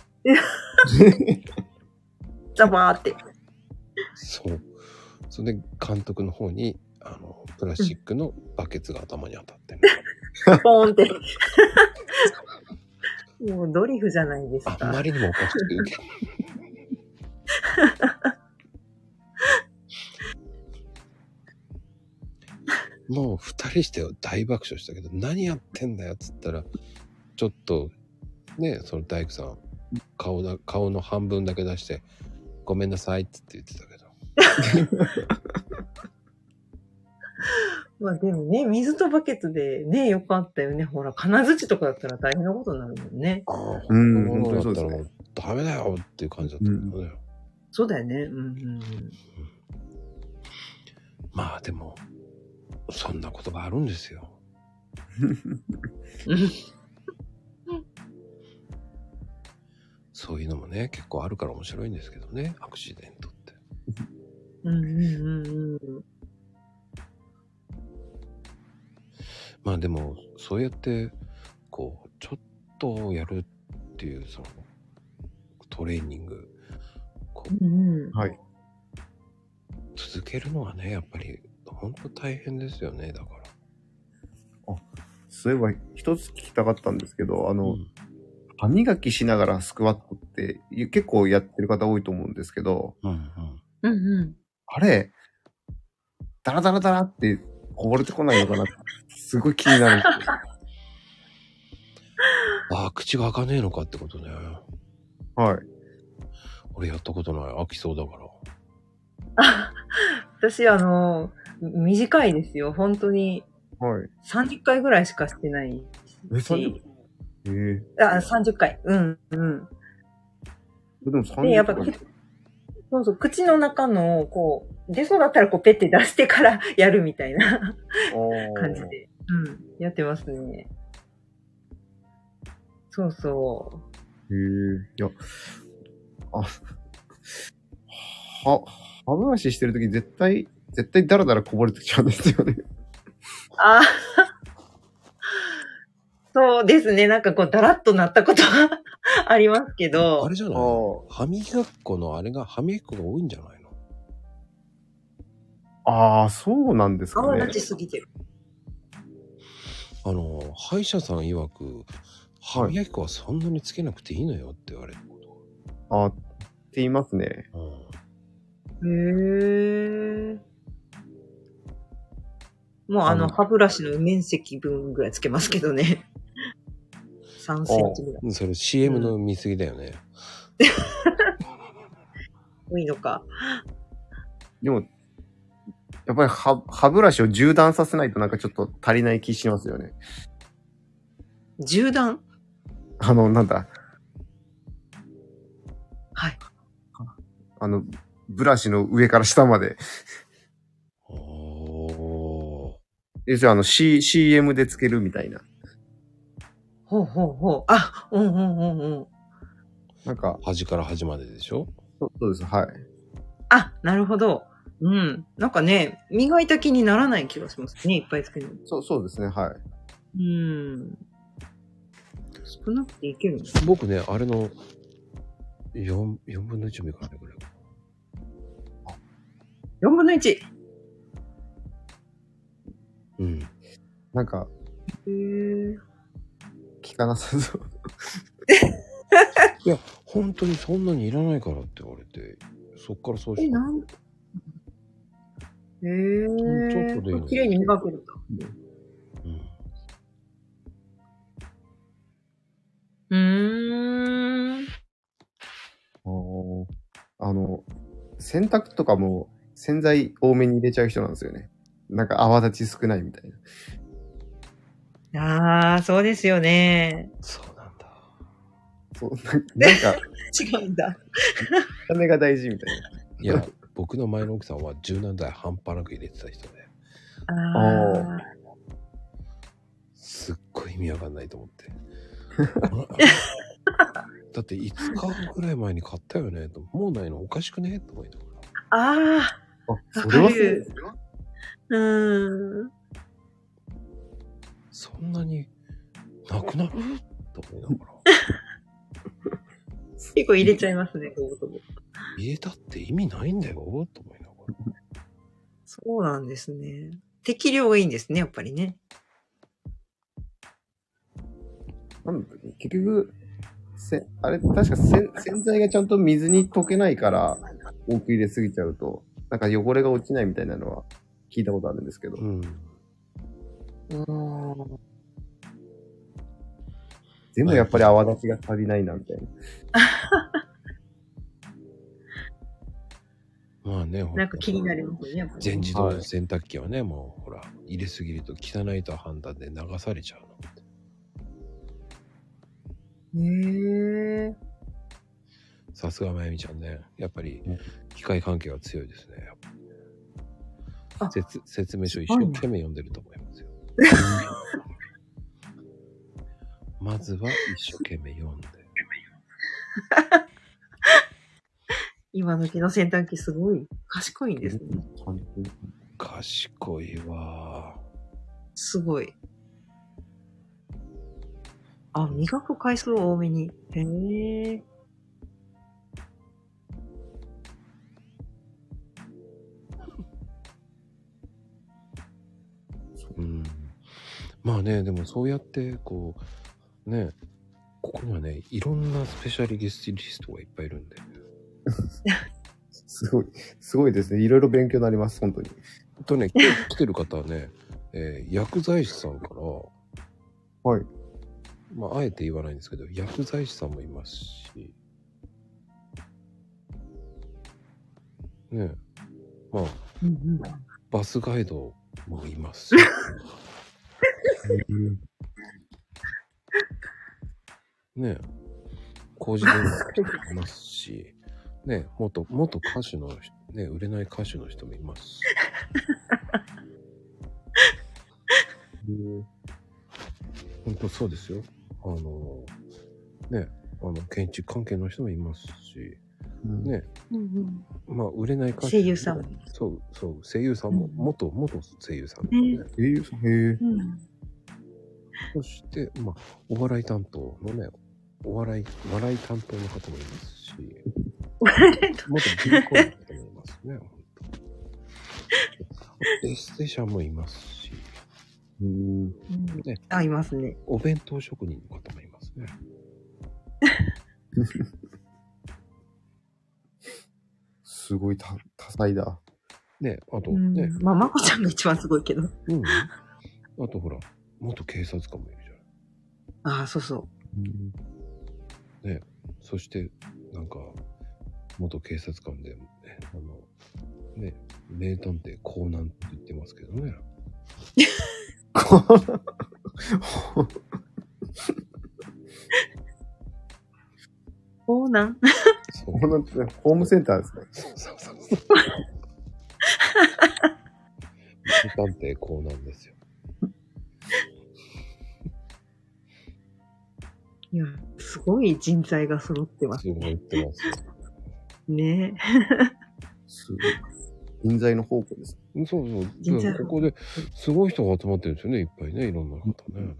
F: ザバーって。
A: そう。それで監督の方に、あの、プラスチックのバケツが頭に当たってね、
F: ポーンって。 *laughs* もうドリフじゃないです
A: あま
F: か。
A: りにもおかしく
C: *laughs*
A: て受け。もう二人して大爆笑したけど、何やってんだよっつったら、ちょっと、ね、その大工さん、顔だ、顔の半分だけ出して、ごめんなさいっつって言ってたけど。
F: まあでもね、水とバケツでね、よかったよね。ほら、金槌とかだったら大変なことになるもんね。
A: ああ、
C: うん
A: 本当だ
C: 本当
A: った
C: にそう
A: ら
C: です
A: も
C: ね
A: うダメだよっていう感じだったけどね。
F: そうだよね。うんうんうん。
A: まあでも、そんなことがあるんです *laughs* よ。そういうのもね、結構あるから面白いんですけどね、アクシデントって。
F: うんうんうんうん。
A: まあでも、そうやって、こう、ちょっとやるっていう、その、トレーニング、こう、
F: うん
C: はい。
A: 続けるのはね、やっぱり、ほんと大変ですよね、だから。
C: そういえば、一つ聞きたかったんですけど、あの、
A: うん
C: 歯磨きしながらスクワットってゆ結構やってる方多いと思うんですけど、
A: うんうん。
F: うんうん。
C: あれ、ダラダラダラってこぼれてこないのかなって *laughs* すごい気になるんですよ。
A: ああ、口が開かねえのかってことね。
C: はい。
A: 俺やったことない。飽きそうだから。
F: あ私、あの、短いですよ。本当に
C: はい。
F: 30回ぐらいしかしてない
C: え、30
F: し。
C: えー、
F: あ、30回。うん、うん。
C: でも30
F: で、やっぱ、口そうそう、口の中の、こう、出そうだったら、こう、ペッて出してから *laughs* やるみたいな感じで、うん、やってますね。そうそ
C: へえ、いや、あ、は、歯ブラシしてるとき絶対、絶対ダラダラこぼれてきちゃうんですよね。
F: う。あー *laughs* そうですね。なんかこう、だらっとなったことは *laughs* ありますけど
A: あれ。じゃない歯磨き粉のあれが、歯磨き粉が多いんじゃないの
C: ああ、そうなんですか
F: 泡
C: ね
F: 立。ちすぎてる。
A: あの、歯医者さん曰く、歯磨き粉はそんなにつけなくていいのよって言われるこ
C: あーって言いますね。
A: と。うん
F: へえ。もうあ
C: う
F: の、
C: ん
F: 歯ブラシの面積分ぐらいつけますけどね。3センチぐらい。
A: うん。それ CM の見過ぎだよね。
F: 多いのか。
C: でも、やっぱり歯歯ブラシを縦断させないとなんかちょっと足りない気しますよね。
F: 縦断
C: あの、なんだ、
F: はい。
C: あの、ブラシの上から下まで。
A: おー。
C: 要するにあの、C、CM でつけるみたいな。
F: ほうほうほう。あ、うんうんうんうん。
C: なんか、
A: 端から端まででしょ
C: そうそうです。はい。
F: あ、なるほど。うん。なんかね、磨いた気にならない気がしますね。いっぱいつけるの。
C: そう、そうですね。はい。
F: うん。少なくていけるの
A: 僕ね、あれの4、4分の1もいかないぐらい。
F: ?4 分の 1! へ
A: うん。
C: なんか、
F: え。
C: 効かなさそう。
A: いや、本当にそんなにいらないからって言われて、そっからそう
F: え、
A: し
F: な
A: た。
F: んえ
A: ちょっとでいい
F: ー、
A: の
F: 綺麗に磨くんだ。
A: うん
F: うーん。
C: おーあの、洗濯とかも洗剤多めに入れちゃう人なんですよね。なんか泡立ち少ないみたいな。
F: ああ、そうですよね。
A: そうなんだ。
C: そう、ななんか、
F: 違うんだ。
C: 見た目が大事みたい
A: いや、僕の前の奥さんは柔軟剤半端なく入れてた人で、
F: あ
C: お
F: あ。
A: すっごい意味わかんないと思 *laughs* って。だって5日ぐらい前に買ったよねと。もうないのおかしくねと思いながら。
F: ああ。
C: な。あ、それは
F: わか
C: そうで
F: る
C: すよ。
F: うん。
A: そんなになくなると思いながら。
F: 結構入れちゃいますね、こういうことも
A: 入れたって意味ないんだよと思いながら。
F: そうなんですね。適量がいいんですね、やっぱりね。
C: なんだ結局、せあれ、確か洗洗剤がちゃんと水に溶けないから、多く入れすぎちゃうと、なんか汚れが落ちないみたいなのは聞いたことあるんですけど。
A: うん。
F: うん。
C: でもやっぱり泡立ちが足りないな、みたいな。
A: まあね、ほ
F: なんか気になりますよね、やっぱり
A: 全自動洗濯機はね、もうほら、入れすぎると汚いと判断で流されちゃうの。
F: ねえ。
A: さすがまゆみちゃんね。やっぱり
C: うん、
A: 機械関係は強いですね。
F: あ
A: 説説明書一
F: すごい
A: 生
F: な
A: 懸命読んでると思います
F: *laughs*
A: よ。まずは一生懸命読んで。
F: 今の時の洗濯機すごい賢いんですね。
A: 賢いわ
F: すごい。あ、磨く回数を多めに。へえ。
A: うん。まあね、でもそうやって、こう、ね、ここにはね、いろんなスペシャリストがいっぱいいるんで。
C: すごい、すごいですね。いろいろ勉強になります、本当に。
A: とね、今日来てる方はね、 *laughs* えー薬剤師さんから、
C: はい。
A: まあ、あえて言わないんですけど、薬剤師さんもいますし、ねえ、まあ、バスガイドもいます
C: *laughs*
A: し、ねえ、工事現場もいますし、ねえ、元、元歌手の、ね、売れない歌手の人もいますし、本当そうですよ。あの、ね、あの、建築関係の人もいますし、
C: うん
A: ね、まあ、売れない歌手
F: 声優さんも。
A: そう、そう、声優さんも、元、元声優さん、
G: ね
C: えー、そへえ。
A: そして、まあ、お笑い担当のね、お笑い、笑い担当の方もいますし、元銀行員の方もいますね、本当。エステ社もいますし、
C: うん。
F: あ、いますね。
A: お弁当職人の方もいますね。
C: すごい多多彩だ。
A: ね、あと
F: うん
A: ね、
F: まあ、まこちゃんが一番すごいけど。
A: うん。あとほら、元警察官もいるじゃない。
F: ああ、そうそう。
A: そして、なんか、元警察官で、ね、あの、ね、名探偵コーナンって言ってますけどね。
F: こうなん
A: そう
C: このホームセンターです
A: そ
C: ね。
A: うそうそう。名探偵コーナンですよ。
F: いや、すごい人材が揃ってます
A: すごい言ってますよ。
F: ね。
C: すごい。人材の宝庫です。
A: そうそう。
F: 人材
A: でここで、すごい人が集まってるんですよね、いっぱいね、いろんな方ね。
F: うんうんう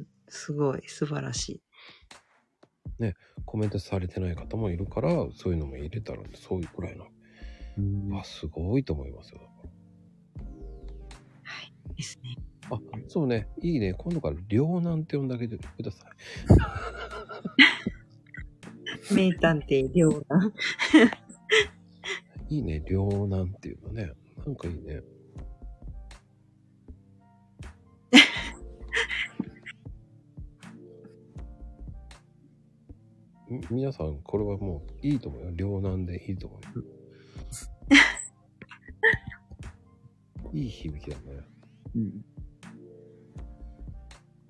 F: ん。すごい、素晴らしい。
A: コメントされてない方もいるから、そういうのも入れたら、そういうくらいの。あ、すごいと思いますよ。
F: ですね。
A: あ、そうね。いいね。今度から、両なんて呼んであげてください。
H: 名探偵、りょうな。
A: いいね、両なんていうのね。なんかいいね。み皆さん、これはもういいと思うよ。両なんでいいと思うよ。いい響きだね。
C: うん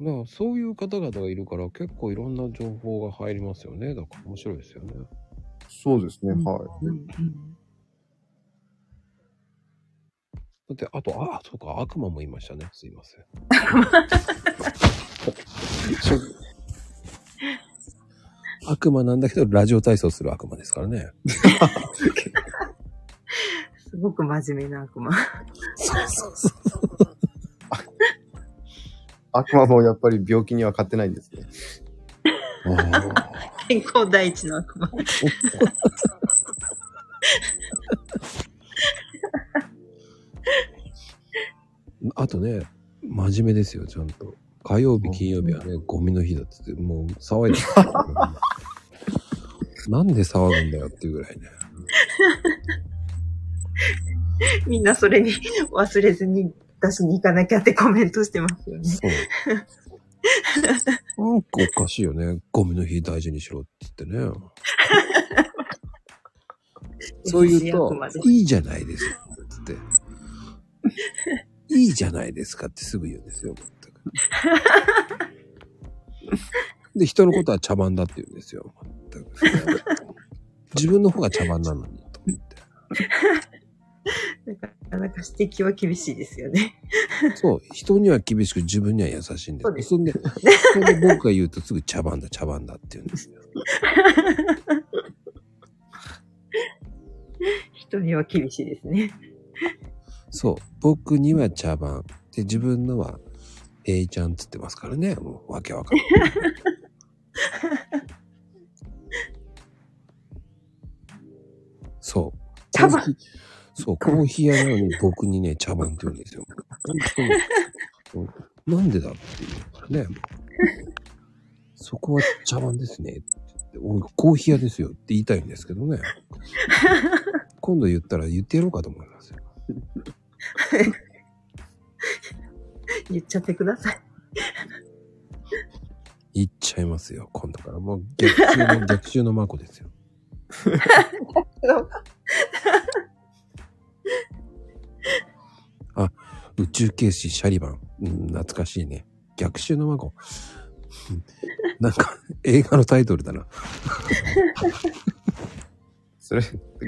A: だからそういう方々がいるから結構いろんな情報が入りますよね。だから面白いですよね。
C: そうですね、はい。
A: だって、あと、あ、そうか、悪魔もいましたね。すいません。悪魔なんだけど、ラジオ体操する悪魔ですからね。
H: すごく真面目な悪魔。
C: 悪魔もやっぱり病気には勝てないんですね。
H: 健康第一の悪魔。
A: あとね、真面目ですよ、ちゃんと。火曜日、金曜日はね、ゴミの日だって言って、もう騒いでるなんで騒ぐんだよっていうぐらいね。
H: みんなそれに忘れずに出しに行かなきゃってコメントしてますよね。
A: そう。なんかおかしいよね。ゴミの日大事にしろって言ってね。そう言うと
H: 悪魔で、す
A: いいじゃないですかってって。いいじゃないですかってすぐ言うんですよ。全くで、人のことは茶番だって言うんですよ。全く自分の方が茶番なのに、と思って。
H: なかなか指摘は厳しいですよね。
A: そう、人には厳しく自分には優しいんで。
H: そうですす
A: そんで、それで僕が言うとすぐ茶番だ、茶番だって言うんですよ。
H: 人には厳しいですね。
A: そう、僕には茶番。で、自分のは、えいちゃんって言ってますからね。もう、わけわかんない。 *laughs* そう。
H: 茶番
A: コーヒーそう、コーヒー屋なのに僕にね、茶番って言うんですよ。本当にうんなんでだって言うからね。そこは茶番ですね。おいコーヒー屋ですよって言いたいんですけ
H: *laughs*
A: どね。今度言ったら言ってやろうかと思いますよ。
H: 言っちゃってください。
A: 言っちゃいますよ、今度から。もう逆襲の、逆襲のマコですよ。あ、宇宙警視シャリバン。うん、懐かしいね。逆襲のマコ。うんなんか、映画のタイトルだな。
C: それ、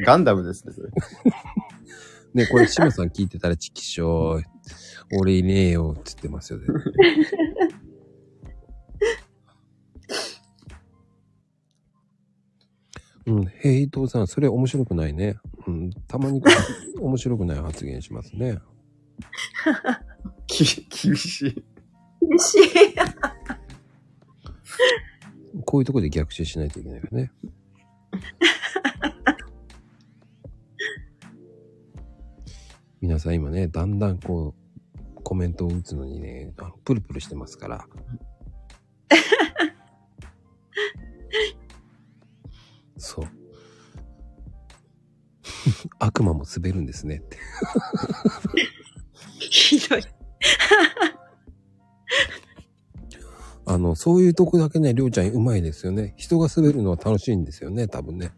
C: ガンダムですね、それ。
A: ね、これ、シムさん聞いてたら、チキショー、俺いねえよって言ってますよね。うん、ヘイトーさん、それ面白くないね。うん、たまにこう面白くない発言しますね。
C: き、厳しい。
H: 厳しい。
A: こういうところで逆襲しないといけないよね。皆さん今ね、だんだんこう、コメントを打つのにね、あのプルプルしてますから。そう。 *laughs* 悪魔も滑るんですねって。
H: ひどい。
A: あの、そういうとこだけね、りょうちゃんうまいですよね。人が滑るのは楽しいんですよね、多分ね。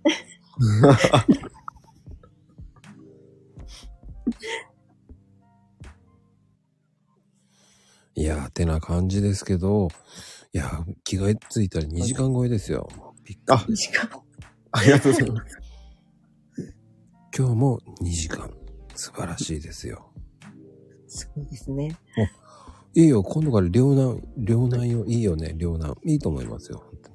A: いやー、てな感じですけど、いやー、気がついたら2時間超えですよ。びっくり
C: あ、ありがとうございます。
A: 今日も2時間。素晴らしいですよ。
H: すごいですね。
A: いいよ、今度から両難、両難よ、いいよね、両難。いいと思いますよ、本当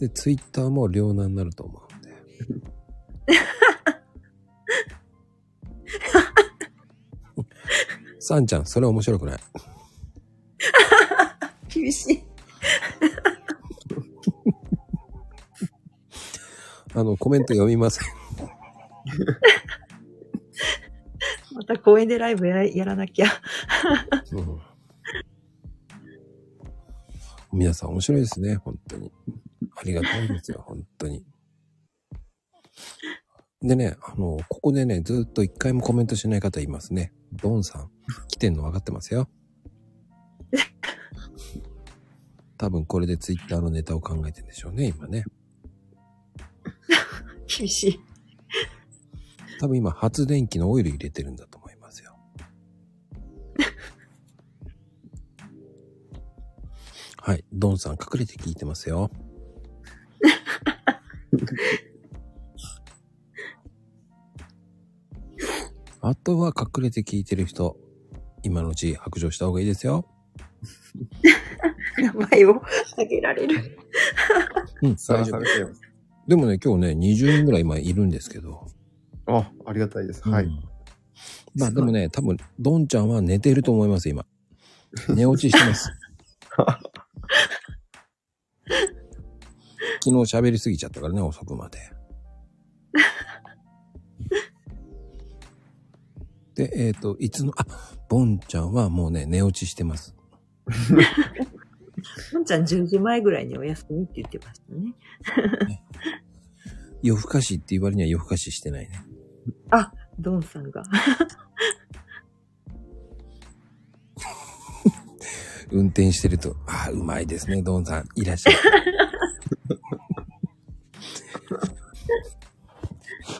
A: に。で、ツイッターも両難になると思うんで。サンちゃん、それ面白くない。
H: 厳しい。
A: あの、コメント読みません。
H: また公園でライブやらやらなきゃ。
A: うん皆さん面白いですね、本当に。ありがたいですよ、本当に。でね、あの、ここでね、ずっと一回もコメントしない方いますね。ドンさん、来てんの分かってますよ。多分これでツイッターのネタを考えてんでしょうね、今ね。
H: 厳しい。
A: 多分今発電機のオイル入れてるんだと思います
C: *laughs*
A: よ。はい、ドンさん隠れて聞いてます
C: *laughs*
A: よ。あとは隠れて聞いてる人、今のうち白状した方がいいですよ。
H: 名前をあげられる。
A: うん、 *laughs*
C: さ
A: 大
C: ら
A: 丈
C: さ
A: 夫。
C: れてよ。
A: でもね、今日ね、20人ぐらい今いるんですけど。
C: あ、ありがたいです。は
A: う
C: い。
A: んまあでもね、多分、ドンちゃんは寝てると思います、 *laughs* 今。寝落ちしてます。 *laughs* 昨日喋りすぎちゃったからね、遅くまで。で、えっ、と、いつの、あ、ボンちゃんはもうね、寝落ちしてます。
H: のんちゃん10時前ぐらいにお休みって言ってましたね。
A: 夜更かしって言われには夜更かししてないね。
H: ドンさんが。
A: 運転してると、ああ、うまいですね、ドンさん。いらっしゃい。 *laughs*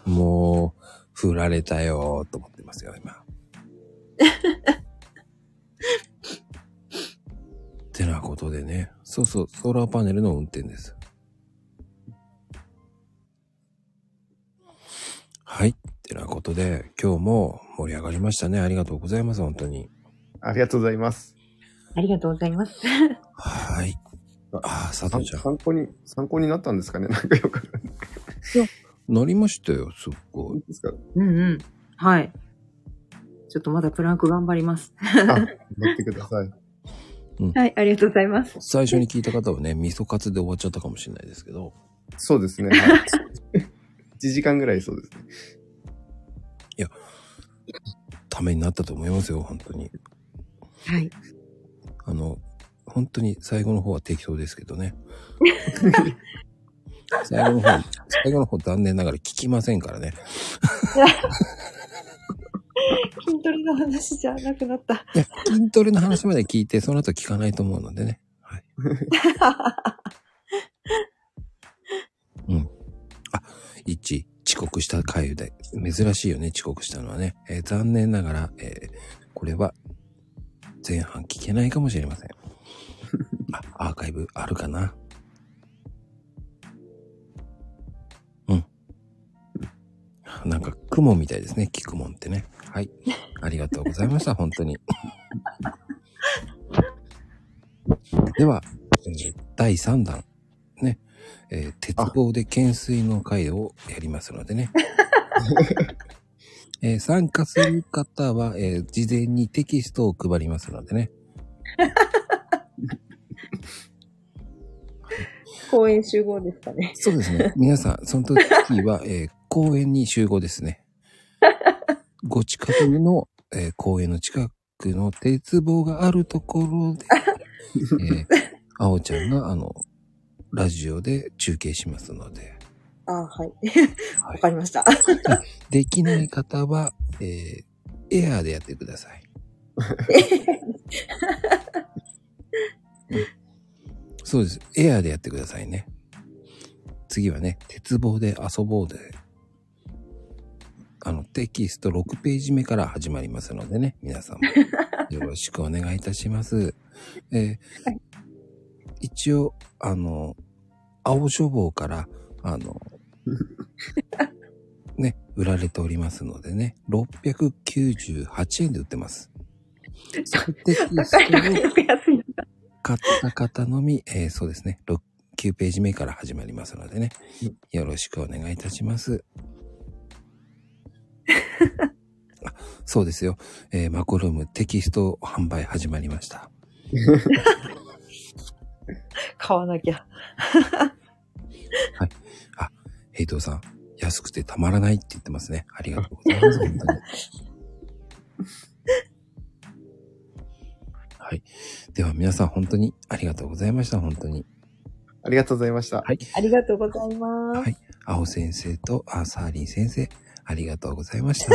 A: もう、振られたよーと思ってますよ、今。 *laughs* ってなことでね。そうそう、ソーラーパネルの運転です。はい。ってなことで、今日も盛り上がりましたね。ありがとうございます、本当に。
C: ありがとうございます。
H: ありがとうございます。
A: はい。ああ、佐
C: さん
A: 藤ちゃん。
C: 参考に、参考になったんですかね *laughs* なんかよくない
A: なりましたよ、すっごい。
C: ですか
H: うんうん。はい。ちょっとまだプランク頑張ります。
C: 乗ってください。
H: はい、ありがとうございます。
A: 最初に聞いた方はね、味噌カツで終わっちゃったかもしれないですけど、
C: そうで
A: *laughs*
C: すね。はい1時間ぐらいそうですね。
A: ためになったと思いますよ、本当に。
H: はい。
A: あの、本当に最後の方は適当ですけどね。最後の方、最後の方残念ながら聞きませんからね。
H: 筋トレの話じゃなくなった。
A: いや、筋トレの話まで聞いて、その後聞かないと思うのでね。はい。うん。あ、一、遅刻した回で、珍しいよね、遅刻したのはね。えー残念ながら、えーこれは、前半聞けないかもしれません。あ、アーカイブあるかなうん。なんか、雲みたいですね、聞くもんってね。はい。ありがとうございました、本当に。では、えー第3弾。ね。えー鉄棒で懸垂の回をやりますの
H: *laughs*
A: でね。えー参加する方は、えー事前にテキストを配りますのでね。
H: *laughs* 公演集合ですかね。
A: そうですね。皆さん、その時は、えー公園に集合で
H: *laughs*
A: すね。ご近くの、えー公園の近くの鉄棒があるところで、えー、あおちゃんが、あの、ラジオで中継しますので、
H: あはい。
A: はい
H: わかりました。
A: できない方は、えーエアーでやってください。うんそうです。エアーでやってくださいね。次はね、鉄棒で遊ぼうで、あの、テキスト6ページ目から始まりますのでね、皆さんもよろしくお願いいたします。えー一応、あの、青書房から、あの、ね、売られておりますのでね、698円で売ってます。そのテキストを
H: 安い。
A: 買った方のみ、えーそうですね、6 9ページ目から始まりますのでね、よろしくお願いいたし *laughs* ます。あそうですよ、えーマコルームテキスト販売始まりました。
H: 買わなきゃ。
A: ヘイトさん、安くてたまらないって言ってますね。ありがとうございます、本 *laughs* 当に。はい。では皆さん本当にありがとうございました。本当に。
C: ありがとうございました。
A: はい。
F: ありがとうございます。
A: 青先生とアーサーリン先生、ありがとうございました。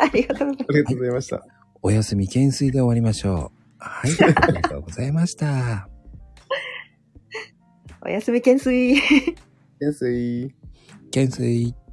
F: ありがとうござい
C: ありがとうございました。
A: お休み懸垂で終わりましょう。はい。ありがとうございました。
F: ます。おやすみ懸垂。
C: 安い。
A: 懸垂。